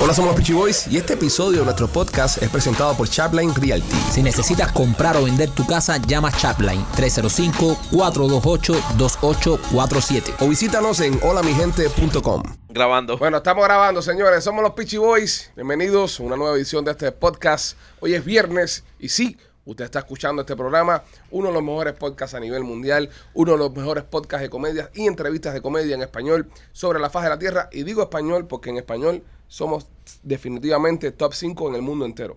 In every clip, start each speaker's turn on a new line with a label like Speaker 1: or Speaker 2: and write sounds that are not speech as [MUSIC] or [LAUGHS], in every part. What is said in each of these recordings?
Speaker 1: Hola, somos los Peachy Boys y este episodio de nuestro podcast es presentado por Chapline Realty.
Speaker 2: Si necesitas comprar o vender tu casa, llama Chapline 305-428-2847.
Speaker 1: O visítanos en holamigente.com.
Speaker 3: grabando.
Speaker 1: Bueno, estamos grabando, señores. Somos los Peachy Boys. Bienvenidos a una nueva edición de este podcast. Hoy es viernes y sí, usted está escuchando este programa. Uno de los mejores podcasts a nivel mundial. Uno de los mejores podcasts de comedias y entrevistas de comedia en español sobre la faz de la tierra. Y digo español porque en español somos definitivamente top 5 en el mundo entero.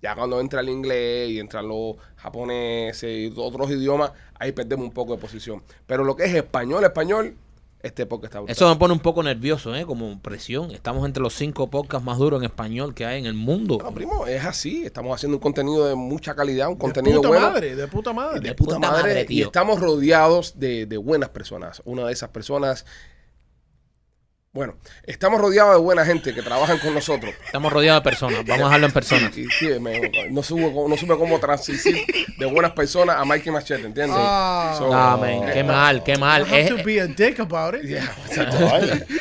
Speaker 1: Ya cuando entra el inglés y entran los japoneses y otros idiomas, ahí perdemos un poco de posición. Pero lo que es español, español, este podcast está brutal.
Speaker 3: Eso me pone un poco nervioso, ¿eh? Como presión. Estamos entre los cinco podcasts más duros en español que hay en el mundo.
Speaker 1: No, primo, es así. Estamos haciendo un contenido de mucha calidad, un
Speaker 4: de
Speaker 1: contenido
Speaker 4: puta
Speaker 1: bueno.
Speaker 4: madre, de puta madre.
Speaker 1: De puta madre, y este- estamos rodeados de, de buenas personas. Una de esas personas. Bueno, estamos rodeados de buena gente que trabajan con nosotros.
Speaker 3: Estamos rodeados de personas. Vamos a dejarlo en
Speaker 1: [LAUGHS]
Speaker 3: personas.
Speaker 1: Y sí, me- no, subo, como- no supe cómo transición de buenas personas a Mikey Machete, ¿entiendes?
Speaker 4: Ah.
Speaker 1: So, eh,
Speaker 3: Ah, man, qué
Speaker 1: [LAUGHS]
Speaker 3: mal, qué
Speaker 4: I
Speaker 3: mal.
Speaker 4: don't have
Speaker 3: Es-
Speaker 4: to be a dick about it.
Speaker 1: yeah, exacto.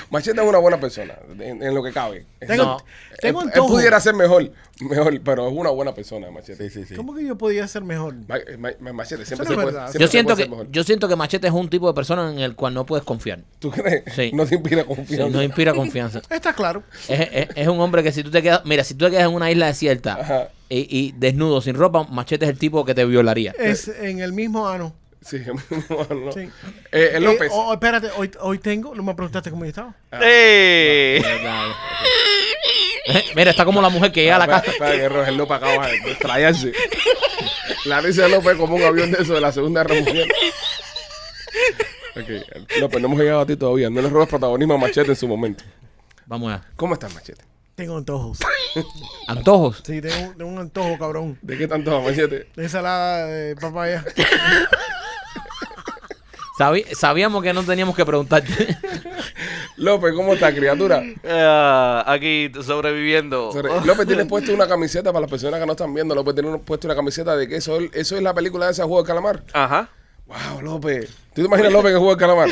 Speaker 1: Machete es una buena persona, en, en lo que cabe.
Speaker 4: Tengo,
Speaker 3: No.
Speaker 4: tengo
Speaker 1: él, él
Speaker 4: antojo.
Speaker 1: pudiera ser mejor, mejor, pero es una buena persona, Machete.
Speaker 5: Sí, sí, sí.
Speaker 4: ¿Cómo que yo podía ser mejor?
Speaker 1: Ma- eh, ma- ma- machete, siempre
Speaker 4: Eso no
Speaker 1: se
Speaker 4: es
Speaker 1: puede,
Speaker 4: verdad.
Speaker 1: siempre
Speaker 3: yo
Speaker 1: se
Speaker 3: siento
Speaker 1: puede
Speaker 3: que
Speaker 1: ser mejor.
Speaker 3: yo siento que Machete es un tipo de persona en el cual no puedes
Speaker 1: [LAUGHS]
Speaker 3: confiar.
Speaker 1: ¿Tú crees?
Speaker 3: Sí.
Speaker 1: No te inspira
Speaker 3: Sí,
Speaker 1: confianza.
Speaker 3: no inspira confianza.
Speaker 4: Está claro.
Speaker 3: Es, es- es un hombre que si tú te quedas, mira, si tú te quedas en una isla
Speaker 1: Ajá.
Speaker 3: desierta y, y desnudo, sin ropa, Machete es el tipo que te violaría.
Speaker 4: Es en el mismo ano.
Speaker 1: Sí, [LAUGHS] no, no.
Speaker 4: Sí.
Speaker 1: Eh, eh, López.
Speaker 4: Eh, oh, espérate, hoy, hoy tengo. No me preguntaste cómo yo estaba.
Speaker 3: Es verdad. Eh, Mira, está como la mujer que llega a la
Speaker 1: Espera,
Speaker 3: casa.
Speaker 1: espera, que Roger López acaba de estrellarse. La risa de López es como un avión de eso de la Segunda Guerra Mundial. Ok, López, no hemos llegado a ti todavía. No le robes protagonismo a Machete en su momento.
Speaker 3: Vamos allá.
Speaker 1: ¿Cómo estás, Machete?
Speaker 4: Tengo antojos.
Speaker 3: Antojos.
Speaker 4: Sí, tengo, tengo un antojo, cabrón.
Speaker 1: ¿De qué tanto, Machete?
Speaker 4: De ensalada
Speaker 3: [LAUGHS]
Speaker 4: de papaya.
Speaker 3: Sabi- sabíamos que no teníamos que [LAUGHS] preguntarte.
Speaker 1: López, ¿cómo estás, criatura?
Speaker 6: Ah, aquí sobreviviendo. Oh.
Speaker 1: Sorry.
Speaker 3: Oh.
Speaker 1: López tiene puesto una camiseta para las personas que no están viendo. López tiene puesto una camiseta de que eso, es- eso es la película de ese juego de calamar.
Speaker 6: Ajá.
Speaker 1: Wow, López. ¿Tú te imaginas López que juega el calamar?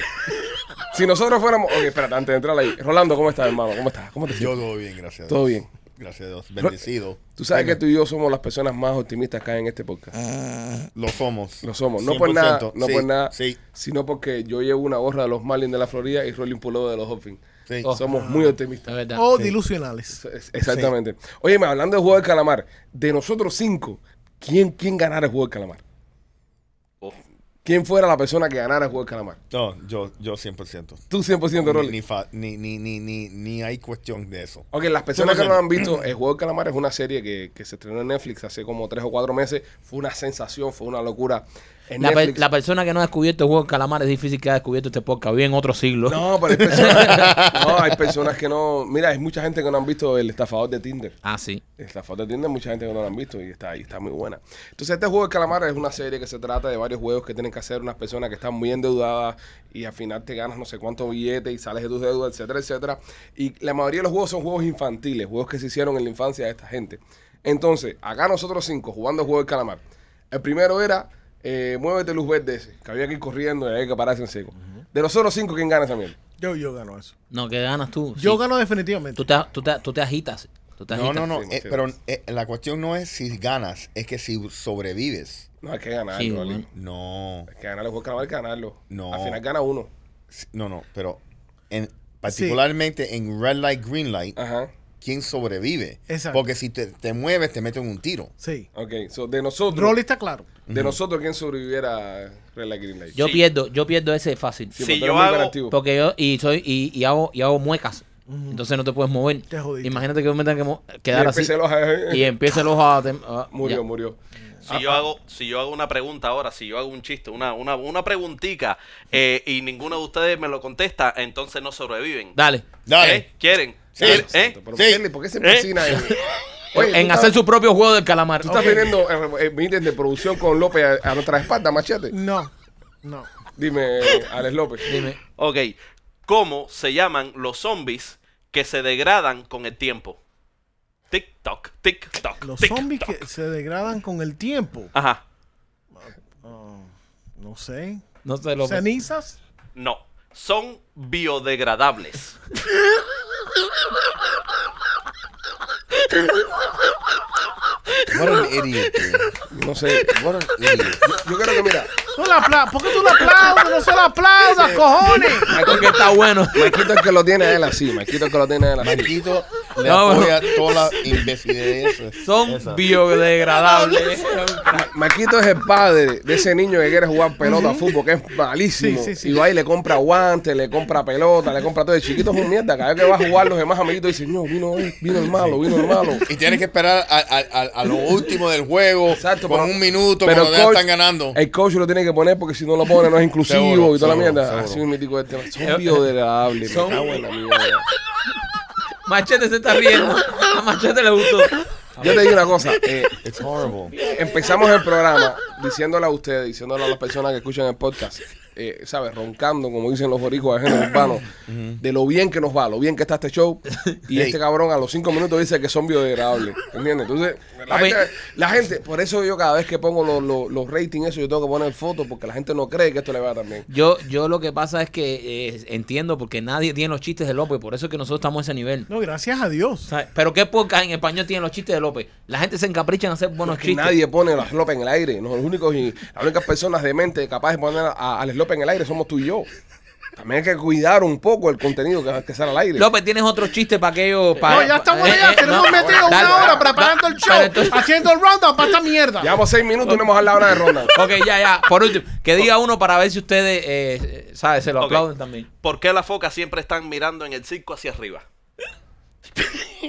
Speaker 1: si nosotros fuéramos. Ok, espérate, antes de entrar ahí. Rolando, ¿cómo estás, hermano? ¿Cómo estás? ¿Cómo te
Speaker 5: Yo
Speaker 1: sientes?
Speaker 5: todo bien, gracias a Dios.
Speaker 1: Todo bien.
Speaker 5: Gracias a Dios. Bendecido.
Speaker 1: Tú sabes que tú y yo somos las personas más optimistas que hay en este podcast.
Speaker 5: Ah, Lo somos.
Speaker 1: Lo somos. No por nada,
Speaker 5: 100%.
Speaker 1: no
Speaker 5: Sí,
Speaker 1: por nada,
Speaker 5: Sí,
Speaker 1: sino porque yo llevo una gorra de los Marlins de la Florida y Rolling Pulo de los Dolphins. Oh.
Speaker 5: sí.
Speaker 1: Somos muy
Speaker 3: La
Speaker 1: optimistas.
Speaker 3: verdad.
Speaker 4: O Oh, dilucionales.
Speaker 1: Es- Exactamente. Oye, me hablando del juego del calamar, de nosotros cinco, ¿quién, quién ganara el juego del calamar?
Speaker 6: Uf.
Speaker 1: ¿Quién fuera la persona que ganara el juego del calamar?
Speaker 5: No, yo, yo 100%.
Speaker 1: Tú 100%
Speaker 5: Ni,
Speaker 1: Rolly.
Speaker 5: ni, fa- ni, ni, ni, ni, ni hay cuestión de eso.
Speaker 1: Ok, las personas que no
Speaker 5: Cien por ciento.
Speaker 1: lo han [CLEARS THROAT] visto, El Juego del Calamar es una serie que, que se estrenó en Netflix hace como tres o cuatro meses. Fue una sensación, fue una locura. En
Speaker 3: La, pe-
Speaker 1: Netflix.
Speaker 3: la persona que no ha descubierto el juego de calamar es difícil que haya descubierto este podcast. Vive en otro siglo.
Speaker 1: No, pero hay personas, [LAUGHS] no, hay personas que no. Mira, hay mucha gente que no han visto El Estafador de Tinder.
Speaker 3: Ah, sí.
Speaker 1: El Estafador de Tinder, mucha gente que no lo han visto y está ahí, está muy buena. Entonces, este Juego del Calamar es una serie que se trata de varios juegos que tienen que hacer unas personas que están muy endeudadas y al final te ganas no sé cuántos billetes y sales de tus deudas, etcétera, etcétera. Y la mayoría de los juegos son juegos infantiles, juegos que se hicieron en la infancia de esta gente. Entonces, acá nosotros cinco jugando Juego del Calamar. El primero era eh, Muévete Luz Verde ese, que había que ir corriendo y había que pararse en seco. De nosotros cinco, ¿quién gana esa mierda?
Speaker 4: Yo, yo gano eso.
Speaker 3: No, que ganas tú.
Speaker 4: Yo
Speaker 3: Sí.
Speaker 4: gano definitivamente.
Speaker 3: Tú te, tú te- tú te agitas. Tú te
Speaker 5: No,
Speaker 3: agitas.
Speaker 5: no, no.
Speaker 1: Sí,
Speaker 5: eh,
Speaker 1: sí.
Speaker 5: pero eh, la cuestión no es si ganas, es que si sobrevives.
Speaker 1: No, hay que ganar,
Speaker 3: Sí,
Speaker 1: Rolly.
Speaker 3: bueno.
Speaker 5: No,
Speaker 1: Hay que ganar el juego del calamar, hay que ganarlo.
Speaker 5: No.
Speaker 1: Al final gana uno.
Speaker 5: sí, no, no. Pero en, particularmente en Red Light, Green Light,
Speaker 1: Ajá.
Speaker 5: ¿quién sobrevive?
Speaker 4: Exacto.
Speaker 5: Porque si te, te mueves, te meten un tiro.
Speaker 4: Sí.
Speaker 1: Ok, so de nosotros,
Speaker 4: Rolly está claro.
Speaker 1: de nosotros, ¿quién sobreviviera Red Light Green Light?
Speaker 3: Yo
Speaker 6: Sí.
Speaker 3: pierdo, yo pierdo ese fácil.
Speaker 1: Sí, porque
Speaker 6: Sí, yo
Speaker 1: eres muy
Speaker 6: hago-
Speaker 1: hiperactivo.
Speaker 3: Porque yo y soy y, y hago y hago muecas. Entonces no te puedes mover.
Speaker 4: Te jodiste.
Speaker 3: Imagínate que yo me tenga que mo-
Speaker 1: Y
Speaker 3: quedar así
Speaker 1: empecé los-
Speaker 3: y empiece el ojo a, tem- a-
Speaker 1: murió,
Speaker 3: ya.
Speaker 1: murió.
Speaker 6: Si yo hago, si yo hago una pregunta ahora, si yo hago un chiste, una, una, una preguntica, eh, y ninguno de ustedes me lo contesta, entonces no sobreviven.
Speaker 3: Dale.
Speaker 5: Dale.
Speaker 6: ¿Eh? ¿Quieren.
Speaker 5: Sí.
Speaker 6: ¿Eh?
Speaker 1: Santo,
Speaker 6: ¿Eh?
Speaker 1: pero
Speaker 5: Sí.
Speaker 1: ¿por qué- ¿Por qué se empecina
Speaker 3: [LAUGHS]
Speaker 1: en, Oye,
Speaker 3: en
Speaker 1: tú
Speaker 3: hacer
Speaker 1: estás-
Speaker 3: su propio juego del calamar.
Speaker 1: Tú estás
Speaker 3: Ok.
Speaker 1: teniendo eh, eh, meetings de producción con López a, a nuestra espalda, machete.
Speaker 4: No. No.
Speaker 1: Dime, Alex López.
Speaker 3: Dime.
Speaker 6: Ok. ¿Cómo se llaman los zombies que se degradan con el tiempo? Tic-toc, tic-toc.
Speaker 4: Los
Speaker 6: tic-toc.
Speaker 4: zombies que se degradan con el tiempo.
Speaker 6: Ajá.
Speaker 4: Ah, no sé.
Speaker 3: No sé lo
Speaker 4: ¿Cenizas?
Speaker 6: No. Son biodegradables.
Speaker 5: What an idiot, dude.
Speaker 1: No sé.
Speaker 5: What an idiot.
Speaker 1: Yo creo que, mira,
Speaker 4: No la apla- ¿Por qué tú la aplaudas? No se la aplaudas, cojones.
Speaker 3: Porque está bueno.
Speaker 1: Maquito es que lo tiene a él así. Maquito es que lo tiene a él así. [LAUGHS]
Speaker 5: Marquito le
Speaker 3: No,
Speaker 5: apoya toda la imbecilidad esa.
Speaker 3: Son
Speaker 5: Esa.
Speaker 1: [LAUGHS]
Speaker 3: biodegradables.
Speaker 1: Ma- Maquito es el padre de ese niño que quiere jugar pelota a fútbol, que es malísimo.
Speaker 4: Sí, sí, sí.
Speaker 1: Y va y le compra guantes, le compra pelota, le compra todo. El chiquito es un mierda. Cada vez que va a jugar, los demás amiguitos dicen, no, vino, hoy, vino el malo, vino el
Speaker 5: [LAUGHS]
Speaker 1: malo.
Speaker 5: Y tienes que esperar a, a- a- a lo último del juego,
Speaker 1: Exacto,
Speaker 5: con
Speaker 1: pero-
Speaker 5: un minuto,
Speaker 1: pero
Speaker 5: cuando ya
Speaker 1: coach- eh,
Speaker 5: están ganando.
Speaker 1: El coach lo tiene que poner porque si no lo pone no es inclusivo
Speaker 5: Seguro,
Speaker 1: y toda la
Speaker 5: seguro,
Speaker 1: mierda.
Speaker 5: seguro.
Speaker 1: Así un mítico de tema.
Speaker 4: Eh,
Speaker 1: Son biodegradables. Son...
Speaker 3: Son-
Speaker 1: Me
Speaker 4: [LAUGHS]
Speaker 1: cago en la mierda.
Speaker 3: Machete se está riendo. A Machete le gustó.
Speaker 1: Yo te digo una cosa. eh,
Speaker 5: It's horrible.
Speaker 1: Empezamos el programa diciéndole a ustedes, diciéndole a las personas que escuchan el podcast, eh, ¿sabes? Roncando, como dicen los boricuas de género urbano, de lo bien que nos va, lo bien que está este show. Y
Speaker 5: Ey.
Speaker 1: este cabrón a los cinco minutos dice que son biodegradables. ¿Entiendes? Entonces, la
Speaker 3: Papi.
Speaker 1: gente, la gente- por eso yo cada vez que pongo los, los, los ratings, eso, yo tengo que poner fotos porque la gente no cree que esto le va tan bien.
Speaker 3: Yo, yo lo que pasa es que eh, entiendo porque nadie tiene los chistes de López, por eso es que nosotros estamos a ese nivel.
Speaker 4: No, gracias a
Speaker 3: O
Speaker 4: Dios.
Speaker 3: sea, Pero qué poca en español tienen los chistes de López. La gente se encapricha en hacer buenos
Speaker 1: Que
Speaker 3: chistes.
Speaker 1: nadie pone las López en el aire. Los únicos y las únicas personas de mente capaces de poner a, a las López en el aire somos tú y yo. También hay que cuidar un poco el contenido que, que sale al aire.
Speaker 3: López, tienes otro chiste para aquellos.
Speaker 4: No, ya
Speaker 3: eh,
Speaker 4: estamos allá. Tenemos metido una hora preparando el show, haciendo el roundup para esta mierda.
Speaker 1: [LAUGHS] Llevamos seis minutos y no hemos hablado nada de Ronald.
Speaker 3: Ok, ya, ya. Por último, que diga uno para ver si ustedes, eh, eh, ¿sabes? Se lo
Speaker 6: Ok.
Speaker 3: aplauden también.
Speaker 6: ¿Por qué las focas siempre están mirando en el circo hacia arriba?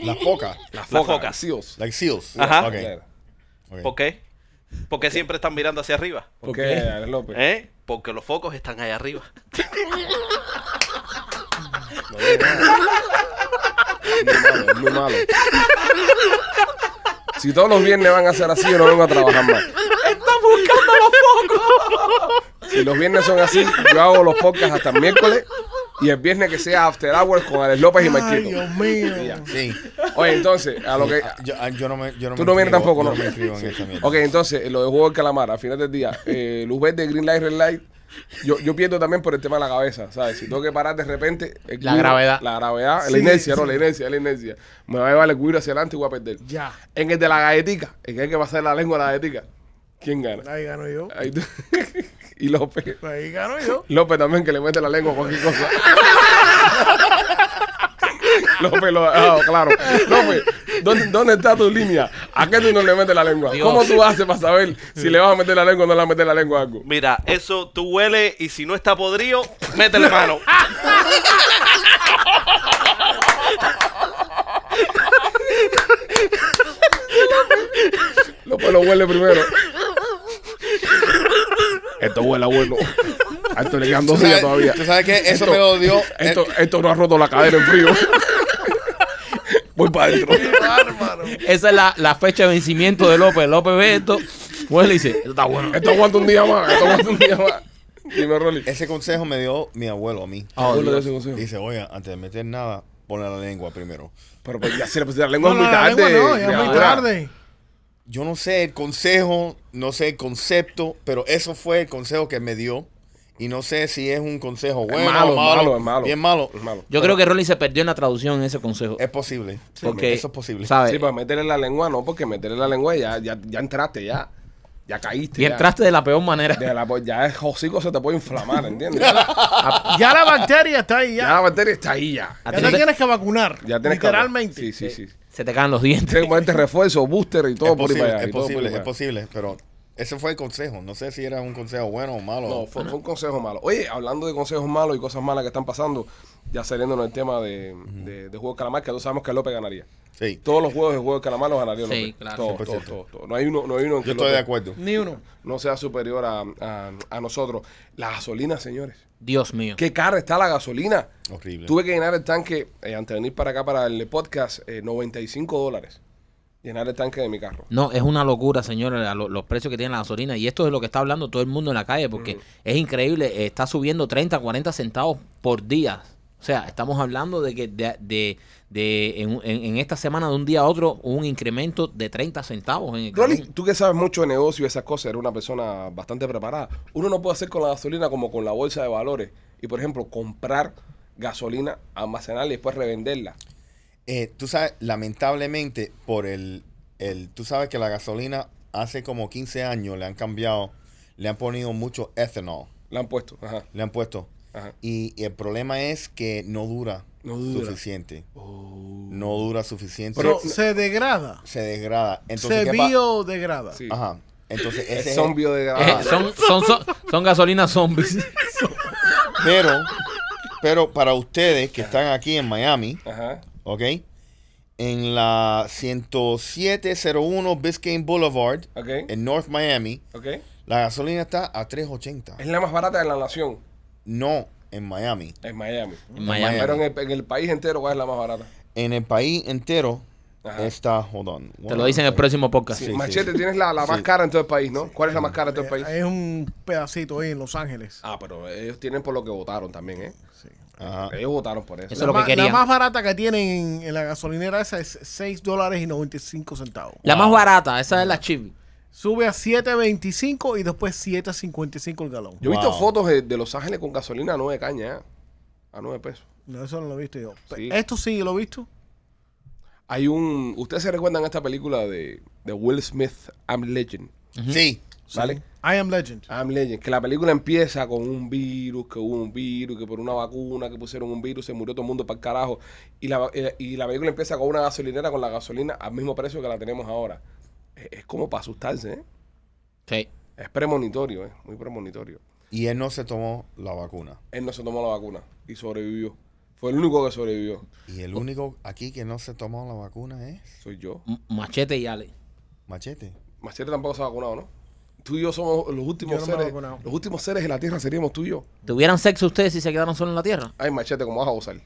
Speaker 5: La foca.
Speaker 1: Las
Speaker 6: focas.
Speaker 1: sí, os.
Speaker 5: Like seals.
Speaker 6: Ajá.
Speaker 5: Okay. okay.
Speaker 6: ¿Por qué? ¿Por qué siempre están mirando hacia arriba?
Speaker 1: ¿Por qué, Alex López?
Speaker 6: ¿Eh? Porque los focos están allá arriba.
Speaker 1: Es muy malo, es muy malo. Si todos los viernes van a ser así, yo no vengo a trabajar más.
Speaker 3: ¡Están buscando los focos!
Speaker 1: Si los viernes son así, yo hago los podcasts hasta el miércoles y el viernes que sea After Hours con Alex López y
Speaker 4: Ay,
Speaker 1: Marquito.
Speaker 4: Dios mío.
Speaker 5: Sí.
Speaker 1: Oye, entonces, a lo que...
Speaker 5: Ah, Yo, ah, yo no me, yo no
Speaker 1: Tú
Speaker 5: me
Speaker 1: no vienes
Speaker 5: inscribo,
Speaker 1: tampoco,
Speaker 5: yo
Speaker 1: ¿no?
Speaker 5: me inscribo en esa mierda.
Speaker 1: Ok, entonces, eh, lo de juego del calamar, al final del día, eh, luz verde, green light, red light, yo, yo pierdo también por el tema de la cabeza, ¿sabes? Si tengo que parar de repente... el
Speaker 3: La gravedad.
Speaker 1: La gravedad, la
Speaker 4: Sí,
Speaker 1: inercia, no,
Speaker 4: sí.
Speaker 1: la inercia, la inercia. Me va a llevar el cuiro hacia adelante y voy a perder.
Speaker 4: Ya.
Speaker 1: En el de la galletica, el que hay que pasar la lengua a la galletica, ¿quién gana?
Speaker 4: Ahí gano yo.
Speaker 1: Ahí tú- [LAUGHS] y López.
Speaker 4: Ahí gano yo.
Speaker 1: López también, que le mete la lengua a cualquier
Speaker 5: [LAUGHS]
Speaker 1: cosa. López, lo, ah, claro. López, ¿dónde, dónde está tu línea? ¿A qué tú no le metes la lengua?
Speaker 3: Dios.
Speaker 1: ¿Cómo tú haces para saber si le vas a meter la lengua o no le vas a meter la lengua a algo?
Speaker 6: Mira, eso tú hueles y si no está podrido,
Speaker 1: [LAUGHS]
Speaker 6: métele mano.
Speaker 1: López lo huele primero. Esto huele a bueno. A esto le quedan
Speaker 5: ¿Tú
Speaker 1: dos días
Speaker 5: sabes,
Speaker 1: todavía.
Speaker 5: ¿Tú sabes qué? Eso
Speaker 1: Esto-
Speaker 5: me lo dio.
Speaker 1: Esto, esto no ha roto la cadera en frío. Voy para adentro.
Speaker 3: Esa es la, la fecha de vencimiento de López. López ve esto, huele y dice, esto está bueno.
Speaker 1: Esto aguanta un día más. Esto aguanta un día más. Dime, Rolly.
Speaker 5: Ese consejo me dio mi abuelo a mí.
Speaker 3: Oh,
Speaker 1: Ponle
Speaker 3: Dios.
Speaker 1: ese consejo.
Speaker 5: Dice, oye, antes de meter nada, ponle la lengua primero.
Speaker 1: Pero pues, ya se le pusieron la lengua
Speaker 4: No,
Speaker 1: es muy
Speaker 4: no, la
Speaker 1: tarde.
Speaker 4: lengua no, ya es muy
Speaker 1: criatura.
Speaker 4: tarde.
Speaker 5: Yo no sé el consejo, no sé el concepto, pero eso fue el consejo que me dio. Y no sé si es un consejo bueno
Speaker 1: malo,
Speaker 5: o malo.
Speaker 1: malo, es malo.
Speaker 5: Bien malo.
Speaker 1: Es malo.
Speaker 3: Yo creo que Rolly se perdió en la traducción en ese consejo.
Speaker 5: Es posible.
Speaker 3: Porque,
Speaker 5: Eso es posible.
Speaker 3: ¿sabes?
Speaker 1: Sí, para meterle la lengua no, porque meterle la lengua ya, ya, ya entraste, ya. Ya caíste.
Speaker 3: y
Speaker 1: ya.
Speaker 3: entraste de la peor manera.
Speaker 1: De la- ya el hocico se te puede
Speaker 5: [LAUGHS]
Speaker 1: inflamar, ¿entiendes?
Speaker 4: Ya la bacteria está ahí
Speaker 1: ya la
Speaker 4: ya.
Speaker 1: bacteria está ahí ya.
Speaker 3: A
Speaker 4: Ya
Speaker 3: ti no
Speaker 4: te
Speaker 3: te-
Speaker 4: tienes que vacunar.
Speaker 1: Ya tienes que-
Speaker 4: literalmente.
Speaker 1: Sí, sí, sí.
Speaker 3: se te caen los dientes.
Speaker 1: Tienes que ponerte refuerzo, booster y todo por
Speaker 5: es
Speaker 1: ahí
Speaker 5: posible,
Speaker 1: para allá,
Speaker 5: es
Speaker 1: y todo por ahí
Speaker 5: posible,
Speaker 1: para
Speaker 5: es
Speaker 1: allá.
Speaker 5: posible. Pero ese fue el consejo. No sé si era un consejo bueno o malo.
Speaker 1: No, fue, fue un consejo malo. Oye, hablando de consejos malos y cosas malas que están pasando, ya saliéndonos del tema de, de, de juego de calamar, que todos sabemos que López ganaría.
Speaker 5: sí,
Speaker 1: Todos los juegos de juego de calamar los ganaría
Speaker 3: Sí,
Speaker 1: López.
Speaker 3: claro.
Speaker 1: Todos,
Speaker 5: 100%.
Speaker 1: todos, todos, todos. No hay uno, no hay uno en que
Speaker 5: yo estoy de
Speaker 1: López-
Speaker 5: acuerdo.
Speaker 4: Ni uno.
Speaker 1: no sea superior a, a- a nosotros. La gasolina, señores.
Speaker 3: Dios mío.
Speaker 1: Qué cara está la gasolina.
Speaker 5: Horrible.
Speaker 1: Tuve que llenar el tanque, eh, antes de venir para acá para el podcast, eh, 95 dólares. Llenar el tanque de mi carro.
Speaker 3: No, es una locura, señores, lo- los precios que tiene la gasolina. Y esto es lo que está hablando todo el mundo en la calle,
Speaker 1: Mm.
Speaker 3: porque es increíble. eh, Está subiendo 30, 40 centavos por día. O sea, estamos hablando de que de, de- de- en, en- en esta semana, de un día a otro, hubo un incremento de 30 centavos en el
Speaker 1: Rolly,
Speaker 3: galón.
Speaker 1: tú que sabes mucho de negocio y esas cosas, eres una persona bastante preparada. Uno no puede hacer con la gasolina como con la bolsa de valores. Y, por ejemplo, comprar gasolina, almacenarla y después revenderla.
Speaker 5: eh, tú sabes, lamentablemente, por el, el. Tú sabes que la gasolina hace como 15 años le han cambiado, le han ponido mucho ethanol.
Speaker 1: La han puesto. Ajá.
Speaker 5: Le han puesto.
Speaker 1: Ajá.
Speaker 5: Y, y el problema es que no dura,
Speaker 1: No dura. Oh.
Speaker 5: suficiente. No dura suficiente.
Speaker 1: Pero-
Speaker 5: se,
Speaker 4: se degrada.
Speaker 5: se degrada. Entonces,
Speaker 4: Se
Speaker 5: ¿qué pa-
Speaker 4: biodegrada.
Speaker 1: Sí.
Speaker 5: Ajá. Entonces, ese
Speaker 1: Es
Speaker 5: es-
Speaker 1: zombio de
Speaker 3: Eh, son, son, son, son
Speaker 1: [LAUGHS]
Speaker 3: gasolinas zombies. [LAUGHS]
Speaker 5: Pero, pero para ustedes que están aquí en Miami,
Speaker 1: Ajá.
Speaker 5: ¿ok? En la 10701 Biscayne Boulevard,
Speaker 1: Ok.
Speaker 5: en North Miami,
Speaker 1: Ok.
Speaker 5: la gasolina está a 3.80.
Speaker 1: Es la más barata de la nación.
Speaker 5: No en Miami.
Speaker 1: En Miami.
Speaker 3: En Miami.
Speaker 1: Pero en el, en el país entero, ¿cuál es la más barata?
Speaker 5: En el país entero
Speaker 1: Ajá.
Speaker 5: está, hold on.
Speaker 3: Te lo dicen en el próximo podcast.
Speaker 5: Sí.
Speaker 1: Machete, tienes la, la más
Speaker 5: Sí.
Speaker 1: cara en todo el país, ¿no? ¿Cuál es la más cara en todo el país?
Speaker 4: Eh, Es un pedacito ahí en Los Ángeles.
Speaker 1: Ah, pero ellos tienen por lo que votaron también, ¿eh?
Speaker 4: Sí.
Speaker 5: Ajá.
Speaker 1: Ellos votaron por eso.
Speaker 3: Eso es lo que
Speaker 4: Ma-
Speaker 3: querían.
Speaker 4: La más barata que tienen en, en la gasolinera esa es 6 dólares y 95 centavos.
Speaker 3: La más barata, esa es la Chevy.
Speaker 4: Sube a 7.25 y después 7.55 el galón.
Speaker 1: Yo he visto
Speaker 5: Wow.
Speaker 1: fotos de, de Los Ángeles con gasolina a 9 cañas, ¿eh? A 9 pesos.
Speaker 4: No, eso no lo he visto yo. Pe-
Speaker 1: Sí.
Speaker 4: Esto sí lo he visto.
Speaker 1: Hay un. Ustedes se recuerdan esta película de, de Will Smith, I'm Legend.
Speaker 5: Sí.
Speaker 1: ¿Vale?
Speaker 4: I am legend.
Speaker 1: I'm Legend. Que la película empieza con un virus, que hubo un virus, que por una vacuna, que pusieron un virus, se murió todo el mundo para el carajo. Y la, eh, y la película empieza con una gasolinera con la gasolina al mismo precio que la tenemos ahora. Es, es como para asustarse, ¿eh?
Speaker 3: Sí.
Speaker 1: Es premonitorio, ¿eh? Muy premonitorio.
Speaker 5: Y él no se tomó la vacuna.
Speaker 1: Él no se tomó la vacuna y sobrevivió. Fue el único que sobrevivió.
Speaker 5: Y
Speaker 1: Oh.
Speaker 5: el único aquí que no se tomó la vacuna es
Speaker 1: Soy yo.
Speaker 3: M- Machete y Ale.
Speaker 5: Machete.
Speaker 1: Machete tampoco se ha vacunado, ¿no? Tú y yo somos los últimos
Speaker 4: Yo no me he
Speaker 1: seres.
Speaker 4: vacunado.
Speaker 1: Los últimos seres de la Tierra seríamos tú y yo.
Speaker 3: ¿Tuvieran sexo ustedes si se quedaron solos en la tierra?
Speaker 1: Ay, Machete, ¿cómo vas a gozar? No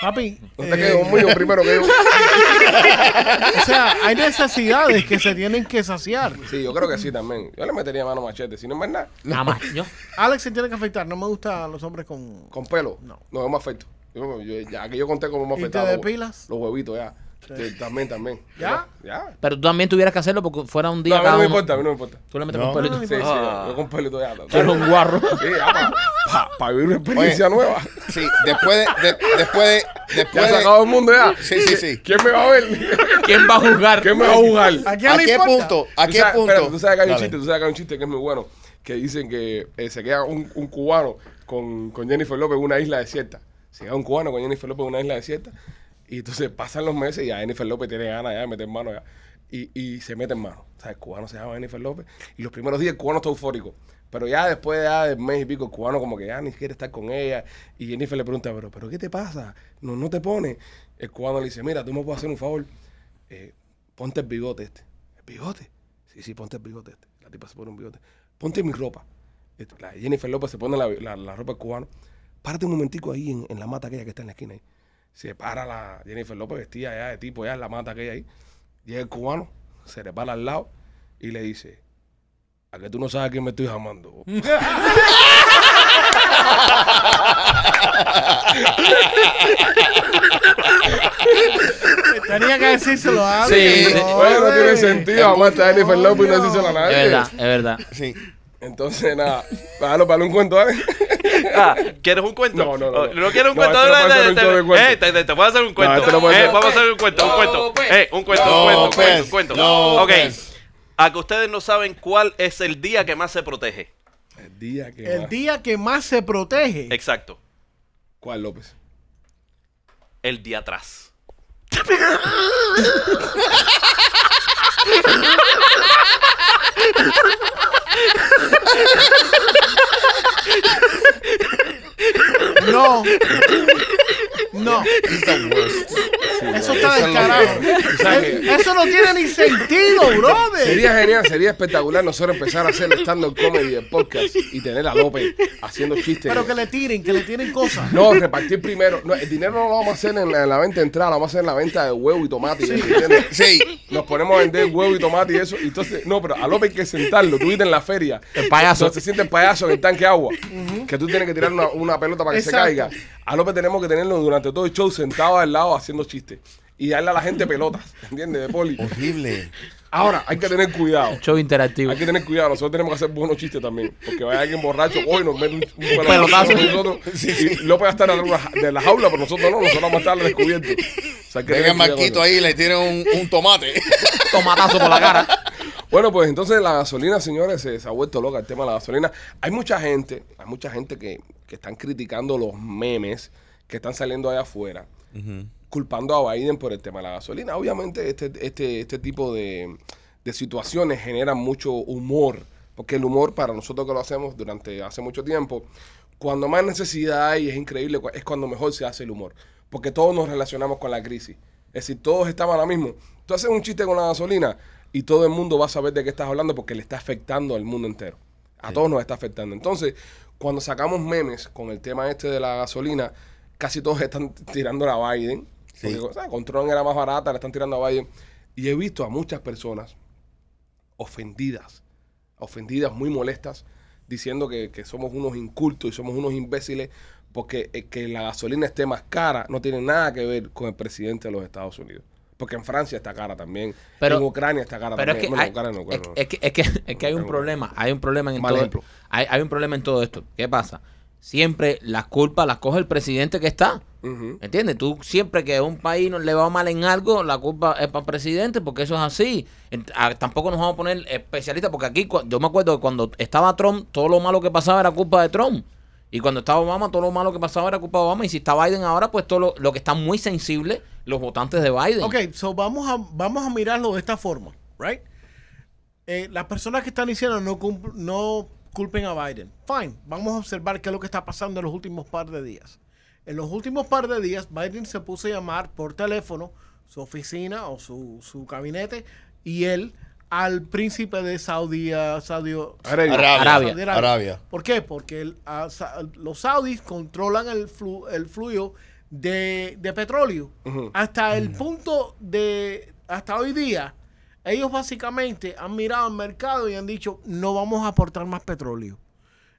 Speaker 4: Papi,
Speaker 1: te
Speaker 4: eh,
Speaker 1: quedes conmigo primero
Speaker 4: [LAUGHS]
Speaker 1: que yo.
Speaker 4: o sea, hay necesidades que se tienen que saciar.
Speaker 1: Sí, yo creo que sí también. Yo le metería mano a Machete, si no es más nada.
Speaker 3: Nada más. Yo,
Speaker 4: Alex se tiene que afeitar. No me gustan los hombres con...
Speaker 1: Con pelo. No.
Speaker 4: No.
Speaker 1: No, es más afecto. Yo, yo- ya que yo conté cómo me
Speaker 4: ¿Y te
Speaker 1: afectaba. los hue-
Speaker 4: depilas?
Speaker 1: Los huevitos, ya. Te- También, también.
Speaker 4: ¿Ya?
Speaker 1: Ya.
Speaker 3: pero tú también tuvieras que hacerlo porque fuera un
Speaker 1: No,
Speaker 3: día
Speaker 1: a mí
Speaker 3: cada
Speaker 1: no me
Speaker 3: uno.
Speaker 1: importa, a mí no me importa.
Speaker 3: Tú le metes
Speaker 5: No.
Speaker 3: un pelito.
Speaker 1: Sí, sí,
Speaker 6: Ah.
Speaker 1: yo con pelito ya.
Speaker 3: Tú eres un guarro.
Speaker 1: Sí, ya, para vivir una experiencia
Speaker 5: Oye.
Speaker 1: nueva.
Speaker 5: Sí, después de, de- después de,
Speaker 1: Ya
Speaker 5: después
Speaker 1: se
Speaker 5: de-
Speaker 1: acabó el mundo ya.
Speaker 5: Sí, sí, sí.
Speaker 1: ¿Quién me va a ver?
Speaker 3: ¿Quién va a juzgar?
Speaker 1: ¿Quién me va a juzgar?
Speaker 4: ¿A
Speaker 5: ¿A
Speaker 4: quién le
Speaker 5: qué
Speaker 4: importa?
Speaker 5: punto? ¿A
Speaker 1: Tú
Speaker 5: qué
Speaker 1: sabes-
Speaker 5: punto?
Speaker 1: espérate, tú sabes que hay un
Speaker 5: Dale.
Speaker 1: chiste, tú sabes que hay un chiste que es muy bueno, que dicen que eh, se queda un, un cubano con, con Jennifer López en una isla desierta. Se queda un cubano con Jennifer López en una isla desierta y entonces pasan los meses y a Jennifer López tiene ganas ya de meter mano ya. Y, y se mete en mano. O sea, el cubano se llama Jennifer López y los primeros días el cubano está eufórico. Pero ya después ya de mes y pico, el cubano como que ya ni quiere estar con ella. Y Jennifer le pregunta, pero, pero ¿qué te pasa? No, no te pones. El cubano le dice, mira, tú me puedes hacer un favor. Eh, ponte el bigote este. ¿El bigote? Sí, sí, ponte el bigote este. La tipa se pone un bigote. Ponte mi ropa. Este, La Jennifer López se pone la, la- la ropa del cubano. Párate un momentico ahí en, en la mata aquella que está en la esquina ahí. Se para la Jennifer López vestida ya de tipo, ya en la mata aquella ahí. Llega el cubano, se le para al lado y le dice, ¿a que tú no sabes a quién me estoy llamando?
Speaker 4: Tenía que decírselo a Alex.
Speaker 3: Sí, sí.
Speaker 1: Bueno, no tiene
Speaker 4: Oye.
Speaker 1: sentido, aguanta a Jennifer López y no
Speaker 4: Coño.
Speaker 1: decírselo a
Speaker 3: Es
Speaker 1: nadie.
Speaker 3: verdad, es verdad.
Speaker 5: Sí.
Speaker 1: Entonces, nada, para para un cuento, ¿eh? ¿vale?
Speaker 6: Ah, ¿Quieres un cuento?
Speaker 1: No, no, no,
Speaker 6: Oh,
Speaker 1: no.
Speaker 6: ¿No quieres un
Speaker 1: No,
Speaker 6: cuento?
Speaker 1: este no
Speaker 6: Dale,
Speaker 1: puede ser
Speaker 6: dale,
Speaker 1: un
Speaker 6: dale.
Speaker 1: show de cuentos.
Speaker 6: Eh, te, te- te puedo hacer un cuento.
Speaker 1: este no puede
Speaker 6: Eh,
Speaker 1: ser.
Speaker 6: vamos a hacer un cuento, un cuento.
Speaker 1: pues.
Speaker 3: López.
Speaker 6: Eh, un cuento, un cuento, un cuento, un cuento.
Speaker 5: López.
Speaker 6: Ok. A que ustedes no saben cuál es el día que más se protege.
Speaker 1: El día que
Speaker 4: El
Speaker 1: más-
Speaker 4: día que más se protege.
Speaker 1: Eh.
Speaker 6: Exacto.
Speaker 1: ¿Cuál, López?
Speaker 6: El día atrás.
Speaker 4: No. No.
Speaker 5: He's the worst.
Speaker 4: Eso está
Speaker 5: Eso
Speaker 4: del
Speaker 5: es lo
Speaker 4: carajo.
Speaker 1: O sea que-
Speaker 4: Eso no tiene ni sentido, brother.
Speaker 1: Sería genial, sería espectacular nosotros empezar a hacer stand-up comedy de podcast y tener a López haciendo chistes.
Speaker 4: Pero que le tiren, que le tiren cosas.
Speaker 1: No, repartir primero. No, el dinero no lo vamos a hacer en la, en la venta de entrada, lo vamos a hacer en la venta de huevo y tomate. ¿entiendes?
Speaker 5: Sí.
Speaker 1: Nos ponemos a vender huevo y tomate y eso. y entonces, no, pero a López hay que sentarlo. Tú viste en la feria.
Speaker 3: El payaso.
Speaker 1: Donde se siente el payaso en el tanque de agua. Que tú tienes que tirar una, una pelota para que
Speaker 4: Exacto.
Speaker 1: se caiga. A López tenemos que tenerlo durante todo el show sentado al lado haciendo chistes. y darle a la gente pelotas, ¿entiendes? De poli.
Speaker 5: Horrible.
Speaker 1: Ahora, hay que tener cuidado.
Speaker 3: Show interactivo.
Speaker 1: Hay que tener cuidado, nosotros tenemos que hacer buenos chistes también. Porque vaya alguien borracho, hoy nos mete un, un
Speaker 3: pelotazo.
Speaker 1: a nosotros.
Speaker 5: [LAUGHS]
Speaker 1: Y López va a estar atrás de la jaula, pero nosotros no, nosotros vamos a estar al descubierto. O sea, hay que tener
Speaker 5: Venga
Speaker 1: cuidado con
Speaker 5: Marquito
Speaker 1: eso.
Speaker 5: ahí y le tiran un, un tomate.
Speaker 3: Tomatazo por la cara.
Speaker 1: Bueno, pues entonces la gasolina, señores, se, se ha vuelto loca el tema de la gasolina. Hay mucha gente, hay mucha gente que, que están criticando los memes que están saliendo allá afuera, culpando a Biden por el tema de la gasolina. Obviamente este, este, este tipo de, de situaciones generan mucho humor, porque el humor para nosotros que lo hacemos durante hace mucho tiempo, cuando más necesidad hay, es increíble, cu- es cuando mejor se hace el humor, porque todos nos relacionamos con la crisis. Es decir, todos estamos ahora mismo. Tú haces un chiste con la gasolina y todo el mundo va a saber de qué estás hablando porque le está afectando al mundo entero. A todos nos está afectando. Entonces, cuando sacamos memes con el tema este de la gasolina, casi todos están tirando a Biden.
Speaker 5: Sí.
Speaker 1: Porque, ¿sabes? Con Trump era más barata, le están tirando a Biden. Y he visto a muchas personas ofendidas, ofendidas, muy molestas, diciendo que, que somos unos incultos y somos unos imbéciles porque eh, que la gasolina esté más cara no tiene nada que ver con el presidente de los Estados Unidos. Porque en Francia está cara también,
Speaker 3: Pero-
Speaker 1: en Ucrania está cara
Speaker 3: Pero es que,
Speaker 1: también. Bueno,
Speaker 3: hay,
Speaker 1: Ucrania no,
Speaker 3: es,
Speaker 1: Ucrania no.
Speaker 3: es que, es que- es que hay un problema, hay un problema en
Speaker 1: Mal
Speaker 3: todo
Speaker 1: ejemplo.
Speaker 3: hay, hay un problema en todo esto. ¿Qué pasa? Siempre las culpas las coge el presidente que está.
Speaker 1: Ujú.
Speaker 3: ¿Entiendes? Tú siempre que a un país no le va mal en algo, la culpa es para el presidente, porque eso es así. Ent- a- tampoco nos vamos a poner especialistas, porque aquí cua- yo me acuerdo que cuando estaba Trump, todo lo malo que pasaba era culpa de Trump. Y cuando estaba Obama, todo lo malo que pasaba era culpa de Obama. Y si está Biden ahora, pues todo lo, lo que está muy sensible, los votantes de Biden.
Speaker 4: Ok, so vamos a, vamos a mirarlo de esta forma, right? Eh, las personas que están diciendo no, cum- no culpen a Biden. Fine, vamos a observar qué es lo que está pasando en los últimos par de días. En los últimos par de días, Biden se puso a llamar por teléfono su oficina o su, su gabinete y él al príncipe de Saudí, ah, Saudi,
Speaker 1: Arabia.
Speaker 5: Arabia.
Speaker 4: Saudi
Speaker 5: Arabia.
Speaker 4: Arabia. ¿Por qué? Porque el, ah, sa- los saudis controlan el, flu- el flujo de, de petróleo. Hasta el punto de, hasta hoy día, ellos básicamente han mirado al mercado y han dicho, no vamos a aportar más petróleo.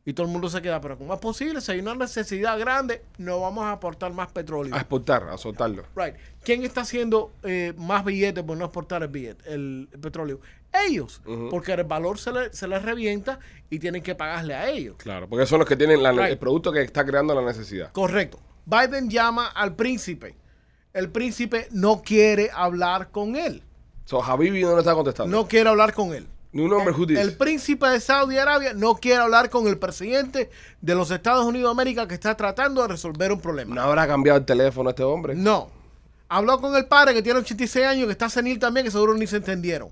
Speaker 4: Y todo el mundo se queda, pero ¿cómo es posible? Si hay una necesidad grande, no vamos a aportar más petróleo.
Speaker 1: A exportar, a soltarlo.
Speaker 4: Right. ¿Quién está haciendo eh, más billetes por no exportar el billete, el, el petróleo? Ellos, porque el valor se, le- se les revienta y tienen que pagarle a ellos.
Speaker 1: Claro, porque son los que tienen la-
Speaker 4: Right.
Speaker 1: el producto que está creando la necesidad.
Speaker 4: Correcto. Biden llama al príncipe. El príncipe no quiere hablar con él.
Speaker 1: So, Habibi no le está contestando.
Speaker 4: No quiere hablar con él.
Speaker 1: Ni un hombre judío.
Speaker 4: El príncipe de Saudi Arabia no quiere hablar con el presidente de los Estados Unidos de América que está tratando de resolver un problema.
Speaker 1: ¿No habrá cambiado el teléfono este hombre?
Speaker 4: No. Habló con el padre que tiene 86 años, que está senil también, que seguro ni se entendieron.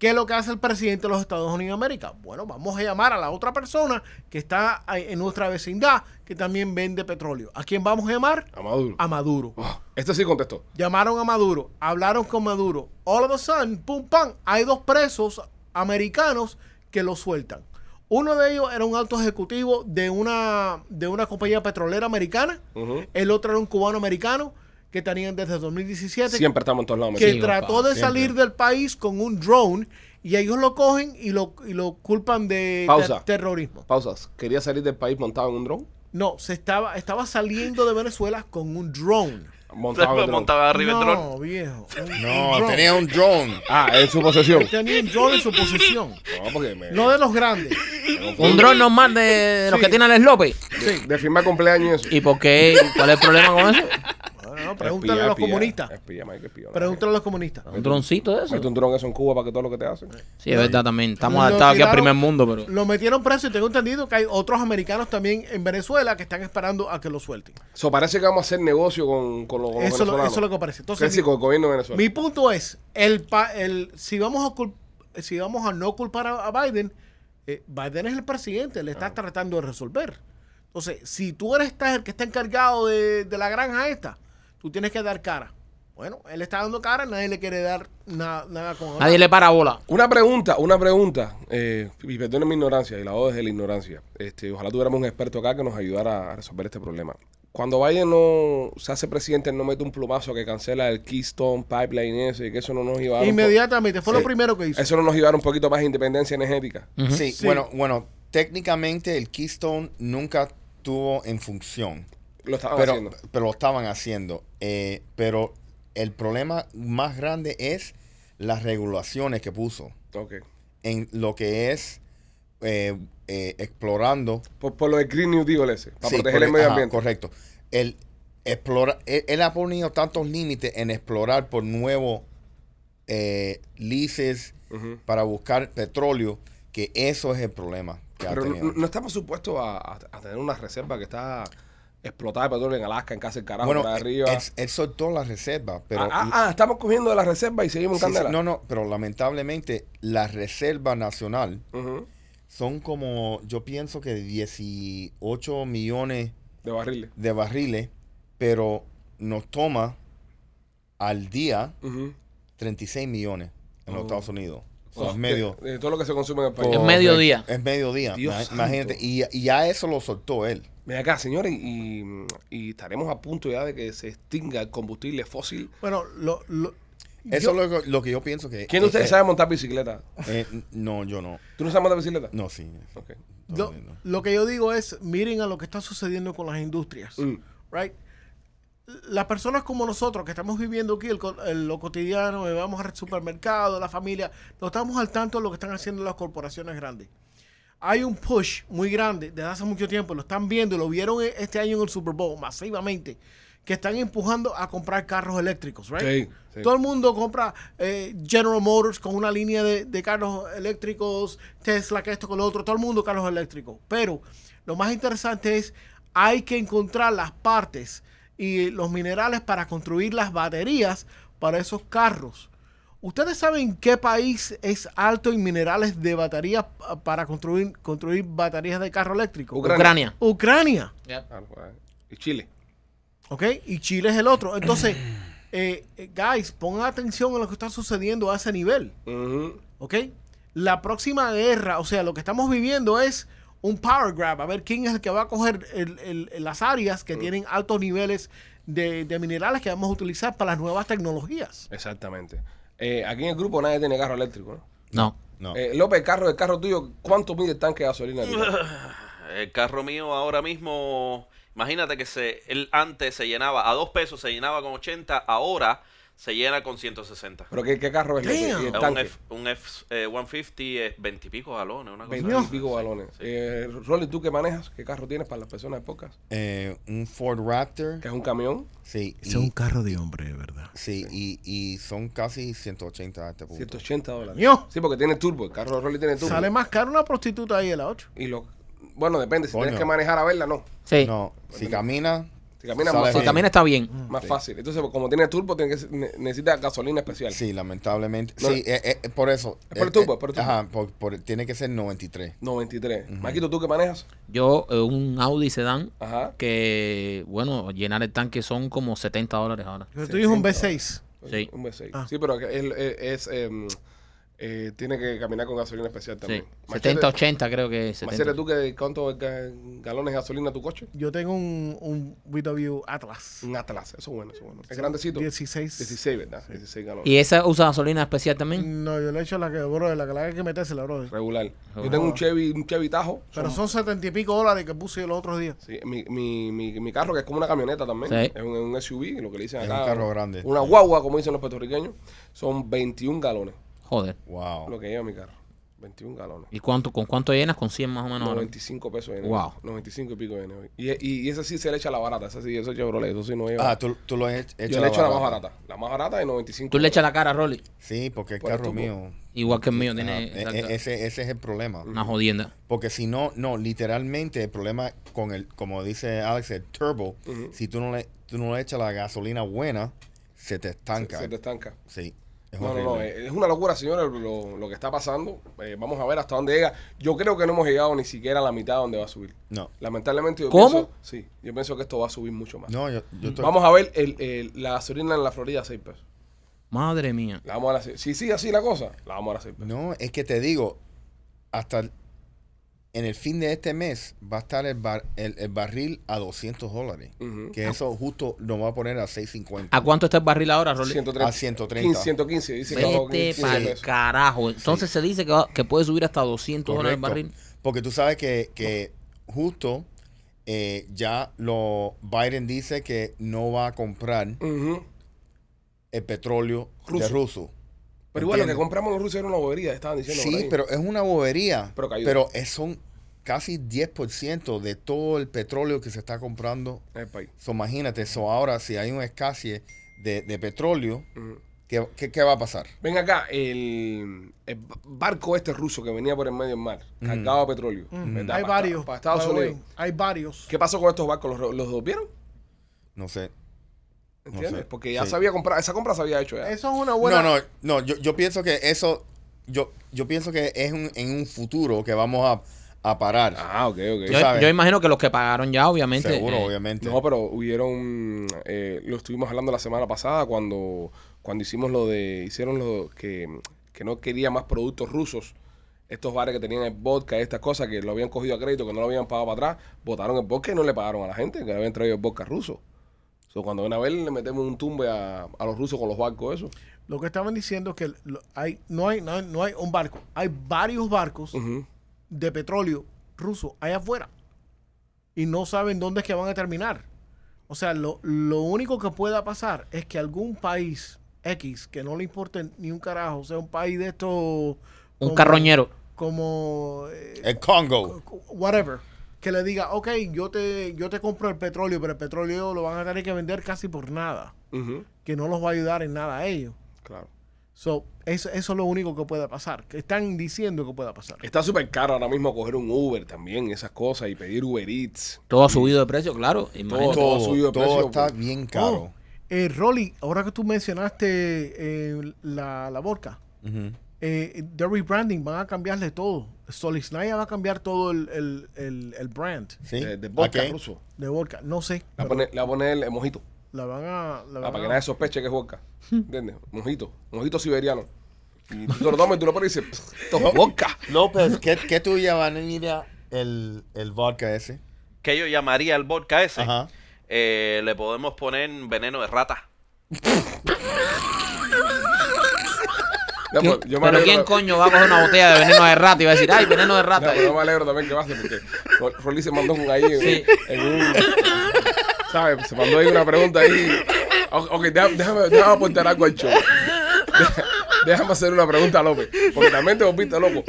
Speaker 4: ¿Qué es lo que hace el presidente de los Estados Unidos de América? Bueno, vamos a llamar a la otra persona que está ahí en nuestra vecindad, que también vende petróleo. ¿A quién vamos a llamar?
Speaker 1: A Maduro.
Speaker 4: A Maduro.
Speaker 1: Oh, este sí contestó.
Speaker 4: Llamaron a Maduro, hablaron con Maduro. All of a sudden, pum pam, hay dos presos americanos que los sueltan. Uno de ellos era un alto ejecutivo de una, de una compañía petrolera americana.
Speaker 1: Ujú.
Speaker 4: El otro era un cubano americano que tenían desde 2017
Speaker 1: Siempre estamos en todos lados.
Speaker 4: Este que
Speaker 1: metidos.
Speaker 4: trató de salir del país con un drone y ellos lo cogen y lo, y lo culpan de
Speaker 1: Pausa.
Speaker 4: ter- terrorismo.
Speaker 1: Pausas. ¿Quería salir del país montado en un dron?
Speaker 4: No, se estaba, estaba saliendo de Venezuela con un drone.
Speaker 1: Montado en un dron.
Speaker 6: Montaba arriba el dron.
Speaker 4: no, viejo. un- un
Speaker 5: No,
Speaker 4: drone.
Speaker 5: tenía un drone.
Speaker 1: Ah, en su posesión.
Speaker 4: Tenía un drone en su posición.
Speaker 1: No, porque me-
Speaker 4: Este- No de los grandes.
Speaker 3: Un dron normal de, de los
Speaker 4: Sí.
Speaker 3: que tiene Alex López.
Speaker 1: de, de firmar cumpleaños y eso.
Speaker 3: ¿Y por
Speaker 4: [LAUGHS]
Speaker 3: qué? ¿Cuál es el problema con eso?
Speaker 4: Bueno, no, pregúntale
Speaker 1: Espía,
Speaker 4: a los
Speaker 1: espía,
Speaker 4: comunistas.
Speaker 1: espía, Mike, espía, no.
Speaker 4: Pregúntale a los comunistas.
Speaker 3: ¿Un droncito de
Speaker 1: Mete
Speaker 3: eso?
Speaker 1: un dron eso en Cuba para que todo lo que te hacen.
Speaker 3: Sí, es verdad también. Estamos
Speaker 4: Lo
Speaker 3: adaptados aquí al
Speaker 4: tiraron-
Speaker 3: primer mundo, pero...
Speaker 4: Lo metieron preso y tengo entendido que hay otros americanos también en Venezuela que están esperando a que lo suelten.
Speaker 1: So, parece que vamos a hacer negocio con, con los con los
Speaker 4: Eso lo-
Speaker 1: venezolanos.
Speaker 4: eso lo que parece. Entonces,
Speaker 1: Que sí,
Speaker 4: mi-
Speaker 1: con el gobierno de Venezuela.
Speaker 4: Mi punto es, el, pa- el si vamos a cul- si vamos a no culpar a, a Biden, eh, Biden es el presidente, le está tratando de resolver. Entonces, si tú eres estás el que está encargado de, de la granja esta, tú tienes que dar cara. Bueno, él está dando cara, nadie le quiere dar na- nada con
Speaker 3: Nadie le para bola.
Speaker 1: Una pregunta, una pregunta, eh, y perdone mi ignorancia, y la hago desde la ignorancia. Este, ojalá tuviéramos un experto acá que nos ayudara a resolver este problema. Cuando Biden no se hace presidente, él no mete un plumazo que cancela el Keystone Pipeline ese, y que eso no nos iba a dar un po-
Speaker 4: Inmediatamente, fue
Speaker 5: pues, Sí.
Speaker 4: lo primero que hizo.
Speaker 1: eso no nos iba a dar un poquito más de independencia energética.
Speaker 5: Sí, bueno, bueno, técnicamente el Keystone nunca estuvo en función.
Speaker 1: Lo estaban
Speaker 5: Pero,
Speaker 1: haciendo.
Speaker 5: pero lo estaban haciendo. Eh, pero el problema más grande es las regulaciones que puso
Speaker 1: Ok.
Speaker 5: en lo que es eh, eh, explorando
Speaker 1: Por, por lo de Green New Deal ese, para
Speaker 5: Sí,
Speaker 1: proteger el
Speaker 5: corre-
Speaker 1: medio
Speaker 5: ajá,
Speaker 1: ambiente.
Speaker 5: correcto. El explora, él, él ha ponido tantos límites en explorar por nuevos eh, leases
Speaker 1: Ujú.
Speaker 5: para buscar petróleo, que eso es el problema que ha
Speaker 1: Pero
Speaker 5: tenido.
Speaker 1: no, no estamos supuestos a, a- a tener una reserva que está explotada de petróleo en Alaska, en casa del carajo,
Speaker 5: bueno,
Speaker 1: por ahí
Speaker 5: él,
Speaker 1: arriba.
Speaker 5: él soltó la reserva, pero
Speaker 1: ah, ah, ah, estamos cogiendo de la reserva y seguimos en
Speaker 5: sí, sí,
Speaker 1: candela.
Speaker 5: no, no, pero lamentablemente la reserva nacional
Speaker 1: Ujú.
Speaker 5: son como, yo pienso que 18 millones
Speaker 1: De barriles.
Speaker 5: de barriles, pero nos toma al día
Speaker 1: Ujú.
Speaker 5: 36 millones en los
Speaker 1: Oh.
Speaker 5: Estados Unidos. Son
Speaker 1: Oh, de-
Speaker 5: medio.
Speaker 1: De, todo lo que se consume en el país.
Speaker 3: Es mediodía.
Speaker 5: Es mediodía.
Speaker 1: Dios
Speaker 5: ma-
Speaker 1: santo.
Speaker 5: imagínate. Y, y ya eso lo soltó él.
Speaker 1: Ven acá, señores, y, y estaremos a punto ya de que se extinga el combustible fósil.
Speaker 4: Bueno, lo, lo-
Speaker 5: Eso
Speaker 4: yo-
Speaker 5: es lo, que- lo que yo pienso que.
Speaker 1: ¿Quién de ustedes
Speaker 5: eh,
Speaker 1: sabe montar bicicleta?
Speaker 5: eh, eh, no, yo no.
Speaker 1: ¿Tú no sabes montar bicicleta?
Speaker 5: No, sí.
Speaker 1: Ok.
Speaker 4: lo,
Speaker 5: no.
Speaker 4: lo que yo digo es, miren a lo que está sucediendo con las industrias.
Speaker 1: Mm.
Speaker 4: right? Las personas como nosotros que estamos viviendo aquí el co- el- lo cotidiano, eh, vamos al supermercado, la familia, no estamos al tanto de lo que están haciendo las corporaciones grandes. Hay un push muy grande desde hace mucho tiempo, lo están viendo, lo vieron e- este año en el Super Bowl masivamente, que están empujando a comprar carros eléctricos, right?
Speaker 1: Sí, sí.
Speaker 4: Todo el mundo compra eh, General Motors con una línea de, de carros eléctricos, Tesla, que esto, con lo otro, todo el mundo carros eléctricos. Pero lo más interesante es, hay que encontrar las partes y los minerales para construir las baterías para esos carros. ¿Ustedes saben qué país es alto en minerales de baterías pa- para construir, construir baterías de carro eléctrico?
Speaker 1: Ucrania.
Speaker 3: Ucrania.
Speaker 4: Ucrania.
Speaker 1: Ah, no, ah, y Chile.
Speaker 4: ¿Ok? Y Chile es el otro. Entonces, eh, eh, guys, pongan atención a lo que está sucediendo a ese nivel.
Speaker 1: Ujú.
Speaker 4: ¿Ok? La próxima guerra, o sea, lo que estamos viviendo es un power grab. A ver quién es el que va a coger el- el- las áreas que tienen altos niveles de, de minerales que vamos a utilizar para las nuevas tecnologías.
Speaker 1: Exactamente. Eh, aquí en el grupo nadie tiene carro eléctrico, ¿no?
Speaker 3: No.
Speaker 5: No.
Speaker 1: Eh, López, el carro, el carro tuyo, ¿cuánto mide el tanque de gasolina? tuyo?
Speaker 6: El carro mío ahora mismo, imagínate que se, él antes se llenaba a dos pesos, se llenaba con 80, ahora se llena con 160.
Speaker 1: ¿Pero qué, qué carro es López?
Speaker 4: Damn.
Speaker 1: Y el
Speaker 6: Eh, Un
Speaker 1: tanque.
Speaker 6: F, un F, eh, 150 es 20 y pico galones, una cosa
Speaker 1: Veintipico
Speaker 6: así.
Speaker 1: y pico balones. Eh, Rolly, ¿tú qué manejas? ¿Qué carro tienes para las personas de podcast?
Speaker 5: Eh, un Ford Raptor.
Speaker 1: Que es un camión,
Speaker 5: Sí. Y,
Speaker 4: carro de hombre, ¿verdad?
Speaker 5: sí y, y son casi 180 a este punto.
Speaker 1: 180 dólares.
Speaker 4: Ño.
Speaker 1: Sí, porque tiene turbo. El carro de Rolly tiene turbo.
Speaker 4: Sale más caro una prostituta ahí de la 8.
Speaker 1: Y lo, bueno, depende. Si
Speaker 5: Coño.
Speaker 1: tienes que manejar a verla, no.
Speaker 3: Sí.
Speaker 5: No, si camina.
Speaker 1: Si camina
Speaker 5: sale
Speaker 1: más,
Speaker 3: Si
Speaker 5: bien.
Speaker 3: camina está bien.
Speaker 1: más fácil. Entonces, pues, como tiene turbo, tiene que, ne- necesita gasolina especial.
Speaker 5: Sí, lamentablemente.
Speaker 1: No.
Speaker 5: Sí, eh, eh, por eso.
Speaker 1: Es por el
Speaker 5: Eh,
Speaker 1: turbo,
Speaker 5: eh,
Speaker 1: es por el turbo.
Speaker 5: Ajá, por- por- tiene que ser 93.
Speaker 1: 93. Maquito, ¿tú qué manejas?
Speaker 3: Yo, eh, un Audi sedán,
Speaker 1: Ajá.
Speaker 3: que, bueno, llenar el tanque son como 70 dólares ahora.
Speaker 4: Pero tú dices un B6.
Speaker 3: Sí.
Speaker 1: Un V6.
Speaker 4: Ah.
Speaker 1: Sí, pero que él, eh, es, em, eh, tiene que caminar con gasolina especial
Speaker 3: Sí.
Speaker 1: también.
Speaker 3: 70, 80 creo que es. 70.
Speaker 1: Machete, ¿tú qué, cuántos ga- galones de gasolina tu coche?
Speaker 4: Yo tengo un, un VW Atlas.
Speaker 1: Un Atlas. Eso es bueno, eso Mm. es bueno. Es grandecito.
Speaker 4: 16.
Speaker 1: 16, ¿verdad? 16 galones.
Speaker 3: ¿Y esa usa gasolina especial
Speaker 5: Mm.
Speaker 3: también?
Speaker 4: No, yo le he hecho la que, bro, la que la hay que meterse la bro.
Speaker 1: Regular. Yo
Speaker 3: Regular.
Speaker 1: tengo un Chevy, un Chevy Tajo.
Speaker 4: Pero son setenta y pico dólares que puse los otros días.
Speaker 1: Sí, mi, mi, mi, mi carro, que es como una camioneta también,
Speaker 3: Sí.
Speaker 1: es, un, es un SUV, lo que le dicen
Speaker 5: Es
Speaker 1: acá.
Speaker 5: un carro grande.
Speaker 1: Una guagua, como dicen los puertorriqueños, son 21 galones,
Speaker 3: Joder.
Speaker 5: Wow.
Speaker 1: lo que lleva mi carro. 21 galones.
Speaker 3: ¿Y cuánto, con cuánto llenas? Con 100 más o menos. ahora.
Speaker 1: 95 pesos en
Speaker 3: Wow.
Speaker 1: 95 y pico de hoy. Y, y, y ese sí se le echa la barata, ese sí, eso es Chevrolet, eso sí no lleva.
Speaker 5: Ah, tú, tú lo has hecho.
Speaker 1: Yo le echo la más barata. La más barata de 95.
Speaker 3: Tú le echas la cara a Rolly.
Speaker 5: Sí, porque el
Speaker 1: Por el
Speaker 5: carro
Speaker 1: turbo.
Speaker 5: mío.
Speaker 3: Igual que el mío,
Speaker 5: Ajá,
Speaker 3: tiene
Speaker 5: e-
Speaker 3: exacto,
Speaker 5: e- ese, ese es el problema.
Speaker 3: una jodienda.
Speaker 5: Porque si no, no, literalmente el problema con el, como dice Alex, el turbo, si tú no le, tú no le echas la gasolina buena, se te
Speaker 1: Se,
Speaker 5: estanca.
Speaker 1: se te estanca.
Speaker 5: Sí. Es
Speaker 1: No, no,
Speaker 5: horrible.
Speaker 1: no, eh, es una locura, señores, lo, lo que está pasando. Eh, vamos a ver hasta dónde llega. Yo creo que no hemos llegado ni siquiera a la mitad donde va a subir.
Speaker 5: no.
Speaker 1: Lamentablemente, yo
Speaker 3: ¿Cómo?
Speaker 1: pienso. Sí, yo pienso que esto va a subir mucho más.
Speaker 5: No, yo, yo estoy-
Speaker 1: Vamos a ver el, el- la gasolina en la Florida a 6 pesos.
Speaker 3: Madre mía.
Speaker 1: La vamos a dar a seis- Si sigue así la cosa, la vamos a dar a 6 pesos.
Speaker 5: No, es que te digo, hasta el- en el fin de este mes va a estar el, bar- el, el barril a 200 dólares.
Speaker 1: Ujú. Ah.
Speaker 5: Que eso justo nos va a poner a 650.
Speaker 3: ¿A cuánto está el barril ahora, Rolly?
Speaker 1: 130.
Speaker 5: A 130.
Speaker 1: 15, 115, dice que bajó
Speaker 3: Vete
Speaker 1: 15
Speaker 3: pa'l
Speaker 1: pesos.
Speaker 3: carajo. Entonces se dice que, va- que puede subir hasta 200 dólares el
Speaker 5: Correcto.
Speaker 3: barril.
Speaker 5: Porque tú sabes que, que justo eh, ya lo Biden dice que no va a comprar
Speaker 1: Ujú.
Speaker 5: el petróleo
Speaker 1: Ruso.
Speaker 5: de ruso.
Speaker 1: Pero igual lo que
Speaker 5: ¿entiendes?
Speaker 1: compramos los rusos era una bobería, estaban diciendo. por
Speaker 5: Sí,
Speaker 1: ahí.
Speaker 5: pero es una bobería.
Speaker 1: Pero
Speaker 5: Pero,
Speaker 1: cayó.
Speaker 5: es- son casi 10% de todo el petróleo que se está comprando.
Speaker 1: En el país.
Speaker 5: So, imagínate, so, ahora si hay una escasez de, de petróleo, ¿qué, qué, qué va a pasar?
Speaker 1: Ven acá, el, el barco este ruso que venía por el medio del mar, cargado de petróleo. ¿verdad?
Speaker 4: Mm. Hay
Speaker 1: Pa-
Speaker 4: varios.
Speaker 1: Mm. Para Estados
Speaker 4: by the way.
Speaker 1: Unidos.
Speaker 4: Hay varios.
Speaker 1: ¿Qué pasó con estos barcos? ¿Los, los devolvieron?
Speaker 5: No sé.
Speaker 1: ¿Entiendes?
Speaker 5: No sé.
Speaker 1: Porque ya
Speaker 5: Sí.
Speaker 1: se había comprado, esa compra se había hecho ya.
Speaker 4: Eso es una buena.
Speaker 5: No, no, no, yo, yo pienso que eso, yo, yo pienso que es un- en un futuro que vamos a, a parar.
Speaker 1: Ah, ok, ok.
Speaker 5: Tú
Speaker 3: Yo,
Speaker 5: sabes.
Speaker 3: yo imagino que los que pagaron ya, obviamente.
Speaker 5: Seguro,
Speaker 3: eh,
Speaker 5: obviamente.
Speaker 1: No, pero hubieron, eh, lo estuvimos hablando la semana pasada cuando, cuando hicimos lo de, hicieron lo que, que no quería más productos rusos. Estos bares que tenían el vodka, estas cosas que lo habían cogido a crédito, que no lo habían pagado para atrás, votaron el vodka y no le pagaron a la gente, que le habían traído el vodka ruso. So, cuando ven a ver, le metemos un tumbe a, a los rusos con los barcos, eso.
Speaker 4: Lo que estaban diciendo es que lo- hay, no, hay, no, hay, no hay un barco. Hay varios barcos
Speaker 1: Ujú.
Speaker 4: de petróleo ruso allá afuera. Y no saben dónde es que van a terminar. O sea, lo, lo único que pueda pasar es que algún país X, que no le importe ni un carajo, o sea, un país de estos...
Speaker 3: Un
Speaker 4: como-
Speaker 3: carroñero.
Speaker 4: Como...
Speaker 1: pues,
Speaker 4: eh,
Speaker 5: El Congo.
Speaker 4: whatever, que le diga, ok, yo te, yo te compro el petróleo, pero el petróleo lo van a tener que vender casi por nada,
Speaker 1: Ujú.
Speaker 4: que no los va a ayudar en nada a ellos.
Speaker 1: Claro.
Speaker 4: So, eso, eso es lo único que puede pasar, que están diciendo que pueda pasar.
Speaker 1: Está súper caro ahora mismo coger un Uber también, esas cosas, y pedir Uber Eats.
Speaker 3: Todo ha subido de precio, claro.
Speaker 1: todo
Speaker 5: Todo,
Speaker 3: Imagínate.
Speaker 1: subido de
Speaker 5: todo
Speaker 1: precio,
Speaker 5: está
Speaker 1: pues.
Speaker 5: bien
Speaker 4: Oh,
Speaker 5: caro.
Speaker 4: eh, Rolly, ahora que tú mencionaste eh, la, la vodka,
Speaker 5: Ujú.
Speaker 4: eh, de rebranding van a cambiarle todo. Solisnaya va a cambiar todo el, el- el- el brand
Speaker 5: ¿Sí?
Speaker 1: De, de vodka
Speaker 5: Ok.
Speaker 1: ruso.
Speaker 4: de vodka. No sé,
Speaker 1: La
Speaker 4: pero
Speaker 1: pone, la pone el mojito.
Speaker 4: la van a... la
Speaker 1: Ah,
Speaker 4: van
Speaker 1: para
Speaker 4: a-
Speaker 1: que nadie sospeche que es vodka. ¿Entiendes? Mojito. Mojito siberiano. Y tú te lo tomas y tú lo pones y dices, "Pff, esto es vodka.
Speaker 5: López, ¿qué, qué tú llamarías el, el vodka ese?
Speaker 6: Que yo llamaría el vodka ese.
Speaker 5: Ajá.
Speaker 6: eh, le podemos poner veneno de rata.
Speaker 1: No,
Speaker 3: ¿Quién-
Speaker 1: pues, yo me
Speaker 3: pero
Speaker 1: alegro-
Speaker 3: ¿quién coño va a coger una botella de veneno de rata y va a decir, ay, veneno
Speaker 1: No,
Speaker 3: de rata?
Speaker 1: pero pues, yo me alegro también que pase porque Ro- Rolly se mandó un ahí en-
Speaker 3: Sí.
Speaker 1: en un... ¿Sabes? Se mandó ahí una pregunta ahí. O- Ok, déjame, déjame, déjame aportar algo al show. Deja- Déjame hacer una pregunta a López. Porque también te volviste loco.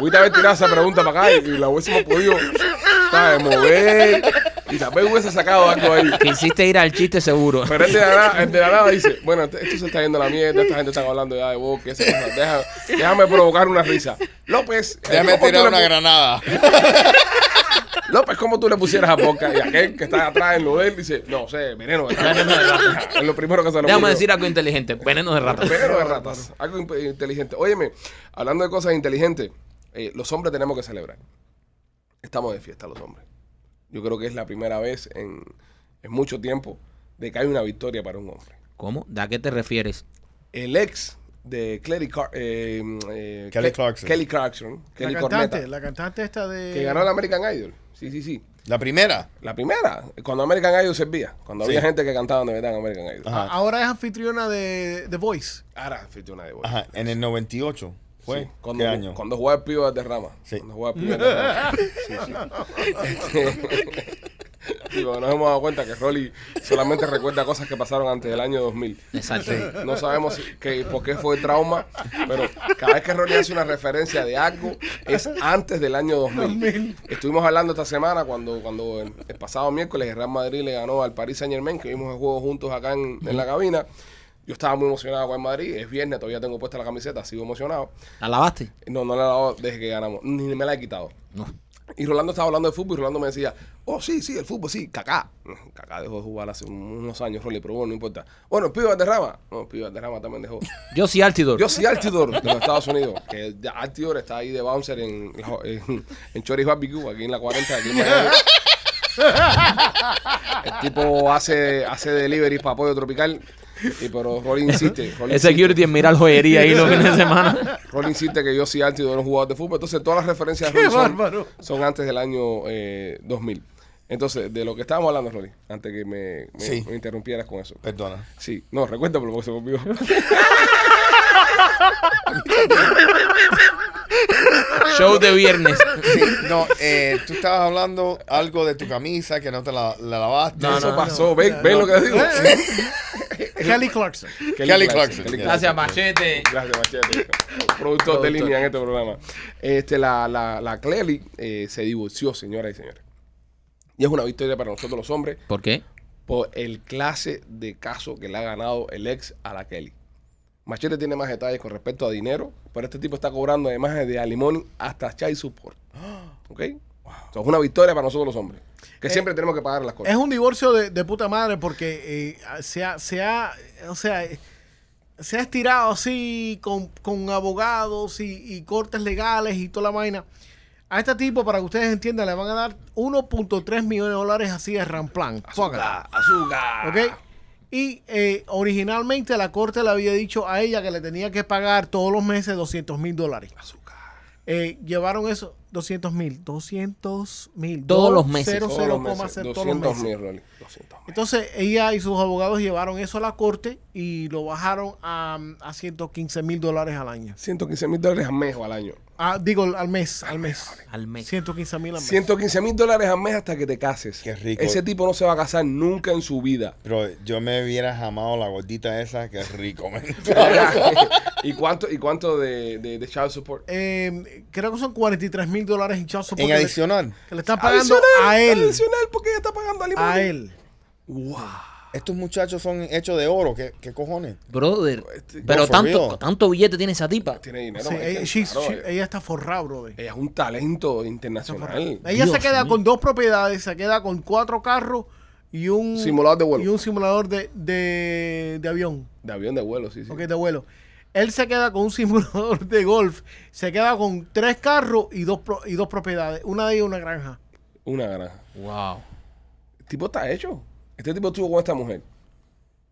Speaker 1: Pudiste haber tirado esa pregunta para acá y, y la hubiésemos podido, ¿sabes? Mover. Y tal vez hubiese sacado algo ahí.
Speaker 3: Te hiciste ir al chiste seguro. [LAUGHS]
Speaker 1: Pero él de la nada, él de la nada dice, bueno, este- esto se está yendo a la mierda, esta gente está hablando ya de bosque, esa cosa. Deja- déjame provocar una risa. López, eh,
Speaker 5: Déjame
Speaker 1: ¿cómo tú
Speaker 5: tirar
Speaker 1: le
Speaker 5: una
Speaker 1: pu-
Speaker 5: granada.
Speaker 1: López, ¿cómo tú le pusieras a boca? Y aquel que está atrás en lo de él dice, no sé, veneno de ratas. [LAUGHS] es lo primero que se le
Speaker 3: Déjame
Speaker 1: ocurrió.
Speaker 3: decir algo inteligente, veneno de rata.
Speaker 1: Veneno de ratas. Algo imp- inteligente. Óyeme, hablando de cosas inteligentes, eh, los hombres tenemos que celebrar. Estamos de fiesta los hombres. Yo creo que es la primera vez en, en mucho tiempo de que hay una victoria para un hombre.
Speaker 3: ¿Cómo? ¿De a qué te refieres?
Speaker 1: el ex de Kelly, Car- eh, eh,
Speaker 5: Kelly
Speaker 1: Ke-
Speaker 5: Clarkson.
Speaker 1: Kelly Clarkson, Kelly
Speaker 4: la
Speaker 1: Cornetta,
Speaker 4: cantante, la cantante esta de...
Speaker 1: que ganó el American Idol. Sí, sí, sí.
Speaker 5: La primera.
Speaker 1: La primera, cuando American Idol servía, cuando
Speaker 5: Sí.
Speaker 1: había gente que cantaba de verdad en American Idol.
Speaker 5: Ajá.
Speaker 4: Ahora es anfitriona de
Speaker 1: [LAUGHS]
Speaker 4: The Voice.
Speaker 1: Ahora fuiste una de bola.
Speaker 5: Ajá. En el 98. ¿Fue?
Speaker 1: Sí, cuando,
Speaker 5: ¿Qué año?
Speaker 1: cuando jugaba el pivo de Terrama.
Speaker 5: Sí.
Speaker 1: Cuando jugaba el pivo de Terrama. Sí, sí. Este, [LAUGHS] sí, porque nos hemos dado cuenta que Rolly solamente recuerda cosas que pasaron antes del año 2000.
Speaker 3: Exacto.
Speaker 1: No sabemos si- que, por qué fue el trauma, pero cada vez que Rolly hace una referencia de algo es antes del año 2000. Estuvimos hablando esta semana cuando, cuando el, el pasado miércoles el Real Madrid le ganó al Paris Saint Germain, que vimos el juego juntos acá en, en la cabina. Yo estaba muy emocionado con el Madrid, es viernes, todavía tengo puesta la camiseta, sigo emocionado.
Speaker 3: ¿La lavaste?
Speaker 1: No, no la he lavado desde que ganamos, ni me la he quitado.
Speaker 3: No.
Speaker 1: Y Rolando estaba hablando de fútbol y Rolando me decía, oh, sí, sí, el fútbol, sí, Cacá. Mm, Cacá dejó de jugar hace un- unos años, Rolly, pero bueno, no importa. Bueno, el pibe Valderrama. No, el pibe Valderrama también dejó.
Speaker 3: Yo sí, Altidor.
Speaker 1: Yo sí, Altidor, de los Estados Unidos. Que ya Altidor está ahí de bouncer en, la- en, en Chorizo Barbecue, aquí en la 40, aquí en Miami. El tipo hace, hace delivery para pollo tropical, y, pero Rolly insiste. Rolly
Speaker 3: Es security en mirar joyería
Speaker 1: [LAUGHS]
Speaker 3: ahí los fines de semana.
Speaker 1: Rolly insiste que yo soy Altidor era un jugador de fútbol. Entonces, todas las referencias de Rolly son,
Speaker 4: bárbaro!
Speaker 1: son antes del año eh, 2000. Entonces, de lo que estábamos hablando, Rolly, antes que me, me-
Speaker 5: Sí.
Speaker 1: me interrumpieras con eso.
Speaker 5: Perdona.
Speaker 1: Sí, no, recuéntamelo porque se me olvidó.
Speaker 3: Show de viernes.
Speaker 5: Sí, no, eh, tú estabas hablando algo de tu camisa que no te la, la lavaste.
Speaker 1: [LAUGHS] eso [LAUGHS]
Speaker 3: no,
Speaker 1: pasó, ven, ven lo que digo.
Speaker 4: Kelly Clarkson.
Speaker 5: Kelly Clarkson.
Speaker 3: Gracias, Machete.
Speaker 1: Gracias, Machete. Productor de línea en este programa. Este, la, la, la Cleli eh, se divorció, señoras y señores. Y es una victoria para nosotros los hombres
Speaker 3: ¿Por qué?
Speaker 1: por el clase de caso que le ha ganado el ex a la Kelly. Machete tiene más detalles con respecto a dinero, pero este tipo está cobrando además de alimony hasta child support. [GASPS] ¿Ok? O sea, es una victoria para nosotros los hombres, que siempre tenemos que pagar las cosas.
Speaker 4: Eh, Es un divorcio de, de puta madre porque eh, se, ha, se ha, o sea, eh, se ha estirado así con, con abogados y, y cortes legales y toda la vaina. A este tipo, para que ustedes entiendan, le van a dar 1.3 millones de dólares así de ramplan. Azúcar.
Speaker 6: Azúcar.
Speaker 4: ¿Ok? Y eh, originalmente la corte le había dicho a ella que le tenía que pagar todos los meses 200 mil dólares. Eh, llevaron eso, 200 mil, 200 mil.
Speaker 3: Todos los meses.
Speaker 4: Cero,
Speaker 1: Todos
Speaker 4: cero,
Speaker 1: los meses,
Speaker 4: coma, cero, todos los
Speaker 1: 200
Speaker 4: meses.
Speaker 1: mil, Rolly. 200 mil.
Speaker 4: Entonces ella y sus abogados llevaron eso a la corte y lo bajaron a, mm, a 115 mil dólares al año.
Speaker 1: 115 mil dólares al mes o al año.
Speaker 4: Ah, digo, al mes, al mes.
Speaker 3: Al mes.
Speaker 4: 115 mil al mes.
Speaker 1: 115 mil dólares al mes hasta que te cases.
Speaker 5: Qué rico.
Speaker 1: Ese tipo no se va a casar nunca en su
Speaker 4: [LAUGHS]
Speaker 1: vida. [LAUGHS]
Speaker 5: Pero yo me hubiera jamado la gordita esa, que es rico, man.
Speaker 1: ¿Y cuánto, y cuánto de, de, de child support?
Speaker 4: Eh, creo que son 43 mil dólares en child support
Speaker 5: En
Speaker 4: que le-
Speaker 5: adicional,
Speaker 4: que le están pagando a él.
Speaker 1: Adicional porque ella está pagando alimony.
Speaker 4: A él.
Speaker 5: estos muchachos son hechos de oro, ¿qué, qué cojones?
Speaker 3: Brother,
Speaker 1: Este-
Speaker 5: No,
Speaker 3: pero
Speaker 5: for
Speaker 3: tanto,
Speaker 5: real.
Speaker 3: tanto billete tiene esa tipa.
Speaker 1: Tiene dinero.
Speaker 4: Sí,
Speaker 1: hay
Speaker 4: ella,
Speaker 1: que-
Speaker 4: she's-
Speaker 1: claro, eh.
Speaker 4: she-
Speaker 1: ella-
Speaker 4: ella está forrada, brother.
Speaker 1: ella es un talento internacional.
Speaker 4: Ella se
Speaker 3: Dios
Speaker 4: queda
Speaker 3: mío.
Speaker 4: con dos propiedades, se queda con cuatro carros y un
Speaker 1: Simulador de vuelo.
Speaker 4: y un simulador de, de, de avión,
Speaker 1: De avión de vuelo, sí, sí.
Speaker 4: ok, de vuelo. Él se queda con un simulador de golf, se queda con tres carros y dos pro- y dos propiedades, una de ellas una granja.
Speaker 1: Una granja.
Speaker 3: Wow.
Speaker 1: El tipo está hecho. Este tipo estuvo con esta mujer.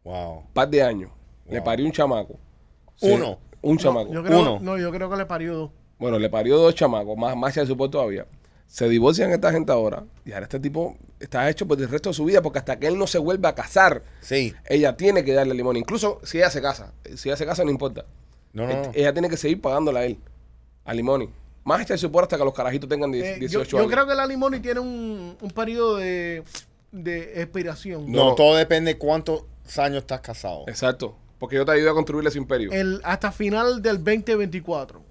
Speaker 5: Wow.
Speaker 1: par de años. Le
Speaker 5: Wow.
Speaker 1: parió un chamaco.
Speaker 5: Uno.
Speaker 1: Un chamaco.
Speaker 4: Yo creo,
Speaker 5: Uno.
Speaker 4: No, yo creo que le parió dos.
Speaker 1: Bueno, le parió dos chamacos, más, más se supo todavía. Se divorcian esta gente ahora. Y ahora este tipo está hecho por el resto de su vida, porque hasta que él no se vuelva a casar,
Speaker 5: Sí.
Speaker 1: ella tiene que darle limón. Incluso si ella se casa. Si ella se casa, no importa.
Speaker 5: No, no, no.
Speaker 1: Este, Ella tiene que seguir pagándola a él. A limón. Más se supone hasta que los carajitos tengan die-
Speaker 4: Eh,
Speaker 1: 18
Speaker 4: yo, yo
Speaker 1: años.
Speaker 4: creo que la limoni tiene un, un periodo de, de expiración.
Speaker 5: No,
Speaker 1: no.
Speaker 5: todo depende de cuántos años estás casado.
Speaker 1: Exacto. Porque yo te ayudo a construirle su imperio.
Speaker 4: El, hasta final del 2024.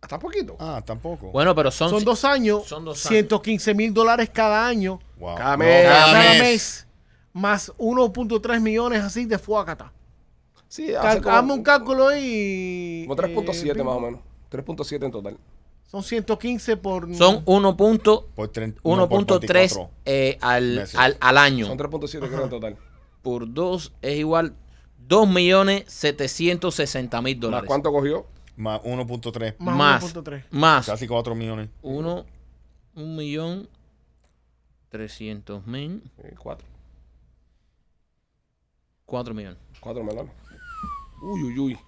Speaker 1: hasta poquito.
Speaker 5: Ah, tampoco.
Speaker 3: Bueno, pero son,
Speaker 4: Son dos años,
Speaker 3: son dos años.
Speaker 4: 115 mil dólares cada año.
Speaker 5: Wow.
Speaker 1: Cada mes.
Speaker 5: No,
Speaker 4: cada,
Speaker 1: Cada
Speaker 4: mes. más 1.3 millones así de fuácata.
Speaker 1: Sí,
Speaker 4: Cal-
Speaker 1: hace
Speaker 4: Hazme
Speaker 1: como,
Speaker 4: un cálculo y...
Speaker 1: como 3.7
Speaker 4: eh,
Speaker 1: más o menos. 3.7 en total.
Speaker 4: Son 115 por...
Speaker 3: son 1.3
Speaker 5: Por treinta- no, por
Speaker 3: 1.3
Speaker 5: 44.
Speaker 3: eh, al,
Speaker 5: meses.
Speaker 3: al, al año.
Speaker 1: Son 3.7 creo en total.
Speaker 3: Por 2 es igual 2.760.000
Speaker 1: ¿Más
Speaker 3: dólares.
Speaker 1: cuánto cogió?
Speaker 5: Más 1.3.
Speaker 4: Más
Speaker 3: Más.
Speaker 4: 1.3.
Speaker 3: Más
Speaker 5: Casi 4 millones.
Speaker 3: 1 millón 300 mil
Speaker 1: 4.
Speaker 3: cuatro millones.
Speaker 1: Cuatro melones. Uy, uy, uy.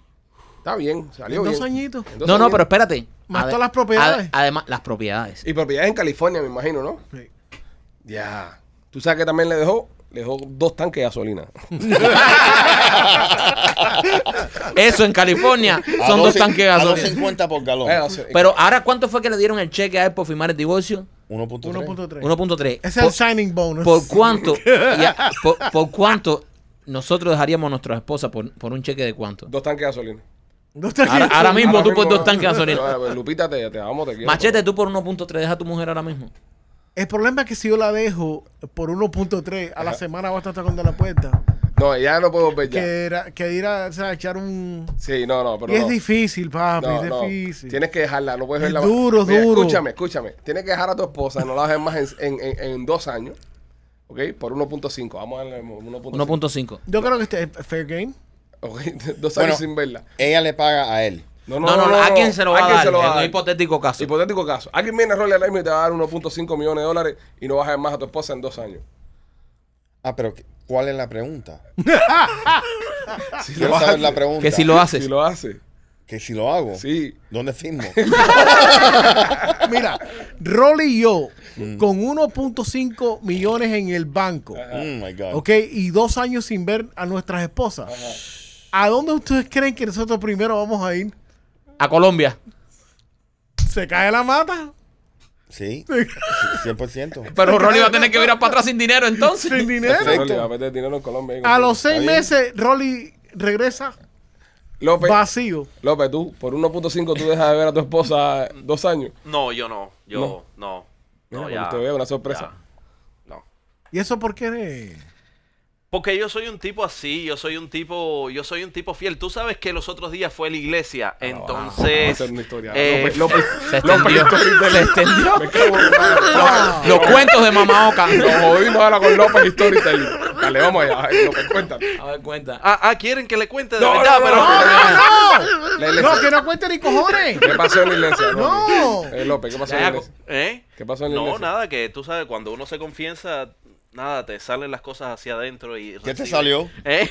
Speaker 1: Está bien, salió
Speaker 4: Dos
Speaker 1: bien.
Speaker 4: añitos.
Speaker 1: En dos
Speaker 3: No, no,
Speaker 1: añitos.
Speaker 3: pero espérate.
Speaker 4: Más
Speaker 3: Ade-
Speaker 4: todas las propiedades.
Speaker 3: ade- Además, las propiedades.
Speaker 1: Y propiedades en California, me imagino, ¿no?
Speaker 4: Sí.
Speaker 1: Ya. Tú sabes que también le dejó, le dejó dos tanques de gasolina.
Speaker 3: Eso
Speaker 1: [LAUGHS]
Speaker 3: en California son dos tanques de
Speaker 5: A
Speaker 3: gasolina.
Speaker 5: 2.50 por
Speaker 1: [LAUGHS]
Speaker 5: galón.
Speaker 1: Eh, o sea,
Speaker 3: Pero ahora, ¿cuánto fue que le dieron el cheque a él por firmar el divorcio?
Speaker 5: 1.3.
Speaker 4: 1.3.
Speaker 3: 1.3.
Speaker 4: Ese es el signing bonus.
Speaker 3: ¿Por cuánto? ya, por, por cuánto nosotros dejaríamos a nuestra esposa por, por un cheque de cuánto?
Speaker 1: dos tanques de gasolina.
Speaker 4: [LAUGHS] Dos tanques.
Speaker 3: Ahora, ahora mismo
Speaker 1: Ahora
Speaker 3: tú por
Speaker 1: mismo,
Speaker 3: dos tanques de
Speaker 1: [LAUGHS]
Speaker 3: gasolina.
Speaker 1: Ah, pues, Lupita, te, te amo, te quiero.
Speaker 3: Machete, tú por 1.3 deja a tu mujer ahora mismo.
Speaker 4: El problema es que si yo la dejo por 1.3 a la semana va a estar tocando la puerta.
Speaker 1: No, ya no puedo ver ya.
Speaker 4: Que, era- que ir a, o sea, echar un...
Speaker 1: Sí, no, no, pero
Speaker 4: y es
Speaker 1: no.
Speaker 4: difícil, papi.
Speaker 1: No,
Speaker 4: es
Speaker 1: no.
Speaker 4: difícil.
Speaker 1: Tienes que dejarla, no puedes
Speaker 4: Es
Speaker 1: verla.
Speaker 4: duro, duro.
Speaker 1: Escúchame, escúchame. Tienes que dejar a tu esposa, no la vas a ver más en, en- en- en dos años. ¿Ok? Por 1.5. Vamos a darle 1.5.
Speaker 3: 1.5.
Speaker 4: Yo creo que este es fair game.
Speaker 1: Ok, [LAUGHS] dos años
Speaker 5: Bueno,
Speaker 1: sin verla.
Speaker 5: Ella le paga a él.
Speaker 3: No, no, no, ¿a quién se lo va a
Speaker 1: quién
Speaker 3: dar?
Speaker 1: se lo va
Speaker 3: En un
Speaker 1: dar?
Speaker 3: hipotético caso.
Speaker 1: Hipotético caso. Alguien viene a Rolly Alarm y te va a dar 1.5 millones de dólares y no vas a ver más a tu esposa en dos años.
Speaker 5: Ah, pero ¿qué- ¿cuál es la pregunta?
Speaker 1: Si
Speaker 5: Quiero saber la pregunta.
Speaker 3: Que si lo haces.
Speaker 1: Si lo hace.
Speaker 5: Que si lo hago.
Speaker 1: Sí.
Speaker 5: ¿Dónde firmo?
Speaker 4: Mira, Rolly y yo,
Speaker 3: Mm.
Speaker 4: con 1.5 millones en el banco,
Speaker 5: oh my God.
Speaker 4: ¿ok? Y dos años sin ver a nuestras esposas. ¿A dónde ustedes creen que nosotros primero vamos a ir?
Speaker 3: A Colombia.
Speaker 4: ¿Se cae la mata?
Speaker 3: [LAUGHS]
Speaker 5: Sí, 100%.
Speaker 3: Pero Rolly va a tener que virar para atrás sin dinero entonces.
Speaker 4: Sin dinero.
Speaker 5: Perfecto.
Speaker 1: Rolly va a perder dinero en Colombia.
Speaker 4: A los seis
Speaker 5: bien.
Speaker 4: meses, Rolly regresa
Speaker 1: López,
Speaker 4: vacío.
Speaker 1: López, tú, por 1.5 tú dejas de ver a tu esposa dos años.
Speaker 6: No, yo no. Yo no. No,
Speaker 1: Mira,
Speaker 6: ya.
Speaker 1: te veo una sorpresa.
Speaker 6: ya, No.
Speaker 4: ¿Y eso por qué? eh?
Speaker 6: Porque yo soy un tipo así, yo soy un tipo, yo soy un tipo fiel. Tú sabes que los otros días fue a la
Speaker 1: Ah,
Speaker 6: iglesia, entonces
Speaker 1: Esa es una historia. pues,
Speaker 6: eh,
Speaker 1: López, López,
Speaker 3: Se extendió. Se extendió.
Speaker 1: me cago en la-
Speaker 3: Los cuentos de mamá Oca.
Speaker 1: Nos jodimos ahora con López y Storytelling. Dale, vamos allá. Ay, López, cuéntame.
Speaker 3: A ver, cuenta.
Speaker 6: ah, ah, quieren que le cuente de
Speaker 1: No,
Speaker 6: verdad,
Speaker 1: no, no,
Speaker 6: pero
Speaker 4: ¡No!
Speaker 1: La iglesia.
Speaker 4: No, que no cuente ni cojones.
Speaker 1: ¿Qué pasó en la iglesia?
Speaker 4: No.
Speaker 1: López? Eh, López, ¿qué pasó en la
Speaker 3: Ya,
Speaker 1: iglesia?
Speaker 6: ¿Eh?
Speaker 1: ¿Qué pasó en la
Speaker 6: No,
Speaker 1: iglesia?
Speaker 6: nada, que tú sabes, cuando uno se confiesa, nada, te salen las cosas hacia adentro y
Speaker 5: ¿Qué te
Speaker 6: recibe.
Speaker 5: salió?
Speaker 6: ¿Eh?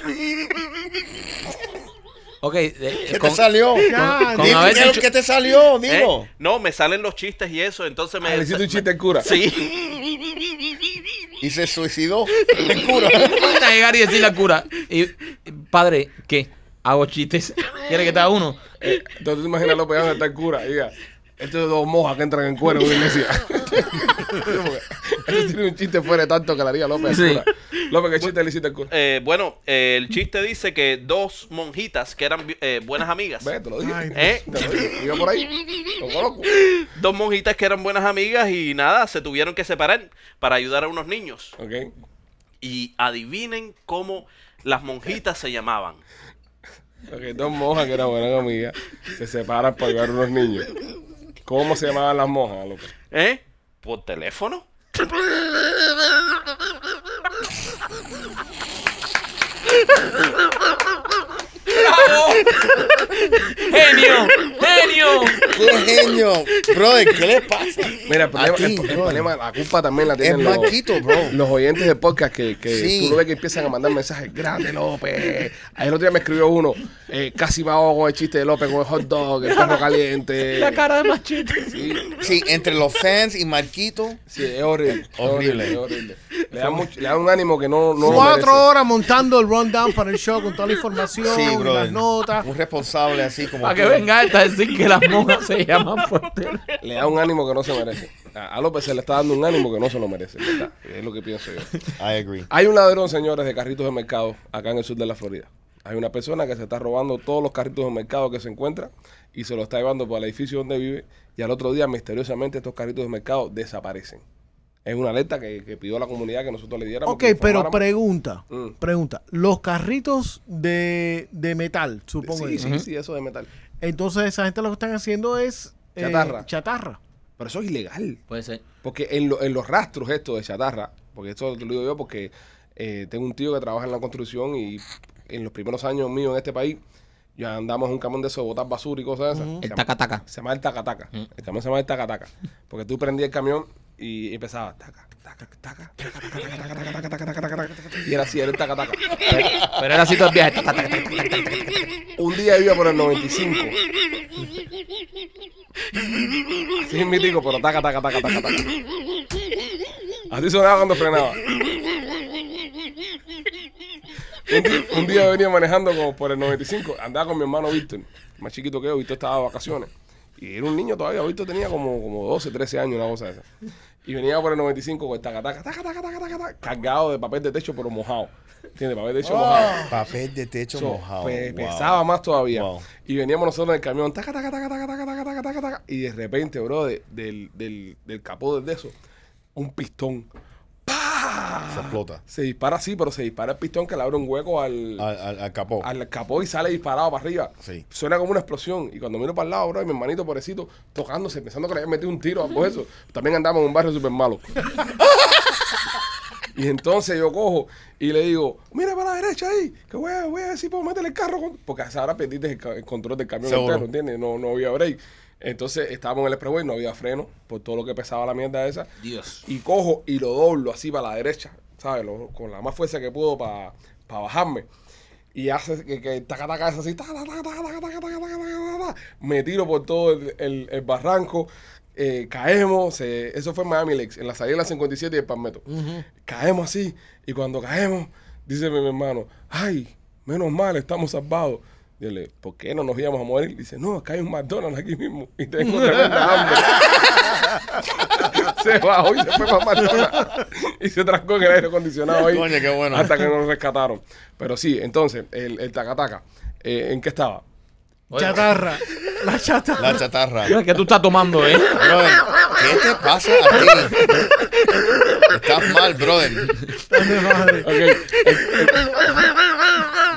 Speaker 3: Ok. eh,
Speaker 5: ¿Qué
Speaker 3: con-
Speaker 5: te salió?
Speaker 4: Ya,
Speaker 3: con
Speaker 5: Dime,
Speaker 3: haber
Speaker 5: ¿qué-
Speaker 3: dicho-
Speaker 5: ¿Qué te salió?
Speaker 6: ¿Eh?
Speaker 5: Digo.
Speaker 6: No, me salen los chistes y eso, entonces me
Speaker 1: Ah, Le hiciste un chiste al cura.
Speaker 6: Sí. [LAUGHS]
Speaker 5: Y se suicidó el cura.
Speaker 3: Van a llegar y decirle al cura, y, y, padre, ¿qué? Hago chistes. ¿Quiere que te haga uno?
Speaker 1: Eh, Entonces tú imaginas a López donde está el cura. Y diga, estos dos mojas que entran en cuero en una iglesia. Eso tiene un chiste fuera de tanto que le haría López al
Speaker 3: Sí.
Speaker 1: cura. López, ¿qué chiste le hiciste al cura?
Speaker 6: Eh, bueno, eh, el chiste dice que dos monjitas que eran eh, buenas amigas.
Speaker 1: Ve, te lo dije.
Speaker 4: Ay,
Speaker 6: ¿Eh?
Speaker 1: Te lo dije. Iba por ahí. Lo conozco.
Speaker 6: Dos monjitas que eran buenas amigas y nada, se tuvieron que separar para ayudar a unos niños.
Speaker 1: Ok.
Speaker 6: Y adivinen cómo las monjitas se llamaban.
Speaker 1: Ok, dos mojas que eran buenas amigas se separan para ayudar a unos niños. ¿Cómo se llamaban las mojas, López?
Speaker 6: ¿Eh? ¿Por teléfono?
Speaker 3: ¡Genio! ¡Genio!
Speaker 5: ¡Qué genio! Brother, ¿qué le pasa?
Speaker 1: Mira, el problema,
Speaker 5: A ti,
Speaker 1: el- el
Speaker 5: brother.
Speaker 1: problema, la culpa también la tienen
Speaker 5: Es
Speaker 1: los,
Speaker 5: Maquito, bro.
Speaker 1: los oyentes de podcast que, que
Speaker 5: Sí.
Speaker 1: tú lo ves que empiezan a mandar mensajes. Grande López. Ayer el otro día me escribió uno. eh, casi me ahogo con el chiste de López con el hot dog, el perro caliente.
Speaker 3: La cara de machete.
Speaker 1: Sí,
Speaker 5: Sí, entre los fans y Marquito.
Speaker 1: sí, es horrible. es
Speaker 5: Horrible.
Speaker 1: es horrible. Le, da mucho- le da un ánimo que no, no lo merece.
Speaker 4: Cuatro horas montando el rundown para el show con toda la información,
Speaker 5: Sí,
Speaker 4: y
Speaker 5: brother.
Speaker 4: las notas.
Speaker 5: Un responsable así como.
Speaker 3: Para que
Speaker 5: tú.
Speaker 3: venga esta a decir que las monjas se llaman por teléfono.
Speaker 1: Le da un ánimo que no se merece. A a López se le está dando un ánimo que no se lo merece. en verdad. Es lo que pienso yo.
Speaker 5: I agree.
Speaker 1: Hay un ladrón, señores, de carritos de mercado acá en el sur de la Florida. Hay una persona que se está robando todos los carritos de mercado que se encuentra y se los está llevando para el edificio donde vive. Y al otro día, misteriosamente, estos carritos de mercado desaparecen. Es una alerta que, que pidió la comunidad que nosotros le diéramos.
Speaker 4: Ok,
Speaker 1: que
Speaker 4: pero
Speaker 1: informáramos.
Speaker 4: pregunta,
Speaker 1: Mm.
Speaker 4: pregunta. Los carritos de, de metal, supongo.
Speaker 1: Sí,
Speaker 4: yo.
Speaker 1: sí, sí, eso de metal.
Speaker 4: Entonces esa gente lo que están haciendo es eh,
Speaker 1: Chatarra.
Speaker 4: chatarra.
Speaker 1: Pero eso es ilegal.
Speaker 3: Puede ser.
Speaker 1: Porque en, lo- en los rastros estos de chatarra, porque esto te lo digo yo porque eh, tengo un tío que trabaja en la construcción y en los primeros años míos en este país, ya andamos en un camión de eso, botar basura y cosas de esas. Se
Speaker 3: El
Speaker 1: llama-
Speaker 3: taca-taca.
Speaker 1: Se llama el tacataca. El camión se llama el tacataca. Porque tú prendías el camión y empezaba taca, taca, taca, taca, taca, taca, taca, taca, taca, taca, taca, taca. Y era así, era el tacataca.
Speaker 3: Pero era así todo el viaje. taca, taca, taca.
Speaker 1: Un día iba por el 95. Así es mi tico, pero taca, taca, taca, taca, taca. Así sonaba cuando frenaba. Un día, un día venía manejando como por el 95. Andaba con mi hermano Víctor, más chiquito que yo. Víctor estaba de vacaciones. Y era un niño todavía. Víctor tenía como, como 12, 13 años, una cosa de esa. Y venía por el 95 con el taca, taca, taca, taca, taca, taca, taca, cargado de papel de techo, pero mojado. ¿Entiendes? Papel
Speaker 5: Oh.
Speaker 1: de techo mojado.
Speaker 3: Ah.
Speaker 5: Papel de techo
Speaker 1: So,
Speaker 5: mojado.
Speaker 1: pe-
Speaker 5: Wow.
Speaker 1: Pesaba más todavía.
Speaker 5: Wow.
Speaker 1: Y veníamos nosotros en el camión, taca, taca, taca, taca, taca, taca, taca, taca, taca, y de repente, bro, de- del, del, del capó de eso, un pistón. ¡Pah!
Speaker 5: Se explota.
Speaker 1: Se dispara así, pero se dispara el pistón que le abre un hueco al,
Speaker 5: Al, al, al capó.
Speaker 1: al capó y sale disparado para arriba.
Speaker 5: Sí.
Speaker 1: Suena como una explosión. Y cuando miro para el lado, bro, y mi hermanito pobrecito tocándose, pensando que le había metido un tiro a eso. También andamos en un barrio súper malo. y entonces yo cojo y le digo, mira para la derecha ahí, que voy a, voy a ver si puedo meterle el carro. con-". Porque a esa hora perdiste el, ca- el control del camión
Speaker 5: Seguro.
Speaker 1: entero, ¿entiendes? No, no había break. Entonces estábamos en el expressway, no había freno por todo lo que pesaba la mierda esa
Speaker 3: Dios.
Speaker 1: y cojo y lo doblo así para la derecha, ¿sabes? Lo- con la más fuerza que puedo para bajarme. Y hace que, que taca, taca, es así, taca, taca, taca, taca, taca, taca, taca, taca, taca, taca. me tiro por todo el, el- el barranco, eh, caemos, eh, eso fue en Miami Lakes, en la salida de la 57 y el Palmetto. Caemos así, y cuando caemos, dice mi, mi hermano, ay, menos mal, estamos salvados. Dile, ¿por qué no nos íbamos a morir? Dice, no, acá hay un McDonald's aquí mismo y tengo tremenda hambre. se bajó y se fue para McDonald's. Y se trancó en el aire acondicionado ahí.
Speaker 5: Coño, qué bueno.
Speaker 1: Hasta que nos rescataron. Pero sí, entonces, el, el tacataca, eh, ¿en qué estaba?
Speaker 3: Oye,
Speaker 4: Chatarra.
Speaker 1: [LAUGHS]
Speaker 4: La chatarra.
Speaker 5: La chatarra.
Speaker 3: Mira, ¿Qué tú estás tomando, eh?
Speaker 5: Brother, ¿qué te pasa a ti? Estás mal, brother.
Speaker 4: Dame madre.
Speaker 1: Ok.
Speaker 5: [LAUGHS]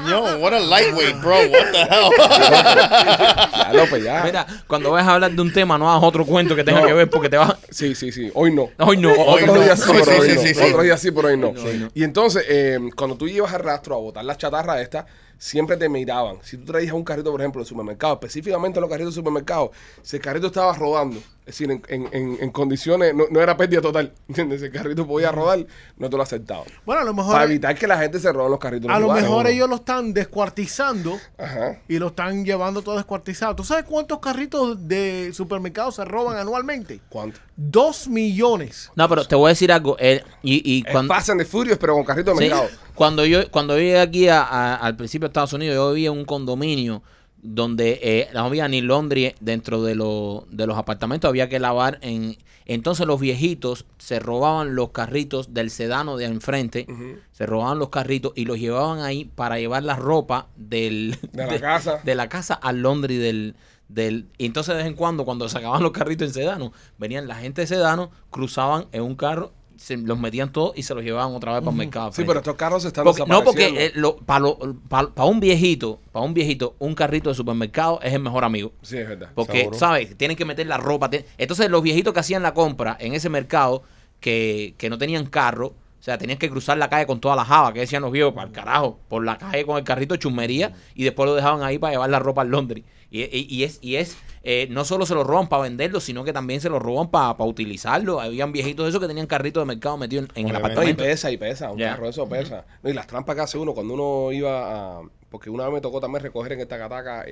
Speaker 5: Yo, what a lightweight, bro. What the hell?
Speaker 1: [LAUGHS] Ya, López, ya.
Speaker 3: Mira, cuando vayas a hablar de un tema, Ah. no hagas otro cuento que tenga que ver porque te vas.
Speaker 1: Sí, sí, sí. Hoy no.
Speaker 3: Hoy no.
Speaker 1: O-
Speaker 5: Hoy
Speaker 1: Otro
Speaker 5: no.
Speaker 1: día sí, pero
Speaker 5: Sí,
Speaker 1: hoy
Speaker 5: sí,
Speaker 1: no.
Speaker 5: sí, sí.
Speaker 1: Otro día sí, pero hoy no.
Speaker 3: Hoy no.
Speaker 1: Y entonces, eh, cuando tú llevas al rastro a botar las chatarras estas, siempre te miraban. Si tú traías un carrito, por ejemplo, de supermercado, específicamente los carritos de supermercado, si el carrito estaba rodando, es decir, en, en- en- en condiciones, no, no era pérdida total, [LAUGHS] ¿entiendes? Si el carrito podía rodar, no te lo aceptaban.
Speaker 4: Bueno, a lo
Speaker 1: Para
Speaker 4: mejor,
Speaker 1: evitar que la gente se robe los carritos. de los
Speaker 4: a lo
Speaker 1: lugares,
Speaker 4: mejor
Speaker 1: ¿no?
Speaker 4: ellos lo están descuartizando
Speaker 1: Ajá.
Speaker 4: y lo están llevando todo descuartizado. ¿Tú sabes cuántos carritos de supermercado se roban anualmente?
Speaker 1: ¿Cuánto?
Speaker 4: Dos millones.
Speaker 3: No, pero te voy a decir algo. eh, y y
Speaker 1: Pasan
Speaker 3: cuando,
Speaker 1: de Furious, pero con carrito de
Speaker 3: Sí,
Speaker 1: mercado.
Speaker 3: Cuando yo cuando yo llegué aquí a- a- al principio de Estados Unidos, yo vivía en un condominio donde eh, no había ni Londres dentro de, lo- de los apartamentos, había que lavar. en Entonces los viejitos se robaban los carritos del sedano de enfrente, se robaban los carritos y los llevaban ahí para llevar la ropa del,
Speaker 1: De la casa.
Speaker 3: de la casa al Londres del... Del, y entonces de vez en cuando, cuando se acababan los carritos en Sedano, venían la gente de Sedano, cruzaban en un carro, se, los metían todos y se los llevaban otra vez para el mercado.
Speaker 1: Sí,
Speaker 3: frente.
Speaker 1: pero estos carros se están
Speaker 3: Porque- no, porque eh,
Speaker 1: desapareciendo.
Speaker 3: para un viejito, para un viejito, un carrito de supermercado es el mejor amigo.
Speaker 1: Sí, es verdad.
Speaker 3: Porque,
Speaker 5: Seguro.
Speaker 3: ¿sabes? Tienen que meter la ropa. te- Entonces, los viejitos que hacían la compra en ese mercado, que, que no tenían carro, o sea, tenían que cruzar la calle con toda la java, que decían los viejos, para el carajo, por la calle con el carrito de chumería, y después lo dejaban ahí para llevar la ropa al Londres. Y, y- y es, y es eh, no solo se lo roban para venderlo, sino que también se lo roban para utilizarlo. Habían viejitos de esos que tenían carritos de mercado metidos en, en el
Speaker 5: Obviamente.
Speaker 1: No, y
Speaker 3: apartamento.
Speaker 1: pesa, y pesa. Un
Speaker 3: Ya.
Speaker 1: carro eso pesa. No, y las trampas que hace uno cuando uno iba a... Porque una vez me tocó también recoger en esta cataca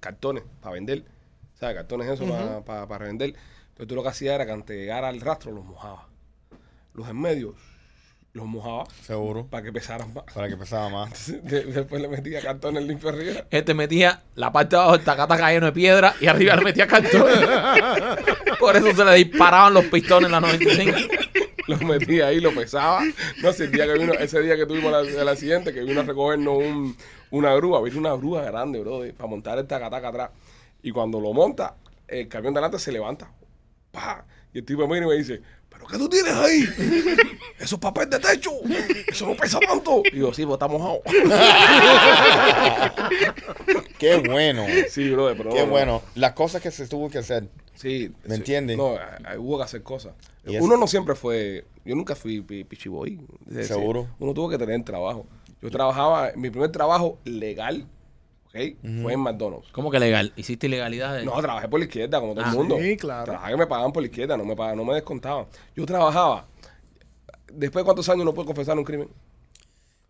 Speaker 1: cartones para vender. O sea, cartones eso para revender. Entonces tú lo que hacías era que antes de llegar al rastro los mojaba. Los en medio los mojaba
Speaker 5: Seguro.
Speaker 1: para que pesaran más. [LAUGHS]
Speaker 5: Para que pesaba más.
Speaker 1: De- después le metía cartones limpio arriba.
Speaker 3: Este metía la parte de abajo del tacataca lleno de piedra y arriba le metía cartón. Por eso se le disparaban los pistones en la 95.
Speaker 1: Los metía ahí, lo pesaba. No sé, el día que vino, ese día que tuvimos la- el accidente, que vino a recogernos un- una grúa, vino una grúa grande, bro, para montar el tacataca atrás. Y cuando lo monta, el camión delante se levanta. ¡Pa! Y el tipo mira y me dice, ¿pero qué tú tienes ahí? Eso es papel de techo. Eso no pesa tanto. Y yo, sí, pues está mojado. [LAUGHS]
Speaker 5: Qué bueno.
Speaker 1: Sí, bro, pero no,
Speaker 5: Qué
Speaker 1: no.
Speaker 5: bueno. Las cosas que se tuvo que hacer.
Speaker 1: Sí.
Speaker 5: ¿Me
Speaker 1: sí.
Speaker 5: entiendes?
Speaker 1: No, ah, ah, hubo que hacer cosas.
Speaker 5: Y
Speaker 1: Uno
Speaker 5: es-
Speaker 1: no siempre fue... Yo nunca fui pi- pichiboy. Es decir,
Speaker 5: Seguro.
Speaker 1: Uno tuvo que tener trabajo. Yo trabajaba... Mi primer trabajo legal, ¿ok? Fue en McDonald's.
Speaker 3: ¿Cómo que legal? ¿Hiciste ilegalidades?
Speaker 1: No, trabajé por la izquierda, como todo
Speaker 3: Ah,
Speaker 1: el mundo.
Speaker 4: sí, claro.
Speaker 1: Trabajé que me pagaban por la izquierda, no me, pagaban, no me descontaban. Yo trabajaba... Después de cuántos años no puedo confesar un crimen.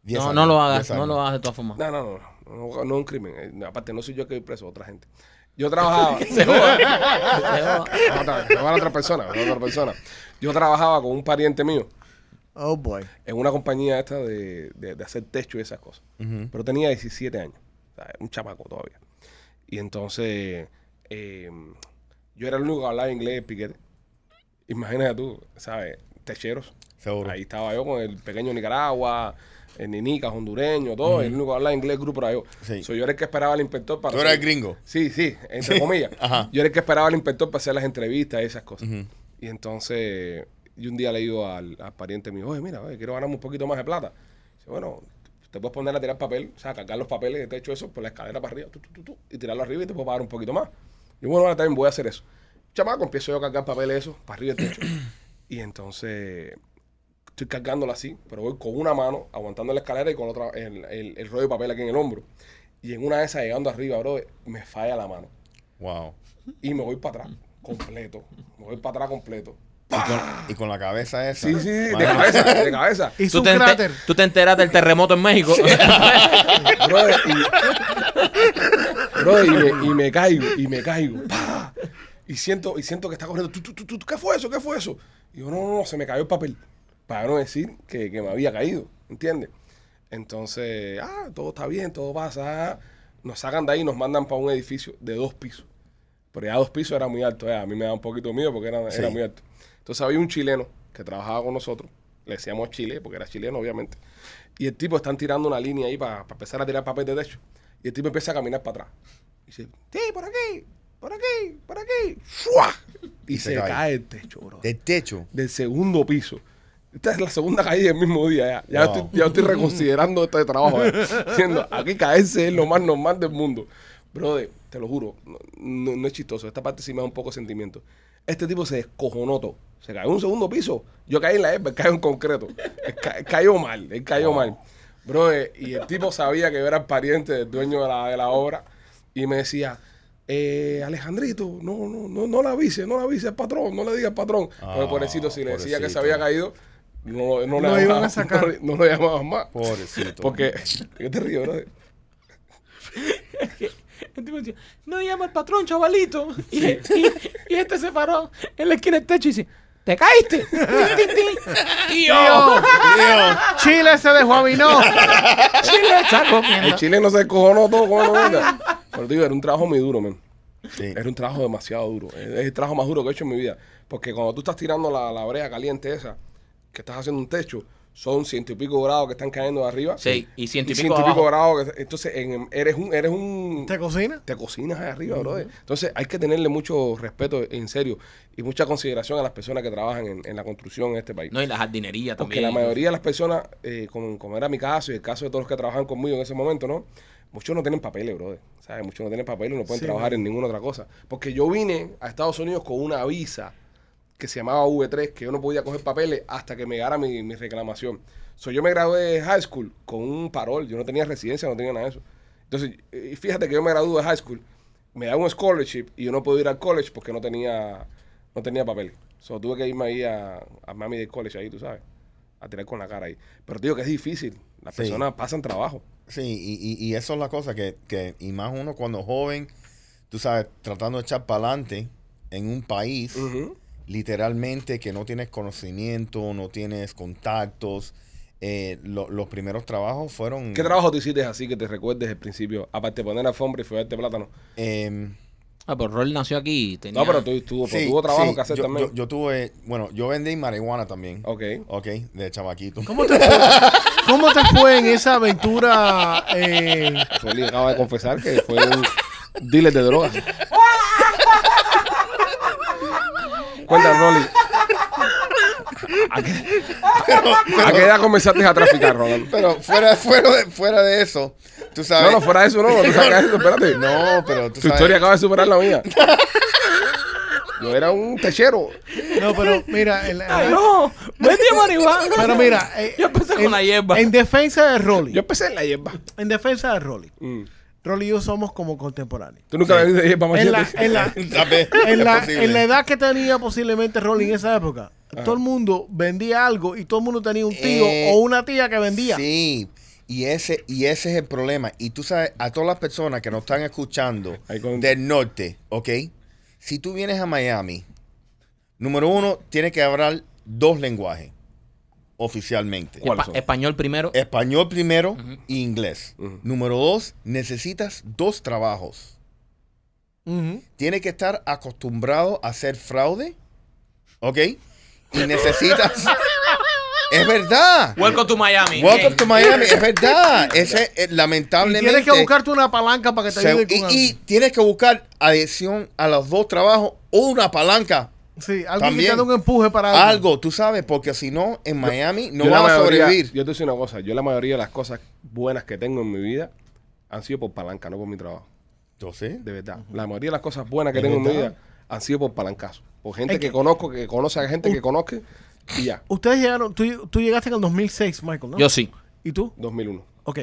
Speaker 5: Diez
Speaker 3: no,
Speaker 5: años,
Speaker 3: no lo
Speaker 5: diez
Speaker 3: hagas, no
Speaker 5: años.
Speaker 3: lo hagas de todas formas.
Speaker 1: No, no, no, no, no, no un crimen. Eh, Aparte, no soy yo que voy preso, otra gente. Yo trabajaba. No, otra, no, otra persona, otra persona. Yo trabajaba con un pariente mío.
Speaker 4: Oh boy.
Speaker 1: en una compañía esta de, de- de hacer techo y esas cosas. Pero tenía 17 años, o sea, un chamaco todavía. Y entonces eh, yo era el único que hablaba inglés de piquete. Imagínate tú, ¿sabes? Techeros.
Speaker 5: Seguro.
Speaker 1: Ahí estaba yo con el pequeño Nicaragua, el Ninica, hondureño, todo. El único que hablaba inglés del grupo era yo.
Speaker 5: Sí.
Speaker 1: So, yo era el que esperaba al inspector para...
Speaker 5: Tú eras
Speaker 1: hacer-
Speaker 5: el gringo.
Speaker 1: Sí, sí, entre comillas.
Speaker 5: Ajá.
Speaker 1: Yo era el que esperaba al inspector para hacer las entrevistas y esas cosas. Y entonces, yo un día le digo al, al pariente mío, oye, mira, oye, quiero ganarme un poquito más de plata. Dice, bueno, te puedes poner a tirar papel, o sea, cargar los papeles de techo eso por la escalera para arriba, tu, tu, tu, tu, y tirarlo arriba y te puedo pagar un poquito más. Yo, bueno, ahora también voy a hacer eso. Chamaco, empiezo yo a cargar papeles eso, para arriba del
Speaker 5: [CLEARS THROAT]
Speaker 1: techo. y entonces, estoy cargándolo así, pero voy con una mano aguantando la escalera y con otra el, el- el rollo de papel aquí en el hombro. Y en una de esas, llegando arriba, bro, me falla la mano.
Speaker 5: Wow.
Speaker 1: Y me voy para atrás, completo. Me voy para atrás completo.
Speaker 5: Y con, y con la cabeza esa.
Speaker 1: Sí, sí, sí, de
Speaker 5: Madre mía.
Speaker 1: cabeza, de cabeza.
Speaker 4: Hizo
Speaker 3: ¿Tú
Speaker 4: un
Speaker 3: te, enter-
Speaker 4: cráter.
Speaker 3: tú te enteras del terremoto en México.
Speaker 1: Brother, y, brother, y me, y me caigo, y me caigo. ¡Pa! Y siento, y siento que está corriendo. "Tú, tú, tú, tú, tú, ¿Qué fue eso? ¿Qué fue eso? Y yo, no, no, no, se me cayó el papel. Para no decir que, que me había caído, ¿entiendes? Entonces, ah, todo está bien, todo pasa. Nos sacan de ahí y nos mandan para un edificio de dos pisos. Pero ya dos pisos era muy alto. eh, A mí me da un poquito de miedo porque era, era
Speaker 5: Sí.
Speaker 1: muy alto. Entonces había un chileno que trabajaba con nosotros. Le decíamos Chile porque era chileno, obviamente. Y el tipo están tirando una línea ahí para empezar a tirar papel de techo. Y el tipo empieza a caminar para atrás. Y dice, sí, por aquí, por aquí, por aquí. ¡Fua! Y, se,
Speaker 5: se
Speaker 1: cae.
Speaker 5: cae.
Speaker 1: el techo, bro
Speaker 5: Del techo.
Speaker 1: del segundo piso. Esta es la segunda caída del mismo día. Ya, ya,
Speaker 5: Wow.
Speaker 1: estoy, ya estoy reconsiderando este trabajo. eh. Diciendo, aquí caerse es lo más normal del mundo. Brother, te lo juro, no, no- no es chistoso. Esta parte sí me da un poco de sentimiento. Este tipo se descojonó todo. Se cayó en un segundo piso. Yo caí en la herba, él cayó en concreto. Él ca- él cayó mal, él cayó mal. Brother, y el tipo sabía que yo era el pariente del dueño de la, de la obra. Y me decía, eh, Alejandrito, no, no, no, no la avise, no la avise al patrón, no le diga al patrón. Porque
Speaker 5: Ah,
Speaker 1: pobrecito, si le decía que se
Speaker 5: pobrecito.
Speaker 1: había caído, no, no, le
Speaker 4: Lo iban
Speaker 1: llamaba-
Speaker 4: a
Speaker 1: [LAUGHS]
Speaker 4: sacar.
Speaker 1: no le- no lo llamaban más.
Speaker 5: Pobrecito.
Speaker 1: [LAUGHS] Porque, yo te río, brother.
Speaker 3: El tipo decía, no llama al patrón, chavalito. Y, y- y este se paró en la esquina del techo y dice, ¿te caíste? Tin, tin, tin. ¡Tío!
Speaker 1: [LAUGHS]
Speaker 5: Tío,
Speaker 4: Chile se desguabinó.
Speaker 3: [LAUGHS] Chile está comiendo.
Speaker 1: El chileno se descojonó todo
Speaker 4: [LAUGHS]
Speaker 1: con la mierda. Pero digo, era un trabajo muy duro, men.
Speaker 5: Sí.
Speaker 1: Era un trabajo demasiado duro. Es es el trabajo más duro que he hecho en mi vida. Porque cuando tú estás tirando la, la brea caliente esa, que estás haciendo un techo, son ciento y pico grados que están cayendo de arriba.
Speaker 3: Sí, y ciento y pico
Speaker 1: grados. que- entonces, en- eres un... Eres un
Speaker 4: ¿Te cocina?
Speaker 1: te cocinas ahí arriba, brother. Entonces hay que tenerle mucho respeto, en serio, y mucha consideración a las personas que trabajan en, en la construcción en este país.
Speaker 3: [LAUGHS] No, y la jardinería
Speaker 1: Porque
Speaker 3: también.
Speaker 1: la mayoría de las personas, eh, como, como era mi caso y el caso de todos los que trabajan conmigo en ese momento, ¿no? Muchos no tienen papeles, brother. ¿Sabes? Muchos no tienen papeles, no pueden
Speaker 4: Sí,
Speaker 1: trabajar en ninguna otra cosa. Porque yo vine a Estados Unidos con una visa que se llamaba V3, que yo no podía coger papeles hasta que me llegara mi, mi reclamación. So, yo me gradué de high school con un parol. Yo no tenía residencia, no tenía nada de eso. Entonces, eh, fíjate que yo me gradué de high school, me da un scholarship y yo no puedo ir al college porque no tenía, no tenía papeles. So, tuve que irme ahí a, a Miami Dade College, ahí tú sabes, a tirar con la cara ahí. Pero te digo que es difícil. Las
Speaker 5: Sí.
Speaker 1: personas pasan trabajo.
Speaker 5: Sí, y, y- y eso es la cosa que, que, y más uno cuando joven, tú sabes, tratando de echar para adelante en un país,
Speaker 1: Ujú.
Speaker 5: literalmente que no tienes conocimiento, no tienes contactos. eh, lo- los primeros trabajos fueron...
Speaker 1: ¿Qué trabajo te hiciste así que te recuerdes del principio? Aparte de poner alfombra y fregarte plátano.
Speaker 5: em,
Speaker 3: Ah, pero Rol nació aquí. y Tenía...
Speaker 1: No, pero tú, tú- pero
Speaker 5: sí,
Speaker 1: tuvo trabajo
Speaker 5: sí,
Speaker 1: que hacer
Speaker 5: yo,
Speaker 1: también.
Speaker 5: Yo, yo tuve, bueno, yo vendí marihuana también.
Speaker 1: ok.
Speaker 5: Ok, de chamaquito.
Speaker 4: ¿Cómo te fue, ¿Cómo te fue en esa aventura? eh,
Speaker 1: Soli acaba de confesar que fue un dealer de drogas. Cuéntanos, Rolly. ¿A qué, a qué edad comenzaste a traficar, Rolando?
Speaker 5: [LAUGHS] Pero fuera, fuera, de, fuera de eso, tú
Speaker 1: No,
Speaker 5: sabes...
Speaker 1: no, fuera de eso, no. Tú sacas eso, espérate.
Speaker 5: No, pero tú
Speaker 1: tu
Speaker 5: sabes...
Speaker 1: historia acaba de superar la mía. [LAUGHS] Yo era un techero.
Speaker 4: no, pero mira. el-
Speaker 3: ¡Ay, no! ¡Vete a marihuana!
Speaker 4: Pero mira. eh,
Speaker 3: Yo empecé con
Speaker 4: en,
Speaker 3: la hierba.
Speaker 4: En defensa de Rolly.
Speaker 1: Yo empecé en la hierba.
Speaker 4: En defensa de Rolly.
Speaker 1: Mm.
Speaker 4: Rolly y yo somos como contemporáneos.
Speaker 1: Tú nunca viniste de hierba,
Speaker 4: En la,
Speaker 1: machete?
Speaker 4: en la,
Speaker 5: Tal vez,
Speaker 4: en,
Speaker 5: es
Speaker 4: la,
Speaker 5: posible.
Speaker 4: en la edad que tenía posiblemente Rolly en esa época, todo el mundo vendía algo y todo el mundo tenía un tío
Speaker 5: Eh,
Speaker 4: o una tía que vendía.
Speaker 5: Sí, y ese, y ese es el problema. Y tú sabes, a todas las personas que nos están escuchando
Speaker 1: Ahí con-
Speaker 5: del norte, ¿ok? Si tú vienes a Miami, número uno, tienes que hablar dos lenguajes oficialmente.
Speaker 1: ¿Cuál? ¿Cuáles
Speaker 3: Pa-
Speaker 1: son? Eh,
Speaker 3: español primero.
Speaker 5: Español primero y inglés.
Speaker 1: Ujú.
Speaker 5: Número dos, necesitas dos trabajos.
Speaker 4: Ujú.
Speaker 5: Tienes que estar acostumbrado a hacer fraude, ¿ok? Y necesitas... es verdad.
Speaker 3: Welcome to Miami.
Speaker 5: Welcome to Miami, es verdad.
Speaker 4: [LAUGHS]
Speaker 5: Ese, eh, lamentablemente.
Speaker 4: Tienes que buscarte una palanca para que te
Speaker 5: se-
Speaker 4: ayude
Speaker 5: y,
Speaker 4: con
Speaker 5: y
Speaker 4: algo.
Speaker 5: tienes que buscar adición a los dos trabajos o una palanca.
Speaker 4: Sí, algo
Speaker 5: también.
Speaker 4: que te dé un empuje para
Speaker 5: Algo, tú sabes, porque si no, en Miami no
Speaker 1: Yo la
Speaker 5: vas a
Speaker 1: mayoría-
Speaker 5: sobrevivir.
Speaker 1: Yo te decir una cosa, yo la mayoría de las cosas buenas que tengo en mi vida han sido por palanca, no por mi trabajo.
Speaker 5: Yo sé.
Speaker 1: De verdad. La mayoría de las cosas buenas que
Speaker 5: De
Speaker 1: tengo en mi
Speaker 5: verdad.
Speaker 1: vida han sido por palancazo. Por gente
Speaker 4: Es
Speaker 1: que,
Speaker 4: que-
Speaker 1: conozco, que conoce a gente que conozco y ya.
Speaker 4: Ustedes llegaron, tú, tú llegaste en el 2006, Michael, ¿no?
Speaker 3: Yo sí.
Speaker 4: ¿Y tú?
Speaker 1: 2001.
Speaker 4: Ok.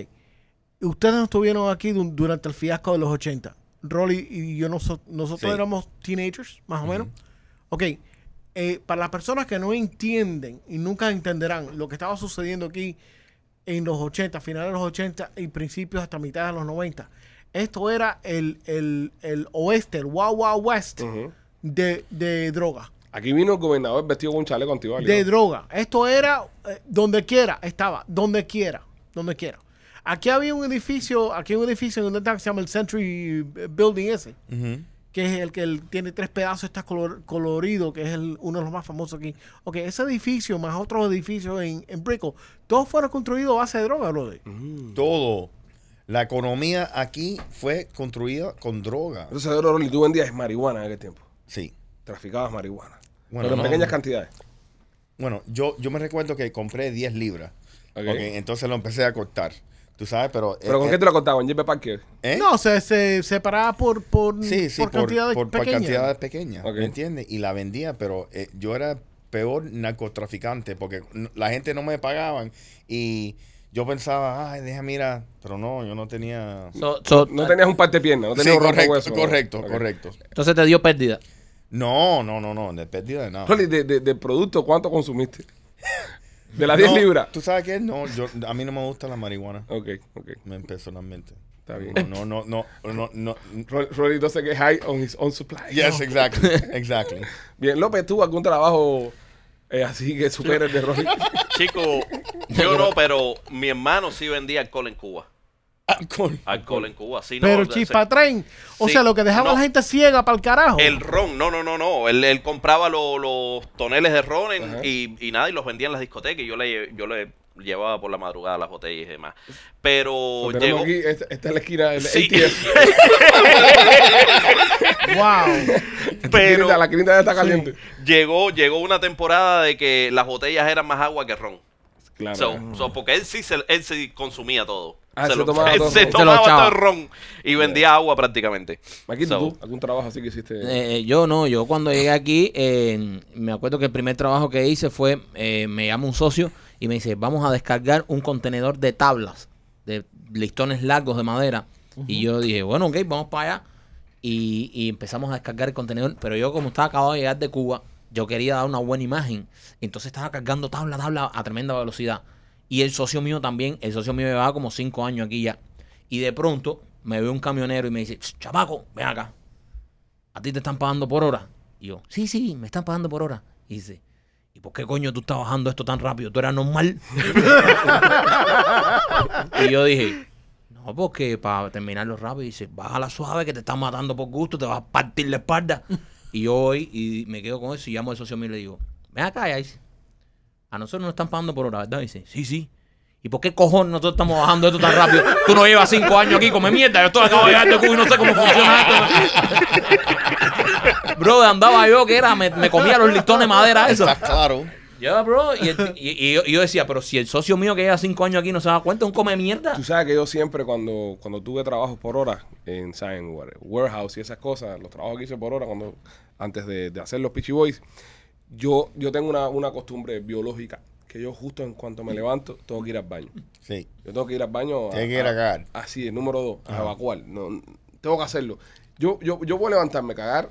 Speaker 4: Ustedes no estuvieron aquí du- durante el fiasco de los 80. Rolly y yo, noso- nosotros
Speaker 5: Sí.
Speaker 4: éramos teenagers, más o menos. Ok. eh, para las personas que no entienden y nunca entenderán lo que estaba sucediendo aquí en los 80, finales de los 80 y principios hasta mitad de los 90. Esto era el, el- el oeste, el Wild Wild West
Speaker 1: Ujú.
Speaker 4: de, de droga.
Speaker 1: Aquí vino el gobernador vestido con un chaleco antibálico.
Speaker 4: De droga. Esto era eh, donde quiera, estaba, donde quiera, donde quiera. Aquí había un edificio, aquí hay un edificio en donde está que se llama el Century eh, Building ese,
Speaker 5: Ujú.
Speaker 4: que es el que el- tiene tres pedazos, está color- colorido, que es el- uno de los más famosos aquí. Ok, ese edificio más otros edificios en, en Brickell, todos fueron construidos a base de droga, brother.
Speaker 5: Todo. La economía aquí fue construida con droga.
Speaker 1: Entonces, de oro, tú vendías marihuana en aquel tiempo.
Speaker 5: Sí.
Speaker 1: Traficabas marihuana.
Speaker 5: Bueno,
Speaker 1: pero en
Speaker 5: no. Eh,
Speaker 1: pequeñas cantidades.
Speaker 5: Bueno, yo, yo me recuerdo que compré 10 libras.
Speaker 1: Ok.
Speaker 5: Ok, entonces lo empecé a cortar. Tú sabes, pero...
Speaker 1: ¿Pero con qué te lo contaban? ¿JP Parker?
Speaker 5: ¿Eh?
Speaker 4: No, se, se separaba por, por,
Speaker 5: Sí, sí,
Speaker 4: Mm, por
Speaker 5: por,
Speaker 4: cantidades
Speaker 5: por- por
Speaker 4: pequeñas.
Speaker 5: cantidades pequeñas,
Speaker 1: Ok.
Speaker 5: ¿me entiendes? Y la vendía, pero eh, yo era el peor narcotraficante porque n- la gente no me pagaban y yo pensaba, ay, deja mira, pero no, yo no tenía...
Speaker 3: So- so-
Speaker 1: No tenías un par de piernas, no
Speaker 5: Ah. Sí,
Speaker 1: tenías un
Speaker 5: correcto,
Speaker 1: rompehueso, ¿no?
Speaker 5: correcto,
Speaker 1: Ok.
Speaker 5: correcto.
Speaker 3: Entonces te dio pérdida.
Speaker 5: No, no, no, no, de pérdida de nada.
Speaker 1: Rolly, de, de, de producto, ¿cuánto consumiste? [LAUGHS] De las 10
Speaker 5: No,
Speaker 1: libras.
Speaker 5: ¿Tú sabes qué? No, yo, a mí no me gusta la marihuana,
Speaker 1: Ok, ok.
Speaker 5: me- personalmente.
Speaker 1: Está bien.
Speaker 5: No, no, no, no, no. no.
Speaker 1: Ro- Rolly no se que high on his own supply.
Speaker 5: Yes, exactly,
Speaker 1: [LAUGHS]
Speaker 5: exactly.
Speaker 1: Bien, López, ¿tú algún trabajo eh, así que supere el de
Speaker 6: [LAUGHS]
Speaker 1: Rolly? [LAUGHS]
Speaker 6: Chico, yo no, pero mi hermano sí vendía alcohol en Cuba.
Speaker 5: Alcohol.
Speaker 6: Alcohol en Cuba, sí. no,
Speaker 4: Pero
Speaker 6: se-
Speaker 4: chispa tren. O
Speaker 6: Sí,
Speaker 4: sea, lo que dejaba
Speaker 6: no.
Speaker 4: la gente ciega para el carajo.
Speaker 6: El ron, no, no, no, no. Él, él compraba lo- los toneles de ron en-
Speaker 1: Ajá.
Speaker 6: y, y nada, y los vendía en las discotecas. Y yo le, yo le llevaba por la madrugada las botellas y demás. Pero
Speaker 1: Tenemos
Speaker 6: llegó.
Speaker 1: aquí, esta, este, esta es la esquina del
Speaker 6: Sí. [LAUGHS]
Speaker 1: ATF.
Speaker 4: Wow.
Speaker 6: Pero
Speaker 1: la crinita ya está caliente.
Speaker 6: llegó, llegó una temporada de que las botellas eran más agua que ron.
Speaker 1: Claro.
Speaker 6: So, so, porque él sí, se, él sí consumía todo.
Speaker 1: Ah, se tomaba
Speaker 6: [LAUGHS] él
Speaker 1: todo.
Speaker 6: se
Speaker 1: Se lo
Speaker 6: tomaba
Speaker 3: echaba.
Speaker 6: todo el ron y vendía agua prácticamente.
Speaker 1: Maquito,
Speaker 6: So,
Speaker 1: ¿tú algún trabajo así que hiciste?
Speaker 3: Eh, eh, yo no, yo cuando llegué aquí, eh, me acuerdo que el primer trabajo que hice fue, eh, me llama un socio y me dice, vamos a descargar un contenedor de tablas, de listones largos de madera. Y yo dije, bueno, ok, vamos para allá. Y, y empezamos a descargar el contenedor, pero yo como estaba acabado de llegar de Cuba, yo quería dar una buena imagen. Entonces estaba cargando tabla, tabla a tremenda velocidad. Y el socio mío también, el socio mío llevaba como cinco años aquí ya. Y de pronto me ve un camionero y me dice, "Ps, chamaco, ven acá. ¿A ti te están pagando por hora? Y yo, sí, sí, me están pagando por hora. Y dice, ¿y por qué coño tú estás bajando esto tan rápido? ¿Tú eras normal? y yo dije, no, porque para terminarlo rápido, dice, baja la suave que te están matando por gusto, te vas a partir la espalda. Y yo voy y me quedo con eso y llamo al socio mío y le digo, ven acá, ya dice, a nosotros nos están pagando por hora, ¿verdad? Y dice, sí, sí. ¿Y por qué cojones nosotros estamos bajando esto tan rápido? Tú no llevas cinco años aquí, come mierda. Yo estoy acabo de llegar de Cuba y no sé cómo funciona esto. bro, andaba yo que era, me, me comía los listones de madera eso.
Speaker 5: Está claro.
Speaker 3: Ya, bro. Y, el- y- y yo, y yo decía, pero si el socio mío que lleva cinco años aquí no se da cuenta, un come mierda.
Speaker 1: Tú sabes que yo siempre cuando, cuando tuve trabajos por hora en Science Warehouse y esas cosas, los trabajos que hice por hora cuando antes de, de hacer los Pitchy Boys, yo, yo tengo una, una costumbre biológica que yo justo en cuanto me levanto tengo que ir al baño.
Speaker 5: Sí.
Speaker 1: Yo tengo que ir al baño. a-
Speaker 5: Tienes que ir a cagar.
Speaker 1: Así, el número dos, a evacuar. No, n- tengo que hacerlo. Yo, yo, yo puedo levantarme, cagar,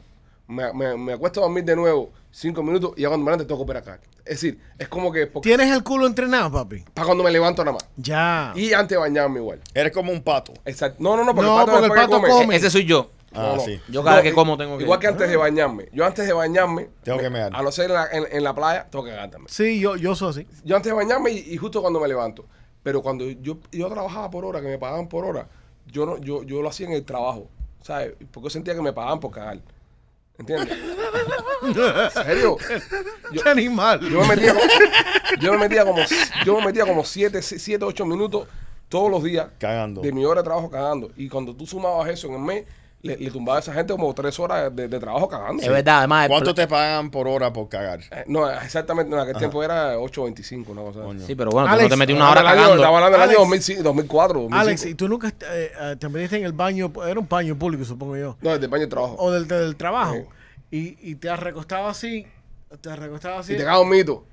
Speaker 1: me, me, me acuesto a dormir de nuevo cinco minutos y ya cuando me levanto tengo que operar a cagar. Es decir, es como que porque-
Speaker 4: Tienes el culo entrenado, papi.
Speaker 1: para cuando me levanto nada más.
Speaker 3: Ah.
Speaker 4: Ya.
Speaker 1: Y antes de bañarme igual.
Speaker 5: Eres como un pato.
Speaker 1: Exacto. No, no, no, porque
Speaker 4: No,
Speaker 1: el pato,
Speaker 4: porque
Speaker 1: después
Speaker 4: el
Speaker 1: que
Speaker 4: pato
Speaker 1: come.
Speaker 4: come.
Speaker 1: Eh,
Speaker 3: Ese soy yo.
Speaker 5: Ah,
Speaker 1: no, no.
Speaker 5: sí.
Speaker 3: Yo cada
Speaker 1: No,
Speaker 3: que
Speaker 1: y-
Speaker 3: como tengo que.
Speaker 1: Igual que antes de bañarme. Yo antes de bañarme.
Speaker 5: Tengo que mear.
Speaker 1: A no ser en la, en- en la playa, tengo que cagar también.
Speaker 4: Sí, yo, yo soy así.
Speaker 1: Yo antes de bañarme y, y justo cuando me levanto. Pero cuando yo, yo trabajaba por hora, que me pagaban por hora, yo no, yo, yo lo hacía en el trabajo. ¿Sabes? Porque yo sentía que me pagaban por cagar.
Speaker 3: [LAUGHS]
Speaker 1: ¿Entiendes? ¿En serio? Yo-
Speaker 4: Qué [LAUGHS] animal.
Speaker 1: Yo me metía como, yo me metía como, yo me metía como siete, siete, ocho minutos todos los días.
Speaker 5: Cagando.
Speaker 1: De mi hora de trabajo cagando. Y cuando tú sumabas eso en el mes, le, le tumbaba a esa gente como tres horas de, de trabajo cagando.
Speaker 3: Es verdad, además. el
Speaker 5: ¿Cuánto
Speaker 3: pla-
Speaker 5: te pagan por hora por cagar?
Speaker 1: Eh, No, exactamente, no, en aquel tiempo era 8.25, una cosa. así.
Speaker 3: Sí, pero bueno, tú
Speaker 4: Alex,
Speaker 3: no te metí una
Speaker 1: Estamos
Speaker 3: hora
Speaker 1: hablando-
Speaker 3: cagando.
Speaker 1: Estamos hablando del año
Speaker 4: Alex.
Speaker 1: 2005, 2004, 2005.
Speaker 4: Alex, ¿y tú nunca eh, eh, te metiste en el baño? Era un baño público, supongo yo.
Speaker 1: No, desde el baño de trabajo.
Speaker 4: O del, del trabajo.
Speaker 1: Sí.
Speaker 4: Y, y te has recostado así. Te has recostado así.
Speaker 1: Y te cago un mito.